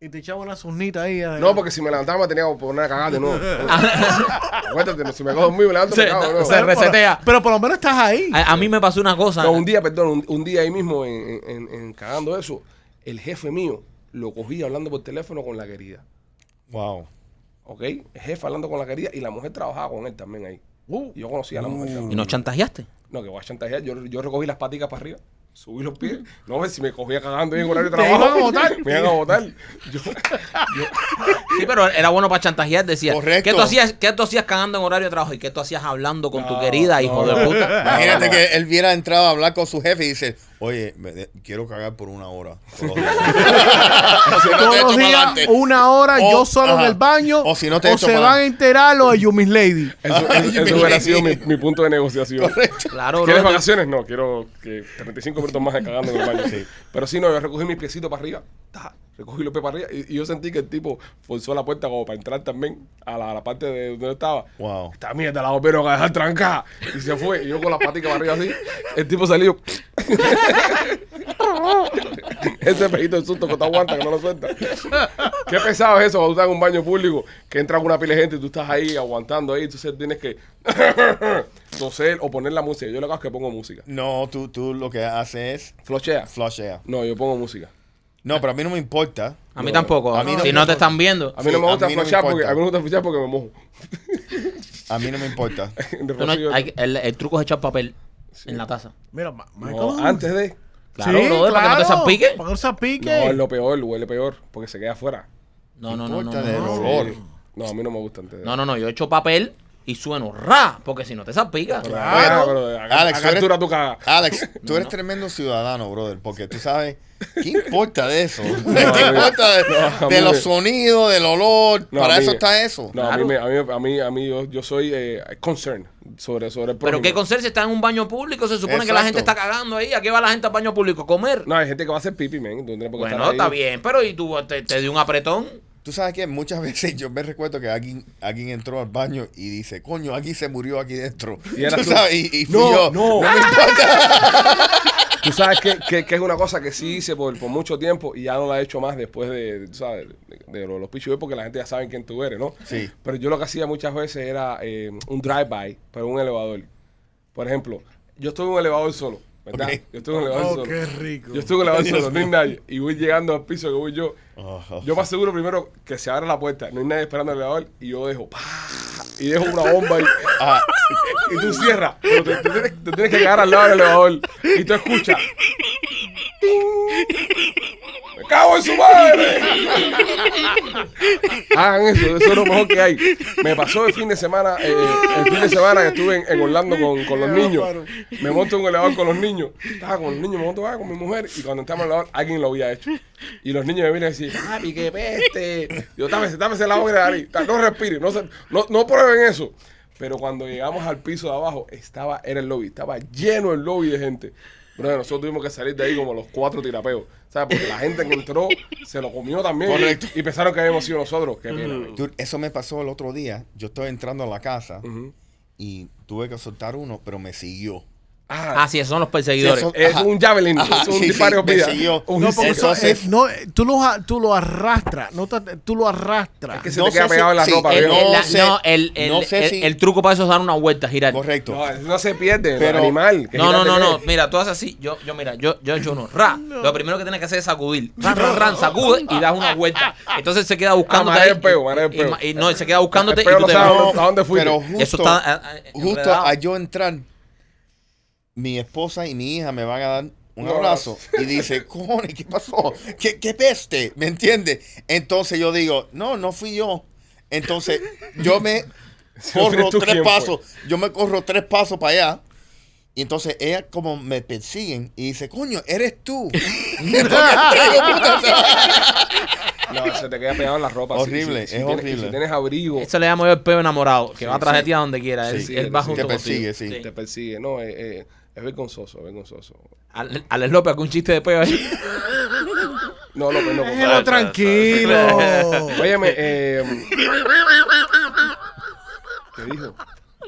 Speaker 4: Y te echaba una suznita ahí. eh.
Speaker 1: No, porque si me levantaba me tenía que poner a cagar de
Speaker 3: [LAUGHS]
Speaker 1: nuevo. Acuérdate, no, si me cago dormido, me levanto y me
Speaker 3: Se-
Speaker 1: cago de nuevo.
Speaker 3: se
Speaker 4: Pero por-
Speaker 3: resetea.
Speaker 4: Pero por lo menos estás ahí.
Speaker 1: Ah,
Speaker 3: A, a mí me pasó una cosa.
Speaker 1: No, un día, perdón, un, un día ahí mismo en, en- en cagando eso, el jefe mío lo cogí hablando por teléfono con la querida.
Speaker 5: Wow.
Speaker 1: ¿Ok? El jefe hablando con la querida y la mujer trabajaba con él también ahí.
Speaker 4: Uh,
Speaker 1: Yo conocía a la mujer
Speaker 3: y
Speaker 1: también.
Speaker 3: nos chantajeaste.
Speaker 1: No, que voy a chantajear. Yo, yo recogí las paticas para arriba. Subí los pies. No, ves, si me cogía cagando en horario de
Speaker 4: Te iban
Speaker 1: trabajo.
Speaker 4: a botar.
Speaker 1: Me iban a botar. Yo,
Speaker 3: Sí, pero era bueno para chantajear. Decía,
Speaker 5: Correcto.
Speaker 3: ¿qué tú, hacías, ¿qué tú hacías cagando en horario de trabajo? ¿Y qué tú hacías hablando con tu
Speaker 1: No,
Speaker 3: querida, hijo
Speaker 1: no.
Speaker 3: de puta?
Speaker 5: Imagínate que él hubiera entrado a hablar con su jefe y dice, oye, me de- quiero cagar por una hora. todos
Speaker 4: [LAUGHS]
Speaker 5: los días". O si no, te
Speaker 4: Todos
Speaker 5: echo
Speaker 4: los
Speaker 5: para
Speaker 4: días,
Speaker 5: adelante.
Speaker 4: una hora,
Speaker 5: O-
Speaker 4: yo solo
Speaker 5: ajá.
Speaker 4: en el baño.
Speaker 5: O si no te echo
Speaker 4: se
Speaker 5: para
Speaker 4: van a enterar los de You Miss Lady.
Speaker 1: eso
Speaker 5: Ay,
Speaker 1: eso- eso
Speaker 5: mi
Speaker 1: hubiera
Speaker 5: lady.
Speaker 1: sido mi, mi punto de negociación.
Speaker 5: [LAUGHS]
Speaker 3: Claro,
Speaker 1: ¿Quieres
Speaker 3: bro,
Speaker 1: vacaciones? No, quiero que 35 minutos más cagando en el baño. Pero sí, no, yo recogí mis piecitos para arriba. ta, Recogí los pies para arriba y, y yo sentí que el tipo forzó la puerta como para entrar también a la, a la parte de donde estaba.
Speaker 5: Wow.
Speaker 1: Esta mierda la bombero que dejar trancada. Y se fue. Y yo con la patica para arriba así. El tipo salió. [LAUGHS] Ese pejito de susto que te aguanta, que no lo suelta. Qué pesado es eso cuando tú estás en un baño público, que entra una pila de gente y tú estás ahí aguantando ahí. Entonces tienes que [LAUGHS] toser o poner la música. Yo lo que hago es que pongo música.
Speaker 5: No, tú, tú lo que haces
Speaker 1: Flochea.
Speaker 5: es flashea.
Speaker 1: No, yo pongo música.
Speaker 5: No, pero a mí no me importa.
Speaker 3: A mí tampoco.
Speaker 5: A mí no
Speaker 3: si
Speaker 5: me
Speaker 3: no,
Speaker 5: importa.
Speaker 3: te están viendo.
Speaker 1: A mí
Speaker 5: Sí,
Speaker 1: no me
Speaker 5: a
Speaker 1: gusta
Speaker 5: mí no me
Speaker 1: flochear porque
Speaker 5: importa.
Speaker 1: a mí me gusta flochear porque me mojo. [LAUGHS]
Speaker 5: A mí no me importa.
Speaker 1: De
Speaker 3: Tú no-
Speaker 1: rocío.
Speaker 3: hay que- el, el truco es echar papel en la taza.
Speaker 4: Mira, Ma- Michael.
Speaker 1: No, antes de.
Speaker 3: Claro, brother, para que no te salpique.
Speaker 4: Para que no te
Speaker 1: No,
Speaker 4: salpique.
Speaker 1: es lo peor, huele peor, porque se queda afuera.
Speaker 3: No, no, no. No,
Speaker 5: importa
Speaker 3: no,
Speaker 5: del
Speaker 3: no.
Speaker 5: olor.
Speaker 1: No, a mí no me gusta antes de.
Speaker 3: Ah. no, no, no, Yo echo papel y sueno ra, porque si no te salpica.
Speaker 1: Claro, pero a-
Speaker 5: Alex,
Speaker 1: a
Speaker 5: tú
Speaker 1: qué
Speaker 5: eres-
Speaker 1: altura tú cagas.
Speaker 5: Alex, tú eres tremendo ciudadano, brother, porque tú sabes, ¿qué importa de eso? ¿Qué
Speaker 1: amigo.
Speaker 5: importa de,
Speaker 1: No,
Speaker 5: de
Speaker 1: amigo.
Speaker 5: los sonidos, del olor?
Speaker 1: No,
Speaker 5: Para
Speaker 1: amigo.
Speaker 5: eso está eso.
Speaker 1: No, a, mí, me- a, mí, a, mí, a mí yo, yo soy eh, concerned sobre, sobre el
Speaker 3: Pero
Speaker 1: prójimo.
Speaker 3: qué consejo si está en un baño público, se supone que la
Speaker 5: Exacto.
Speaker 3: gente está cagando ahí. ¿A qué va la gente al baño público? ¿A comer?
Speaker 1: No, hay gente que va a hacer pipi, men. tú no tienes por qué
Speaker 3: bueno,
Speaker 1: estar ahí.
Speaker 3: está bien, pero ¿y tú te, te dio un apretón?
Speaker 5: Tú sabes que muchas [LAUGHS] veces yo me recuerdo que alguien, alguien entró al baño y dice, coño, alguien se murió aquí dentro.
Speaker 1: Y eras
Speaker 5: [LAUGHS] Tú
Speaker 1: tú.
Speaker 5: sabes, y, y fui
Speaker 1: No,
Speaker 5: yo.
Speaker 1: no.
Speaker 5: me importa.
Speaker 1: [LAUGHS] Tú sabes que, que, que es una cosa que sí hice por, por mucho tiempo y ya no la he hecho más después de, de, tú ¿sabes? de, de lo- los pichos porque la gente ya sabe quién tú eres, ¿no?
Speaker 5: Sí.
Speaker 1: Pero yo lo que hacía muchas veces era eh, un drive-by, pero un elevador. Por ejemplo, yo estoy en un elevador solo, ¿verdad?
Speaker 5: Ok.
Speaker 1: Yo estoy en un elevador
Speaker 4: Oh,
Speaker 1: solo.
Speaker 4: qué rico.
Speaker 1: Yo estoy en el elevador solo, no hay nadie. Y voy llegando al piso que voy yo.
Speaker 5: Ajá.
Speaker 1: Yo me aseguro primero que se abra la puerta. No hay nadie esperando el elevador. Y yo dejo. ¡pah! Y dejo una bomba ahí.
Speaker 5: Ah,
Speaker 1: Y tú cierras. Pero te, te tienes, te tienes que quedar al lado del elevador. Y tú escuchas. ¡Ting! ¡Me cago en su madre! Hagan eso, eso es lo mejor que hay. Me pasó el fin de semana, eh, el fin de semana que estuve en, en Orlando con, con los niños. Me monto en un elevador con los niños. Estaba con los niños, me monto ah, con mi mujer. Y cuando entramos al elevador, alguien lo había hecho. Y los niños me vienen a decir, papi, qué peste. Yo, tápese, tápese la boca de ahí. Tá- No respire, no, se- no, no prueben eso. Pero cuando llegamos al piso de abajo, estaba, era el lobby, estaba lleno el lobby de gente. Pero nosotros tuvimos que salir de ahí como los cuatro tirapeos. ¿Sabes? Porque la gente que entró se lo comió también.
Speaker 5: Correcto. Mm.
Speaker 1: Y pensaron que habíamos sido nosotros. Qué pena. men.
Speaker 5: tú- eso me pasó el otro día. Yo estaba entrando a la casa y tuve que soltar uno, pero me siguió.
Speaker 1: Ah,
Speaker 3: Ah, sí, esos son los perseguidores.
Speaker 5: Sí, eso-
Speaker 1: es
Speaker 5: Ajá.
Speaker 1: un javelin, es
Speaker 5: Ajá,
Speaker 1: un
Speaker 5: sí,
Speaker 1: disparo
Speaker 5: sí, me
Speaker 1: vida.
Speaker 5: siguió.
Speaker 1: Un
Speaker 4: No, porque eso,
Speaker 5: Entonces-
Speaker 4: es- no, eh, tú, lo, ja- tú lo arrastras. No te- tú lo arrastras.
Speaker 1: Es que se
Speaker 5: No
Speaker 1: te queda
Speaker 5: sé si-
Speaker 1: pegado en la
Speaker 5: sí,
Speaker 1: ropa.
Speaker 5: el-
Speaker 3: El-
Speaker 1: viejo.
Speaker 3: el-
Speaker 5: No
Speaker 3: la-
Speaker 5: sé-
Speaker 3: no, el, el-
Speaker 5: no sé
Speaker 3: el-
Speaker 5: si-
Speaker 3: el truco para eso es dar una vuelta, girar.
Speaker 5: Correcto.
Speaker 1: No, eso no se pierde,
Speaker 5: Pero-
Speaker 1: pero, animal. que
Speaker 3: No, no,
Speaker 1: gigante
Speaker 3: no,
Speaker 1: que
Speaker 3: no.
Speaker 1: es.
Speaker 3: Mira, tú haces así. Yo, yo mira, yo, yo he hecho uno. Ra. Lo primero que tienes que hacer es sacudir. Ra, ra, ra, sacude y das una vuelta. Entonces se queda buscándote.
Speaker 1: maneja
Speaker 3: ahí
Speaker 1: el Ah, peo, maneja el
Speaker 3: y-
Speaker 1: peo.
Speaker 3: y ma- Y, no, y se queda buscándote y
Speaker 1: El peo
Speaker 3: tú te
Speaker 1: lo sabe,
Speaker 3: vas.
Speaker 1: ¿no? ¿A dónde fuiste?
Speaker 5: Pero justo,
Speaker 3: Eso está, ah, ah,
Speaker 5: justo
Speaker 3: enredado.
Speaker 5: a yo entrar, mi esposa y mi hija me van a dar un
Speaker 1: No.
Speaker 5: abrazo
Speaker 1: [LAUGHS]
Speaker 5: y dice, cojones, ¿qué pasó? ¿Qué, qué peste? ¿Me entiendes? Entonces yo digo, no, no fui yo. Entonces
Speaker 1: [LAUGHS]
Speaker 5: yo me corro
Speaker 1: fuiste tú,
Speaker 5: tres
Speaker 1: ¿quién fue?
Speaker 5: pasos, yo me corro tres pasos para allá. Y entonces ella como me persiguen y dice, coño, eres
Speaker 1: [LAUGHS]
Speaker 5: tú. [LAUGHS] Entonces, traigo puta-
Speaker 1: No, se te queda pegado en la ropa.
Speaker 5: Horrible, es
Speaker 1: tienes-
Speaker 5: horrible.
Speaker 1: Si tienes abrigo,
Speaker 3: Eso le llamo yo el peo enamorado, que
Speaker 1: Sí,
Speaker 3: va atrás de
Speaker 1: sí.
Speaker 3: ti a donde quiera. él,
Speaker 5: Sí,
Speaker 3: él
Speaker 1: sí,
Speaker 3: va
Speaker 1: sí.
Speaker 3: junto
Speaker 5: Te persigue,
Speaker 3: contigo.
Speaker 5: sí.
Speaker 1: te persigue. No, eh, eh, es vergonzoso, es vergonzoso.
Speaker 3: Ale- Alex López, algún chiste de
Speaker 1: [LAUGHS]
Speaker 3: peo ahí.
Speaker 1: No, pues no, no. Eh, no.
Speaker 4: Déjelo tranquilo.
Speaker 1: Óyeme, eh... ¿Qué dijo?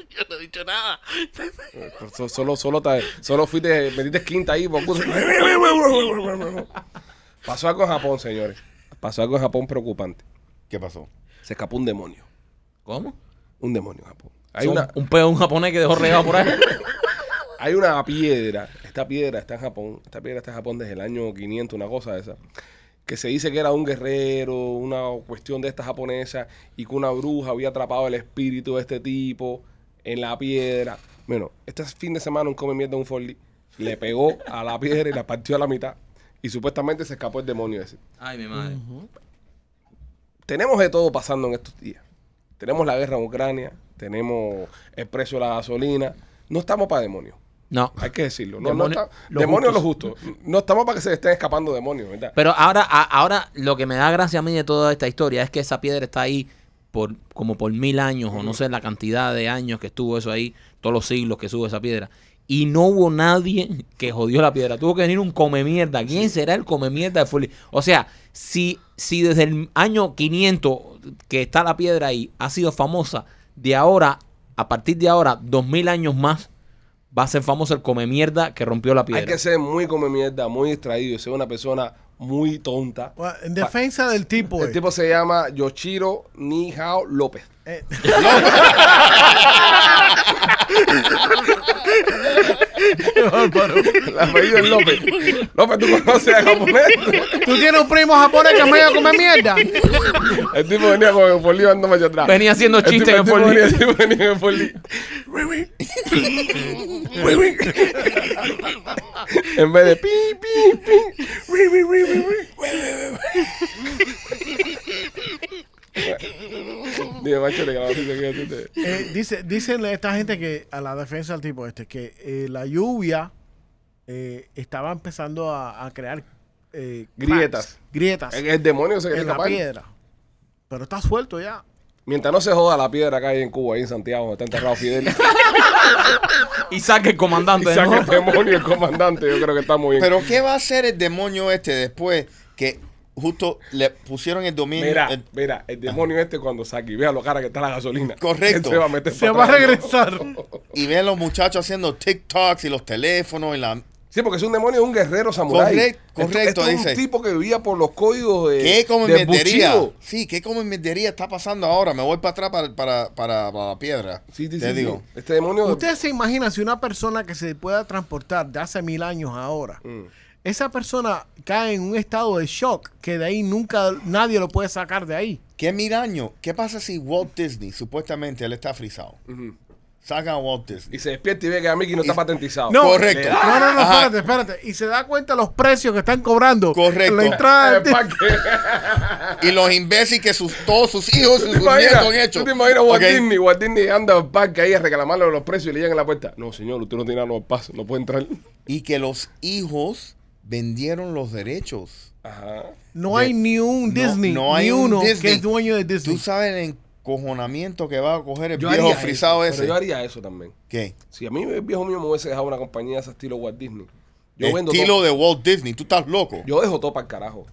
Speaker 6: Yo no he dicho nada.
Speaker 1: Pero Pues so- Solo, solo, te- solo fuiste, metiste quinta ahí. por gusto. Pasó algo en Japón, señores. Pasó algo en Japón preocupante.
Speaker 5: ¿Qué pasó?
Speaker 1: Se escapó un demonio.
Speaker 3: ¿Cómo?
Speaker 1: Un demonio en Japón. Hay
Speaker 3: Son
Speaker 1: una,
Speaker 3: Un peo de un japonés que dejó regado por ahí.
Speaker 1: hay una piedra. Esta piedra está en Japón. Esta piedra está en Japón desde el año 500, una cosa de esa. Que se dice que era un guerrero, una cuestión de esta japonesa. Y que una bruja había atrapado el espíritu de este tipo en la piedra. Bueno, este fin de semana un come mierda un Forli le pegó a la piedra y la partió a la mitad. Y supuestamente se escapó el demonio ese.
Speaker 3: Ay, mi madre.
Speaker 1: Tenemos de todo pasando en estos días. Tenemos la guerra en Ucrania, tenemos el precio de la gasolina. No estamos para demonios.
Speaker 3: No.
Speaker 1: Hay que decirlo. No,
Speaker 3: Demonio-
Speaker 1: no está-
Speaker 4: los
Speaker 1: demonios los justos. No estamos para que se estén escapando demonios, ¿verdad?
Speaker 3: Pero ahora, a- ahora lo que me da gracia a mí de toda esta historia es que esa piedra está ahí por como por mil años o no sé la cantidad de años que estuvo eso ahí, todos los siglos que estuvo esa piedra. Y no hubo nadie que jodió la piedra. Tuvo que venir un come mierda. ¿Quién será el come mierda de Fuli? O sea, si, si desde el año 500 que está la piedra ahí ha sido famosa, de ahora, a partir de ahora, dos mil años más, va a ser famoso el come mierda que rompió la piedra.
Speaker 1: Hay que ser muy come mierda, muy distraído y ser una persona muy tonta.
Speaker 4: Bueno, en defensa del tipo.
Speaker 1: El
Speaker 4: eh,
Speaker 1: tipo se llama Yoshiro Nihao López.
Speaker 4: eh,
Speaker 1: El apellido es López. López, ¿tú conoces a japonés?
Speaker 4: Tú tienes un primo japonés que me iba a comer mierda.
Speaker 1: El tipo venía con el folío andando hacia atrás.
Speaker 3: Venía haciendo
Speaker 1: El tipo-
Speaker 3: chistes
Speaker 1: el
Speaker 3: en
Speaker 1: tipo
Speaker 3: Forlín.
Speaker 1: venía- el tipo venía [LAUGHS] en el Forlín. En vez de pi, pi, pi. ri, ri, ri, ri, ri. Dime, macho, te grabo, dice que tú te-
Speaker 4: Eh, dice, dicen esta gente que a la defensa del tipo este, que eh, la lluvia eh, estaba empezando a, a crear eh, cracks,
Speaker 1: Grietas.
Speaker 4: grietas
Speaker 1: El,
Speaker 4: en,
Speaker 1: el demonio se quiere
Speaker 4: la
Speaker 1: escapar.
Speaker 4: piedra. Pero está suelto ya.
Speaker 1: Mientras no se joda la piedra acá hay en Cuba, ahí en Santiago, donde está enterrado
Speaker 4: [LAUGHS]
Speaker 1: Fidel.
Speaker 3: Y saque
Speaker 1: [LAUGHS]
Speaker 3: el
Speaker 1: y
Speaker 3: comandante.
Speaker 1: saca
Speaker 3: ¿no?
Speaker 1: el demonio, el comandante. Yo creo que está muy bien.
Speaker 5: Pero ¿qué va a hacer el demonio este después que justo le pusieron el dominio?
Speaker 1: Mira,
Speaker 5: el-
Speaker 1: mira, el demonio este cuando saque y vea lo cara que está la gasolina.
Speaker 5: Correcto.
Speaker 1: él se va a meter
Speaker 4: Se
Speaker 1: para
Speaker 4: va a
Speaker 1: atrás.
Speaker 4: regresar.
Speaker 5: y ven los muchachos haciendo TikToks y los teléfonos y la...
Speaker 1: Sí, porque es un demonio, es un guerrero samurái.
Speaker 5: Correct-
Speaker 1: Esto-
Speaker 5: correcto,
Speaker 1: esto es
Speaker 5: dice.
Speaker 1: un tipo que vivía por los códigos Eh, de.
Speaker 5: ¿Qué como
Speaker 1: del
Speaker 5: inventería?
Speaker 1: Bushido.
Speaker 5: Sí, ¿qué como inventería está pasando ahora? Me voy para atrás para, para, para, para la piedra.
Speaker 1: Sí, sí,
Speaker 5: Te
Speaker 1: sí, sí.
Speaker 5: digo.
Speaker 1: Este demonio.
Speaker 4: Usted se imagina si una persona que se pueda transportar de hace mil años a ahora, esa persona cae en un estado de shock que de ahí nunca nadie lo puede sacar de ahí.
Speaker 5: ¿Qué miraño? ¿Qué pasa si Walt Disney, supuestamente, él está frisado? Saca a Walt
Speaker 1: Y
Speaker 5: Disney.
Speaker 1: se despierta y ve que a Mickey no está patentizado. [LAUGHS]
Speaker 4: No,
Speaker 5: Correcto.
Speaker 4: No, no, no,
Speaker 5: Ajá.
Speaker 4: espérate, espérate. Y se da cuenta los precios que están cobrando.
Speaker 5: Correcto.
Speaker 4: La entrada
Speaker 1: El
Speaker 4: de-
Speaker 1: parque.
Speaker 5: Y los imbéciles que sus, todos sus hijos y
Speaker 1: ¿Tú te
Speaker 5: sus nietos han
Speaker 1: imaginas,
Speaker 5: hecho.
Speaker 1: ¿Tú te imaginas Walt
Speaker 5: Ok.
Speaker 1: Disney? Walt Disney anda al parque ahí a reclamarle los precios y le llegan a la puerta. No, señor, usted no tiene nada los pasos, no puede entrar.
Speaker 5: Y que los hijos vendieron los derechos.
Speaker 1: Ajá.
Speaker 4: No hay ni un
Speaker 5: No-
Speaker 4: Disney,
Speaker 5: no hay
Speaker 4: ni
Speaker 5: un
Speaker 4: uno
Speaker 5: Disney.
Speaker 4: que es dueño de Disney.
Speaker 5: Tú sabes el encojonamiento que va a coger el
Speaker 1: Yo
Speaker 5: viejo
Speaker 1: haría
Speaker 5: frisado
Speaker 1: eso,
Speaker 5: ese.
Speaker 1: Pero yo haría eso también.
Speaker 5: ¿Qué?
Speaker 1: Si a mí el viejo mío me hubiese dejado una compañía de ese estilo Walt Disney, yo vendo
Speaker 5: Estilo
Speaker 1: todo.
Speaker 5: de Walt Disney. ¿Tú estás loco?
Speaker 1: Yo dejo todo para el carajo.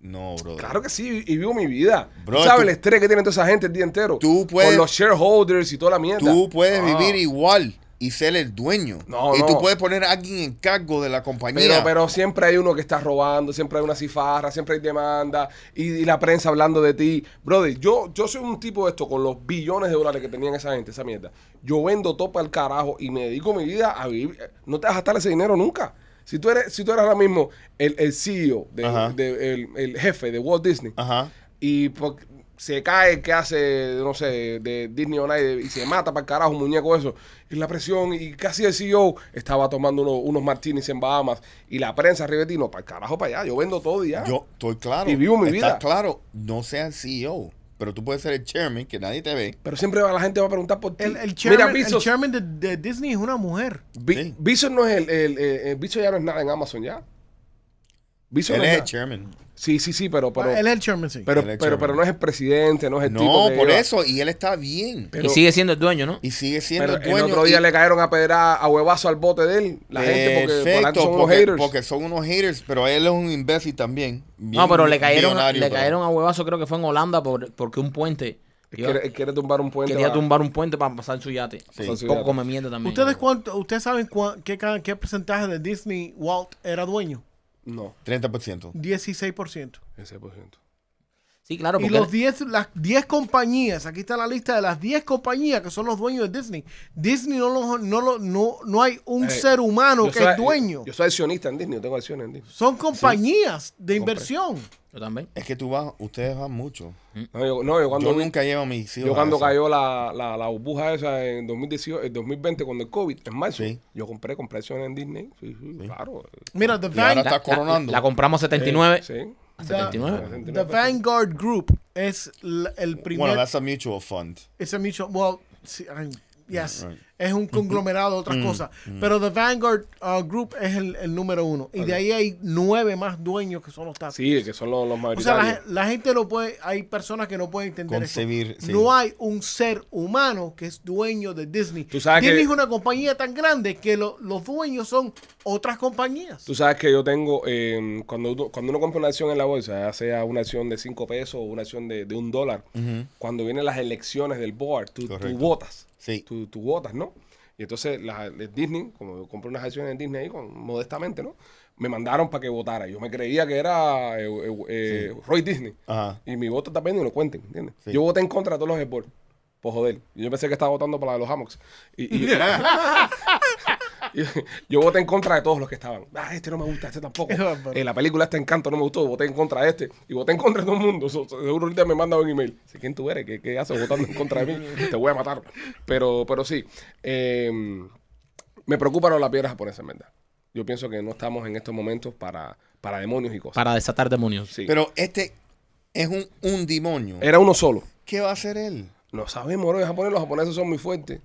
Speaker 5: No, bro.
Speaker 1: Claro que sí, y vivo mi vida.
Speaker 5: Bro,
Speaker 1: ¿Tú ¿Sabes
Speaker 5: tú-
Speaker 1: el estrés que tiene toda esa gente el día entero?
Speaker 5: Tú puedes-
Speaker 1: Con los shareholders y toda la mierda.
Speaker 5: Tú puedes
Speaker 1: Ah.
Speaker 5: vivir igual y ser el dueño.
Speaker 1: No,
Speaker 5: y
Speaker 1: no.
Speaker 5: tú puedes poner a alguien en cargo de la
Speaker 1: Pero,
Speaker 5: compañía.
Speaker 1: pero siempre hay uno que está robando, siempre hay una cifarra, siempre hay demanda y, y la prensa hablando de ti. Brother, yo, yo soy un tipo de esto con los billones de dólares que tenían esa gente, esa mierda. Yo vendo todo para el carajo y me dedico mi vida a vivir. No te vas a gastar ese dinero nunca. Si tú eres, si tú eres ahora mismo el, el CEO, de-
Speaker 5: Ajá.
Speaker 1: de- el, el jefe de Walt Disney,
Speaker 5: Ajá.
Speaker 1: y por- se cae el que hace, no sé, de Disney on Ice y se mata para el carajo un muñeco eso. Y la presión, y casi el CEO estaba tomando uno- unos martinis en Bahamas y la prensa ribetino, para el carajo para allá, yo vendo todo y ya.
Speaker 5: Yo estoy claro.
Speaker 1: Y vivo mi
Speaker 5: Estás
Speaker 1: vida.
Speaker 5: claro. No seas CEO. E Pero tú puedes ser el chairman que nadie te ve.
Speaker 1: Pero siempre va- la gente va a preguntar por ti.
Speaker 4: El, el chairman,
Speaker 1: Mira,
Speaker 4: el
Speaker 1: Bezos,
Speaker 4: chairman de, de Disney es una mujer.
Speaker 1: Vi-
Speaker 5: Sí.
Speaker 1: Bezos no es el, el, el- el Bezos ya no es nada en Amazon ya. Bezos
Speaker 5: Él
Speaker 1: no
Speaker 5: es
Speaker 1: es
Speaker 5: el
Speaker 1: nada.
Speaker 5: chairman.
Speaker 1: Sí, sí, sí, pero, pero,
Speaker 4: Ah, Él es el chairman, sí.
Speaker 1: pero,
Speaker 5: Él es
Speaker 1: pero,
Speaker 5: el
Speaker 1: pero,
Speaker 5: chairman.
Speaker 1: no es el presidente, no es el tipo
Speaker 5: No,
Speaker 1: que
Speaker 5: por
Speaker 1: iba-
Speaker 5: eso. Y él está bien.
Speaker 1: Pero-
Speaker 3: y sigue siendo el dueño, ¿no?
Speaker 5: y sigue siendo
Speaker 1: Pero
Speaker 5: el
Speaker 1: el,
Speaker 5: dueño.
Speaker 1: otro día
Speaker 5: y-
Speaker 1: le cayeron a pedra a huevazo al bote de él. La gente porque por adelante
Speaker 5: Perfecto,
Speaker 1: son unos
Speaker 5: porque,
Speaker 1: haters.
Speaker 5: porque son unos haters, pero él es un imbécil también.
Speaker 3: No,
Speaker 5: Bien
Speaker 3: pero le cayeron,
Speaker 5: millonario,
Speaker 3: le
Speaker 5: pero-
Speaker 3: cayeron a huevazo, creo que fue en Holanda, por, porque un puente.
Speaker 1: Él
Speaker 3: iba-
Speaker 1: quiere, él quiere tumbar un puente.
Speaker 3: quería
Speaker 1: va.
Speaker 3: tumbar un puente para pasar su yate.
Speaker 5: Sí.
Speaker 3: Un poco come mierda también.
Speaker 4: ¿Ustedes, cuánto, ¿Ustedes saben cuán- qué, ca- qué porcentaje de Disney Walt era dueño?
Speaker 1: No,
Speaker 5: 30%.
Speaker 4: 16%.
Speaker 1: 16%.
Speaker 3: Sí, claro,
Speaker 4: Y
Speaker 3: porque
Speaker 4: los 10, las 10 compañías, aquí está la lista de las 10 compañías que son los dueños de Disney. Disney no los- no, lo- no, no hay un
Speaker 1: Eh,
Speaker 4: ser humano
Speaker 1: Yo
Speaker 4: que
Speaker 1: soy-
Speaker 4: es dueño.
Speaker 1: Yo, soy accionista en Disney, yo tengo acciones en Disney.
Speaker 4: son compañías de inversión.
Speaker 3: yo también.
Speaker 5: Es que tú vas, ustedes van mucho.
Speaker 1: No, yo, no, yo cuando,
Speaker 5: Yo nunca llevo a mis hijos.
Speaker 1: yo
Speaker 5: a
Speaker 1: cuando
Speaker 5: eso.
Speaker 1: cayó la, la, la burbuja esa en 2018, en 2020, cuando el COVID, en marzo,
Speaker 5: Sí.
Speaker 1: yo compré, compré acciones en Disney. Sí, sí, claro.
Speaker 4: Mira, The,
Speaker 5: Y ahora
Speaker 4: Van-
Speaker 5: está coronando.
Speaker 3: La, compramos a 79.
Speaker 1: Sí.
Speaker 3: a 79.
Speaker 4: The Vanguard Group es l- el
Speaker 5: Bueno,
Speaker 4: primer
Speaker 5: that's a mutual fund.
Speaker 4: It's a mutual. Well, sí, I mean, yes. Es un conglomerado de otras
Speaker 5: Mm,
Speaker 4: cosas. Pero The Vanguard uh, Group es el, el número uno. Y de ahí hay nueve más dueños que son los taxis.
Speaker 1: Sí, que son los, los
Speaker 4: O sea, la,
Speaker 1: mayoritarios.
Speaker 4: gen- la gente no puede. Hay personas que no pueden entender esto.
Speaker 5: Concebir, sí.
Speaker 4: No hay un ser humano que es dueño de Disney.
Speaker 1: Tú sabes
Speaker 4: Disney
Speaker 1: que-
Speaker 4: es una compañía tan grande que lo- los dueños son otras compañías.
Speaker 1: Tú sabes que yo tengo, eh, cuando, uno- cuando uno compra una acción en la bolsa, ya sea una acción de 5 pesos o una acción de, de un dólar, cuando vienen las elecciones del board, tú, tú
Speaker 5: Correcto.
Speaker 1: votas.
Speaker 5: Sí.
Speaker 1: Tú, tú votas, ¿no? Y entonces la, de Disney, como yo compré unas acciones en Disney ahí, con- modestamente, ¿no? Me mandaron para que votara. Yo me creía que era eh, eh, eh, Roy Disney.
Speaker 5: Ajá.
Speaker 1: Y mi voto está pendiente y lo cuenten, ¿entiendes?
Speaker 5: Sí.
Speaker 1: Yo voté en contra de todos los sports. Por joder. Y Yo pensé que estaba votando para la de los Hammocks. Y, y- y- [LAUGHS] yo voté en contra de todos los que estaban. Ah, este no me gusta, este tampoco.
Speaker 4: Qué bárbaro.
Speaker 1: Eh, la película este encanto no me gustó, voté en contra de este. Y voté en contra de todo el mundo. So- so- seguro ahorita me mandan un email. Dice, ¿Quién tú eres? ¿Qué, qué haces votando en contra de mí? Te voy a matar. Pero, pero sí. eh, me preocupan las piedras japonesas, en verdad. Yo pienso que no estamos en estos momentos para, para demonios y cosas.
Speaker 3: Para desatar demonios.
Speaker 1: Sí.
Speaker 5: Pero este es un, un demonio.
Speaker 1: Era uno solo.
Speaker 5: ¿Qué va a hacer él?
Speaker 1: No sabemos, bro. Los japoneses, los japoneses son muy fuertes.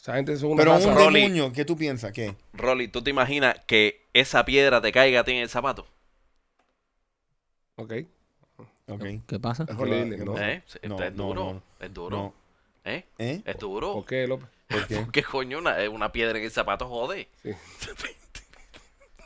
Speaker 1: Esa gente son una
Speaker 5: Pero
Speaker 1: raza.
Speaker 5: un
Speaker 6: Rolly.
Speaker 5: demonio, ¿qué tú piensas? ¿Qué?
Speaker 6: Rolly, ¿tú te imaginas que esa piedra te caiga a ti en el zapato?
Speaker 1: Ok.
Speaker 5: Ok.
Speaker 3: ¿Qué pasa?
Speaker 5: Es
Speaker 1: Rolly,
Speaker 5: que
Speaker 1: no.
Speaker 5: va-
Speaker 6: ¿Eh? Es,
Speaker 5: No,
Speaker 6: es
Speaker 5: no,
Speaker 6: duro,
Speaker 5: no.
Speaker 6: es duro.
Speaker 5: No.
Speaker 6: ¿Eh?
Speaker 5: ¿Eh?
Speaker 6: Es duro.
Speaker 1: ¿Por qué, López?
Speaker 5: ¿Por qué?
Speaker 6: ¿Qué coño? Una, eh, una piedra en el zapato jode.
Speaker 1: Sí.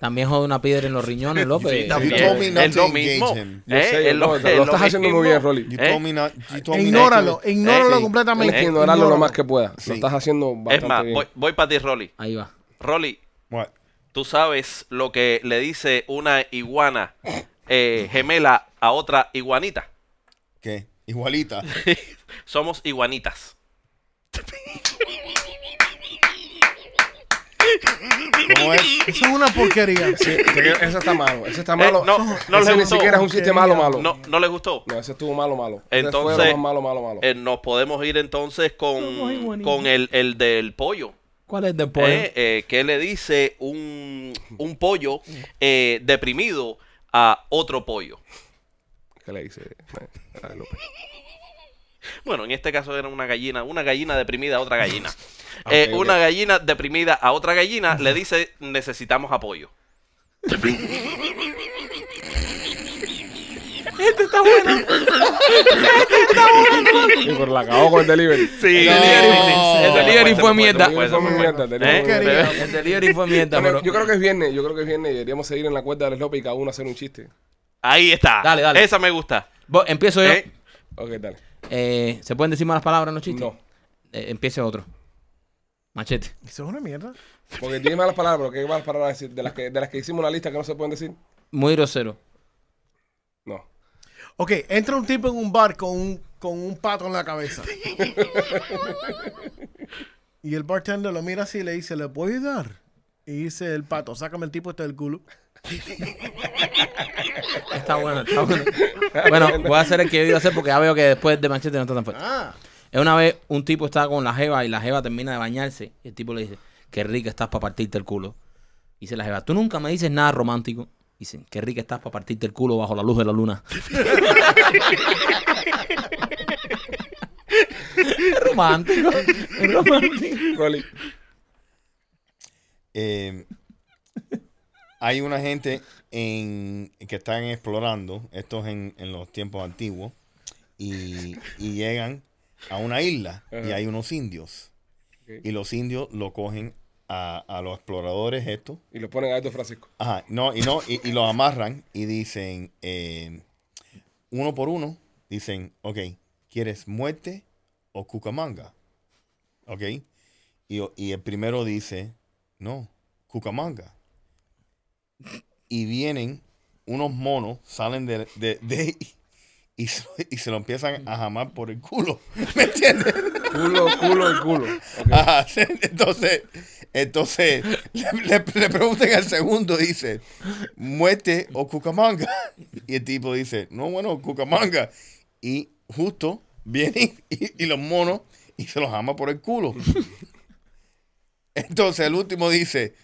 Speaker 3: También jode una piedra en los riñones, López.
Speaker 5: You
Speaker 6: Bien.
Speaker 5: told me not
Speaker 6: Es
Speaker 5: to
Speaker 6: lo
Speaker 5: engage
Speaker 6: mismo.
Speaker 5: him.
Speaker 1: Yo
Speaker 6: ¿Eh?
Speaker 1: sé, yo
Speaker 6: Es
Speaker 1: lo,
Speaker 6: lo-
Speaker 1: lo
Speaker 6: es lo
Speaker 1: estás haciendo muy bien,
Speaker 6: mismo.
Speaker 1: Rolly.
Speaker 5: You
Speaker 6: ¿Eh?
Speaker 5: told me not, you told me not
Speaker 4: E Ignóralo,
Speaker 5: to-
Speaker 4: ignóralo
Speaker 5: Sí.
Speaker 1: Tienes
Speaker 4: completamente.
Speaker 1: que ignorarlo lo
Speaker 4: Ignóralo.
Speaker 1: más que puedas.
Speaker 5: Sí.
Speaker 1: Lo estás haciendo bastante
Speaker 6: Es más,
Speaker 1: bien.
Speaker 6: voy, voy para ti, Rolly.
Speaker 3: Ahí va.
Speaker 6: Rolly,
Speaker 5: What?
Speaker 6: tú sabes lo que le dice una iguana eh, gemela a otra iguanita.
Speaker 5: ¿Qué? Igualita.
Speaker 6: Somos iguanitas.
Speaker 5: ¿Cómo es?
Speaker 4: Eso es una porquería.
Speaker 1: Sí, ese está malo. Ese está
Speaker 6: Eh,
Speaker 1: malo.
Speaker 6: no, no
Speaker 1: ese
Speaker 6: le
Speaker 1: ni
Speaker 6: gustó.
Speaker 1: siquiera es un chiste malo, malo.
Speaker 6: No,
Speaker 1: No.
Speaker 6: no les gustó.
Speaker 1: ese estuvo malo, malo. Ese
Speaker 6: Entonces-
Speaker 1: fue lo más malo, malo, malo.
Speaker 6: Eh, nos podemos ir entonces con, con el, el del pollo.
Speaker 3: ¿Cuál es
Speaker 6: que
Speaker 3: después?
Speaker 6: Pues, eh, ¿Qué le dice un, un pollo eh, deprimido a otro pollo?
Speaker 1: ¿Qué le
Speaker 6: [LAUGHS]
Speaker 1: dice? Ay, López.
Speaker 6: Bueno, en este caso era una gallina, una gallina deprimida a
Speaker 3: [LAUGHS]
Speaker 6: otra gallina.
Speaker 1: Ok,
Speaker 6: Eh,
Speaker 1: ok.
Speaker 6: Una gallina deprimida a otra gallina le dice necesitamos apoyo.
Speaker 1: Sí, pero la acabó con el delivery.
Speaker 6: Sí,
Speaker 5: No.
Speaker 6: el delivery
Speaker 3: fue mierda.
Speaker 1: Fue muy mierda, el delivery
Speaker 6: ¿Eh?
Speaker 1: fue muy mierda.
Speaker 3: El delivery fue mierda,
Speaker 1: Bueno,
Speaker 3: pero-
Speaker 1: yo creo que es viernes, yo creo que es viernes y deberíamos seguir en la cuerda de Alex López y cada uno hacer un chiste.
Speaker 6: Ahí está.
Speaker 3: Dale, dale.
Speaker 6: Esa me gusta.
Speaker 3: Bo- empiezo yo.
Speaker 6: ¿Eh?
Speaker 1: Ok, dale.
Speaker 3: Eh, ¿Se pueden decir malas palabras en los chistes?
Speaker 1: No.
Speaker 3: Eh, empiece otro. Machete.
Speaker 4: Eso es una mierda.
Speaker 1: Porque tiene malas palabras, pero ¿qué malas palabras decir? De las que, de las que hicimos una lista que no se pueden decir.
Speaker 3: Muy grosero.
Speaker 1: No.
Speaker 4: Ok, entra un tipo en un bar con un, con un pato en la
Speaker 3: [LAUGHS]
Speaker 4: cabeza. y el bartender lo mira así y le dice, ¿le puedo ayudar? Y dice el pato, sácame el tipo este del culo.
Speaker 3: Está bueno, está bueno. bueno, voy a hacer el que yo iba a hacer porque ya veo que después de Machete no está tan fuerte.
Speaker 4: Ah,
Speaker 3: Es una vez un tipo está con la jeva y la jeva termina de bañarse y el tipo le dice, qué rica estás para partirte el culo. Dice la jeva, tú nunca me dices nada romántico. Dicen, qué rica estás para partirte el culo bajo la luz de la luna. [LAUGHS] Es romántico, es romántico.
Speaker 1: Rolly.
Speaker 5: Eh, hay una gente en, que están explorando, esto es en, en los tiempos antiguos, y, y llegan a una isla y
Speaker 1: Ajá.
Speaker 5: hay unos indios.
Speaker 1: Ok.
Speaker 5: Y los indios lo cogen a, a los exploradores estos.
Speaker 1: Y lo ponen a Aldo Francisco.
Speaker 5: Ajá, no, y no, y, y los amarran y dicen, eh, uno por uno, dicen, ok, ¿quieres muerte o cucamanga? Ok. Y, o- y el primero dice, no, cucamanga. Y vienen unos monos, salen de, de- de- y se, y se lo empiezan a jamar por el culo. [LAUGHS] ¿Me entiendes?
Speaker 1: Culo, culo y culo. Ok.
Speaker 5: Ajá, sí, [LAUGHS] entonces, entonces le, le- le preguntan al segundo, dice, muerte o cucamanga. [LAUGHS] Y el tipo dice, no, bueno, cucamanga. Y justo vienen y, y los monos y se los ama por el culo. [LAUGHS] Entonces el último dice,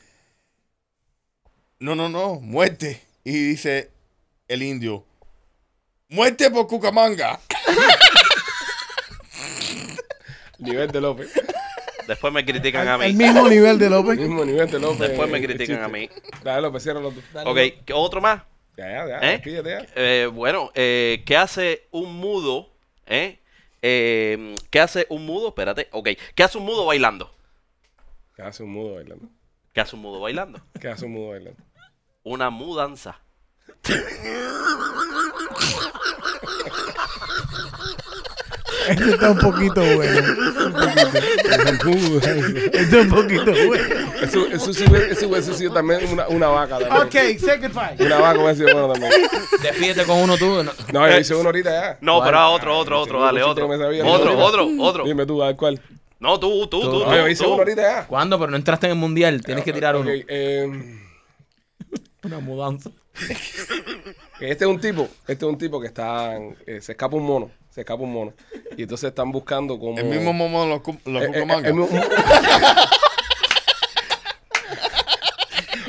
Speaker 5: no, no, no, muerte. Y dice el indio, muerte por cucamanga.
Speaker 1: Nivel de López.
Speaker 6: Después me critican a
Speaker 4: Al, al
Speaker 6: mí.
Speaker 4: mismo nivel
Speaker 1: [LAUGHS]
Speaker 4: de López.
Speaker 1: Mismo nivel de López.
Speaker 6: Después me
Speaker 1: eh,
Speaker 6: critican a
Speaker 1: chiste.
Speaker 6: mí.
Speaker 1: Dale, López, cierra los dos.
Speaker 6: Ok, ¿qué- ¿otro más?
Speaker 1: Ya, ya, ya.
Speaker 6: ¿Eh?
Speaker 1: despídete ya.
Speaker 6: Eh, bueno, eh, ¿qué hace un mudo? ¿Eh? Eh, ¿Qué hace un mudo? Espérate, ok. ¿Qué hace un mudo bailando?
Speaker 1: Que hace un mudo bailando.
Speaker 6: ¿Qué hace un mudo bailando?
Speaker 1: Que hace un mudo bailando.
Speaker 6: Una mudanza.
Speaker 4: Este está un poquito bueno. Este es un poquito bueno.
Speaker 1: Eso, eso sí, hubiese- eso hubiese sido también una, una vaca. También.
Speaker 4: Ok, say goodbye.
Speaker 1: Una vaca hubiese sido bueno también.
Speaker 3: Despídete con uno tú. no.
Speaker 1: No, yo hice uno ahorita ya.
Speaker 6: Eh. No, pero ah, otro, otro, otro,
Speaker 1: seguro
Speaker 6: dale,
Speaker 1: un chiste
Speaker 6: otro.
Speaker 1: que me sabía,
Speaker 6: Otro,
Speaker 1: seguro.
Speaker 6: otro, otro.
Speaker 1: Dime tú, a ver cuál.
Speaker 6: No, tú, tú, tú, tú.
Speaker 1: No, yo hice
Speaker 6: tú.
Speaker 1: uno ahorita ya.
Speaker 3: ¿Cuándo? Pero no entraste en el mundial. Tienes que tirar uno.
Speaker 1: Ok, eh,
Speaker 3: Una mudanza.
Speaker 1: Este es un tipo, este es un tipo que está, en- eh, se escapa un mono, se escapa un mono. Y entonces están buscando como...
Speaker 5: El mismo momo de los, cu- los
Speaker 1: Eh, eh,
Speaker 5: cucamangas.
Speaker 1: el mismo-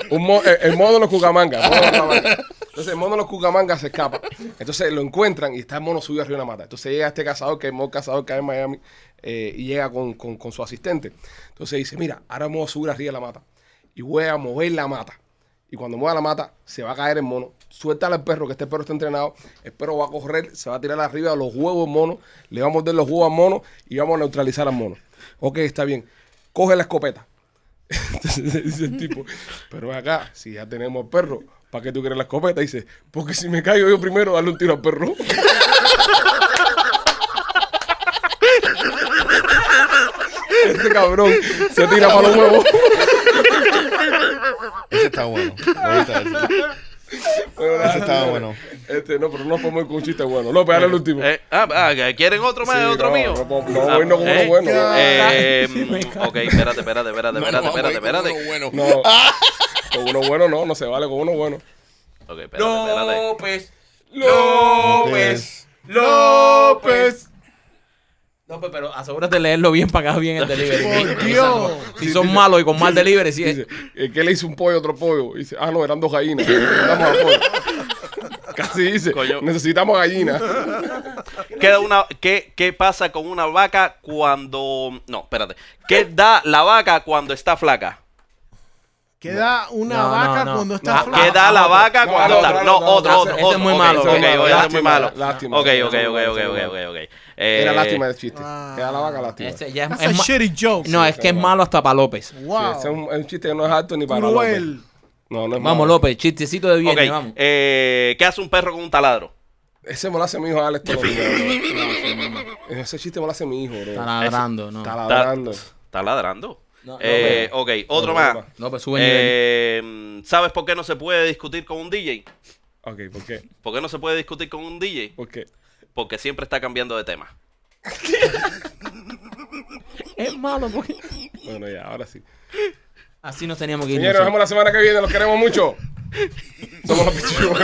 Speaker 1: Un mo- el, el mono de los cucamangas. el mono de los cucamangas. Entonces el mono de los cucamangas se escapa. Entonces lo encuentran y está el mono subido arriba de una mata. Entonces llega este cazador, que es el mejor cazador que hay en Miami, eh, y llega con, con- con su asistente. Entonces dice, mira, ahora me voy a subir arriba de la mata. Y voy a mover la mata. Y cuando mueva la mata, se va a caer el mono. Suéltale al perro, que este perro está entrenado. El perro va a correr, se va a tirar arriba de los huevos del mono. Le va a morder los huevos al mono y vamos a neutralizar al mono. Ok, está bien. Coge la escopeta. [LAUGHS] Entonces dice el tipo, pero ven acá, si ya tenemos al perro, ¿para qué tú quieres la escopeta? Dice, porque si me caigo yo primero, darle un tiro al perro. [LAUGHS] Este cabrón se tira para los huevos.
Speaker 5: Ese está bueno. Me gusta ese. Ese estaba bueno.
Speaker 1: Este, no, pero no podemos ir con un chiste bueno. López, dale el último.
Speaker 6: Eh, ah, ah, que ¿quieren otro más?
Speaker 1: Sí,
Speaker 6: ¿Otro
Speaker 1: no,
Speaker 6: mío?
Speaker 1: no puedo- no,
Speaker 6: Ah,
Speaker 1: hoy no con uno
Speaker 6: eh,
Speaker 1: bueno.
Speaker 5: [LAUGHS]
Speaker 6: eh,
Speaker 3: Sí, me
Speaker 6: mm, ok, espérate, espérate, espérate,
Speaker 5: No,
Speaker 6: espérate,
Speaker 5: no, vamos a
Speaker 6: espérate,
Speaker 5: ir con uno
Speaker 6: espérate.
Speaker 5: bueno.
Speaker 1: No,
Speaker 6: eh.
Speaker 1: con uno bueno no, no se vale con uno bueno.
Speaker 6: Ok, espérate, espérate. pues,
Speaker 5: López.
Speaker 3: López. López, pero asegúrate de leerlo bien para que hagas bien el delivery.
Speaker 4: Por
Speaker 3: Sí,
Speaker 4: Dios.
Speaker 3: Si son malos y con mal delivery, sí.
Speaker 1: Dice, eh, ¿qué le hizo un pollo a otro pollo? Dice, ah, no, eran dos
Speaker 6: [LAUGHS]
Speaker 1: gallinas. Necesitamos a pollo. Casi dice,
Speaker 6: Coño.
Speaker 1: necesitamos
Speaker 6: [LAUGHS]
Speaker 1: gallinas.
Speaker 6: Queda una, ¿qué, ¿Qué pasa con una vaca cuando... No, espérate. ¿Qué
Speaker 1: ¿Eh?
Speaker 6: da la vaca cuando está flaca?
Speaker 4: Queda una
Speaker 3: No, no,
Speaker 4: vaca
Speaker 3: no.
Speaker 4: cuando
Speaker 3: No,
Speaker 4: está flaco.
Speaker 6: ¿Qué da la
Speaker 3: otro.
Speaker 6: vaca
Speaker 1: No,
Speaker 6: cuando
Speaker 1: al Ah,
Speaker 6: está...
Speaker 1: otro,
Speaker 6: No,
Speaker 1: al otro,
Speaker 6: otro,
Speaker 1: al
Speaker 6: otro.
Speaker 1: otro.
Speaker 3: Ese es muy
Speaker 6: Ok,
Speaker 3: malo,
Speaker 6: ok,
Speaker 3: ese es
Speaker 6: ok,
Speaker 3: muy malo.
Speaker 6: ese es muy malo.
Speaker 1: Lástima.
Speaker 6: Ok, ok,
Speaker 1: Ese es muy malo,
Speaker 6: ok, ok,
Speaker 1: ese es muy
Speaker 6: ok,
Speaker 1: malo.
Speaker 6: ok. ok.
Speaker 1: Era
Speaker 6: Eh,
Speaker 1: lástima de chiste.
Speaker 4: Ah.
Speaker 1: Queda la vaca lástima.
Speaker 3: Este ya es-
Speaker 4: That's
Speaker 3: es
Speaker 4: a
Speaker 3: ma-
Speaker 4: shitty joke.
Speaker 3: No, es que es malo hasta para López.
Speaker 1: Sí,
Speaker 4: Wow.
Speaker 1: ese es, un, es un chiste que no es alto ni para
Speaker 4: Cruel.
Speaker 1: López. No, no es malo.
Speaker 3: Vamos, López, chistecito de viernes,
Speaker 6: ok,
Speaker 3: vamos.
Speaker 6: eh, ¿Qué hace un perro con un taladro?
Speaker 1: Ese me lo hace mi hijo Alex todos los días,
Speaker 3: [LAUGHS]
Speaker 1: bro. Ese chiste me lo hace mi hijo, bro.
Speaker 3: Está ladrando, no.
Speaker 1: Está
Speaker 6: Ta-
Speaker 1: ladrando.
Speaker 6: ¿Está ladrando?
Speaker 3: No, no,
Speaker 6: Eh, ok, otro más.
Speaker 1: no,
Speaker 3: López, sube el nivel.
Speaker 6: Eh, mm, ¿Sabes por qué no se puede discutir con un DJ?
Speaker 1: Ok, ¿por qué?
Speaker 6: ¿Por qué no se puede discutir con un DJ?
Speaker 1: ¿Por qué?
Speaker 6: Porque siempre está cambiando de tema.
Speaker 3: Es malo porque...
Speaker 1: Bueno, ya, ahora sí.
Speaker 3: Así nos teníamos que ir.
Speaker 1: Señores, nos
Speaker 3: nosotros.
Speaker 1: vemos la semana que viene. Los queremos mucho. Somos los pichibos.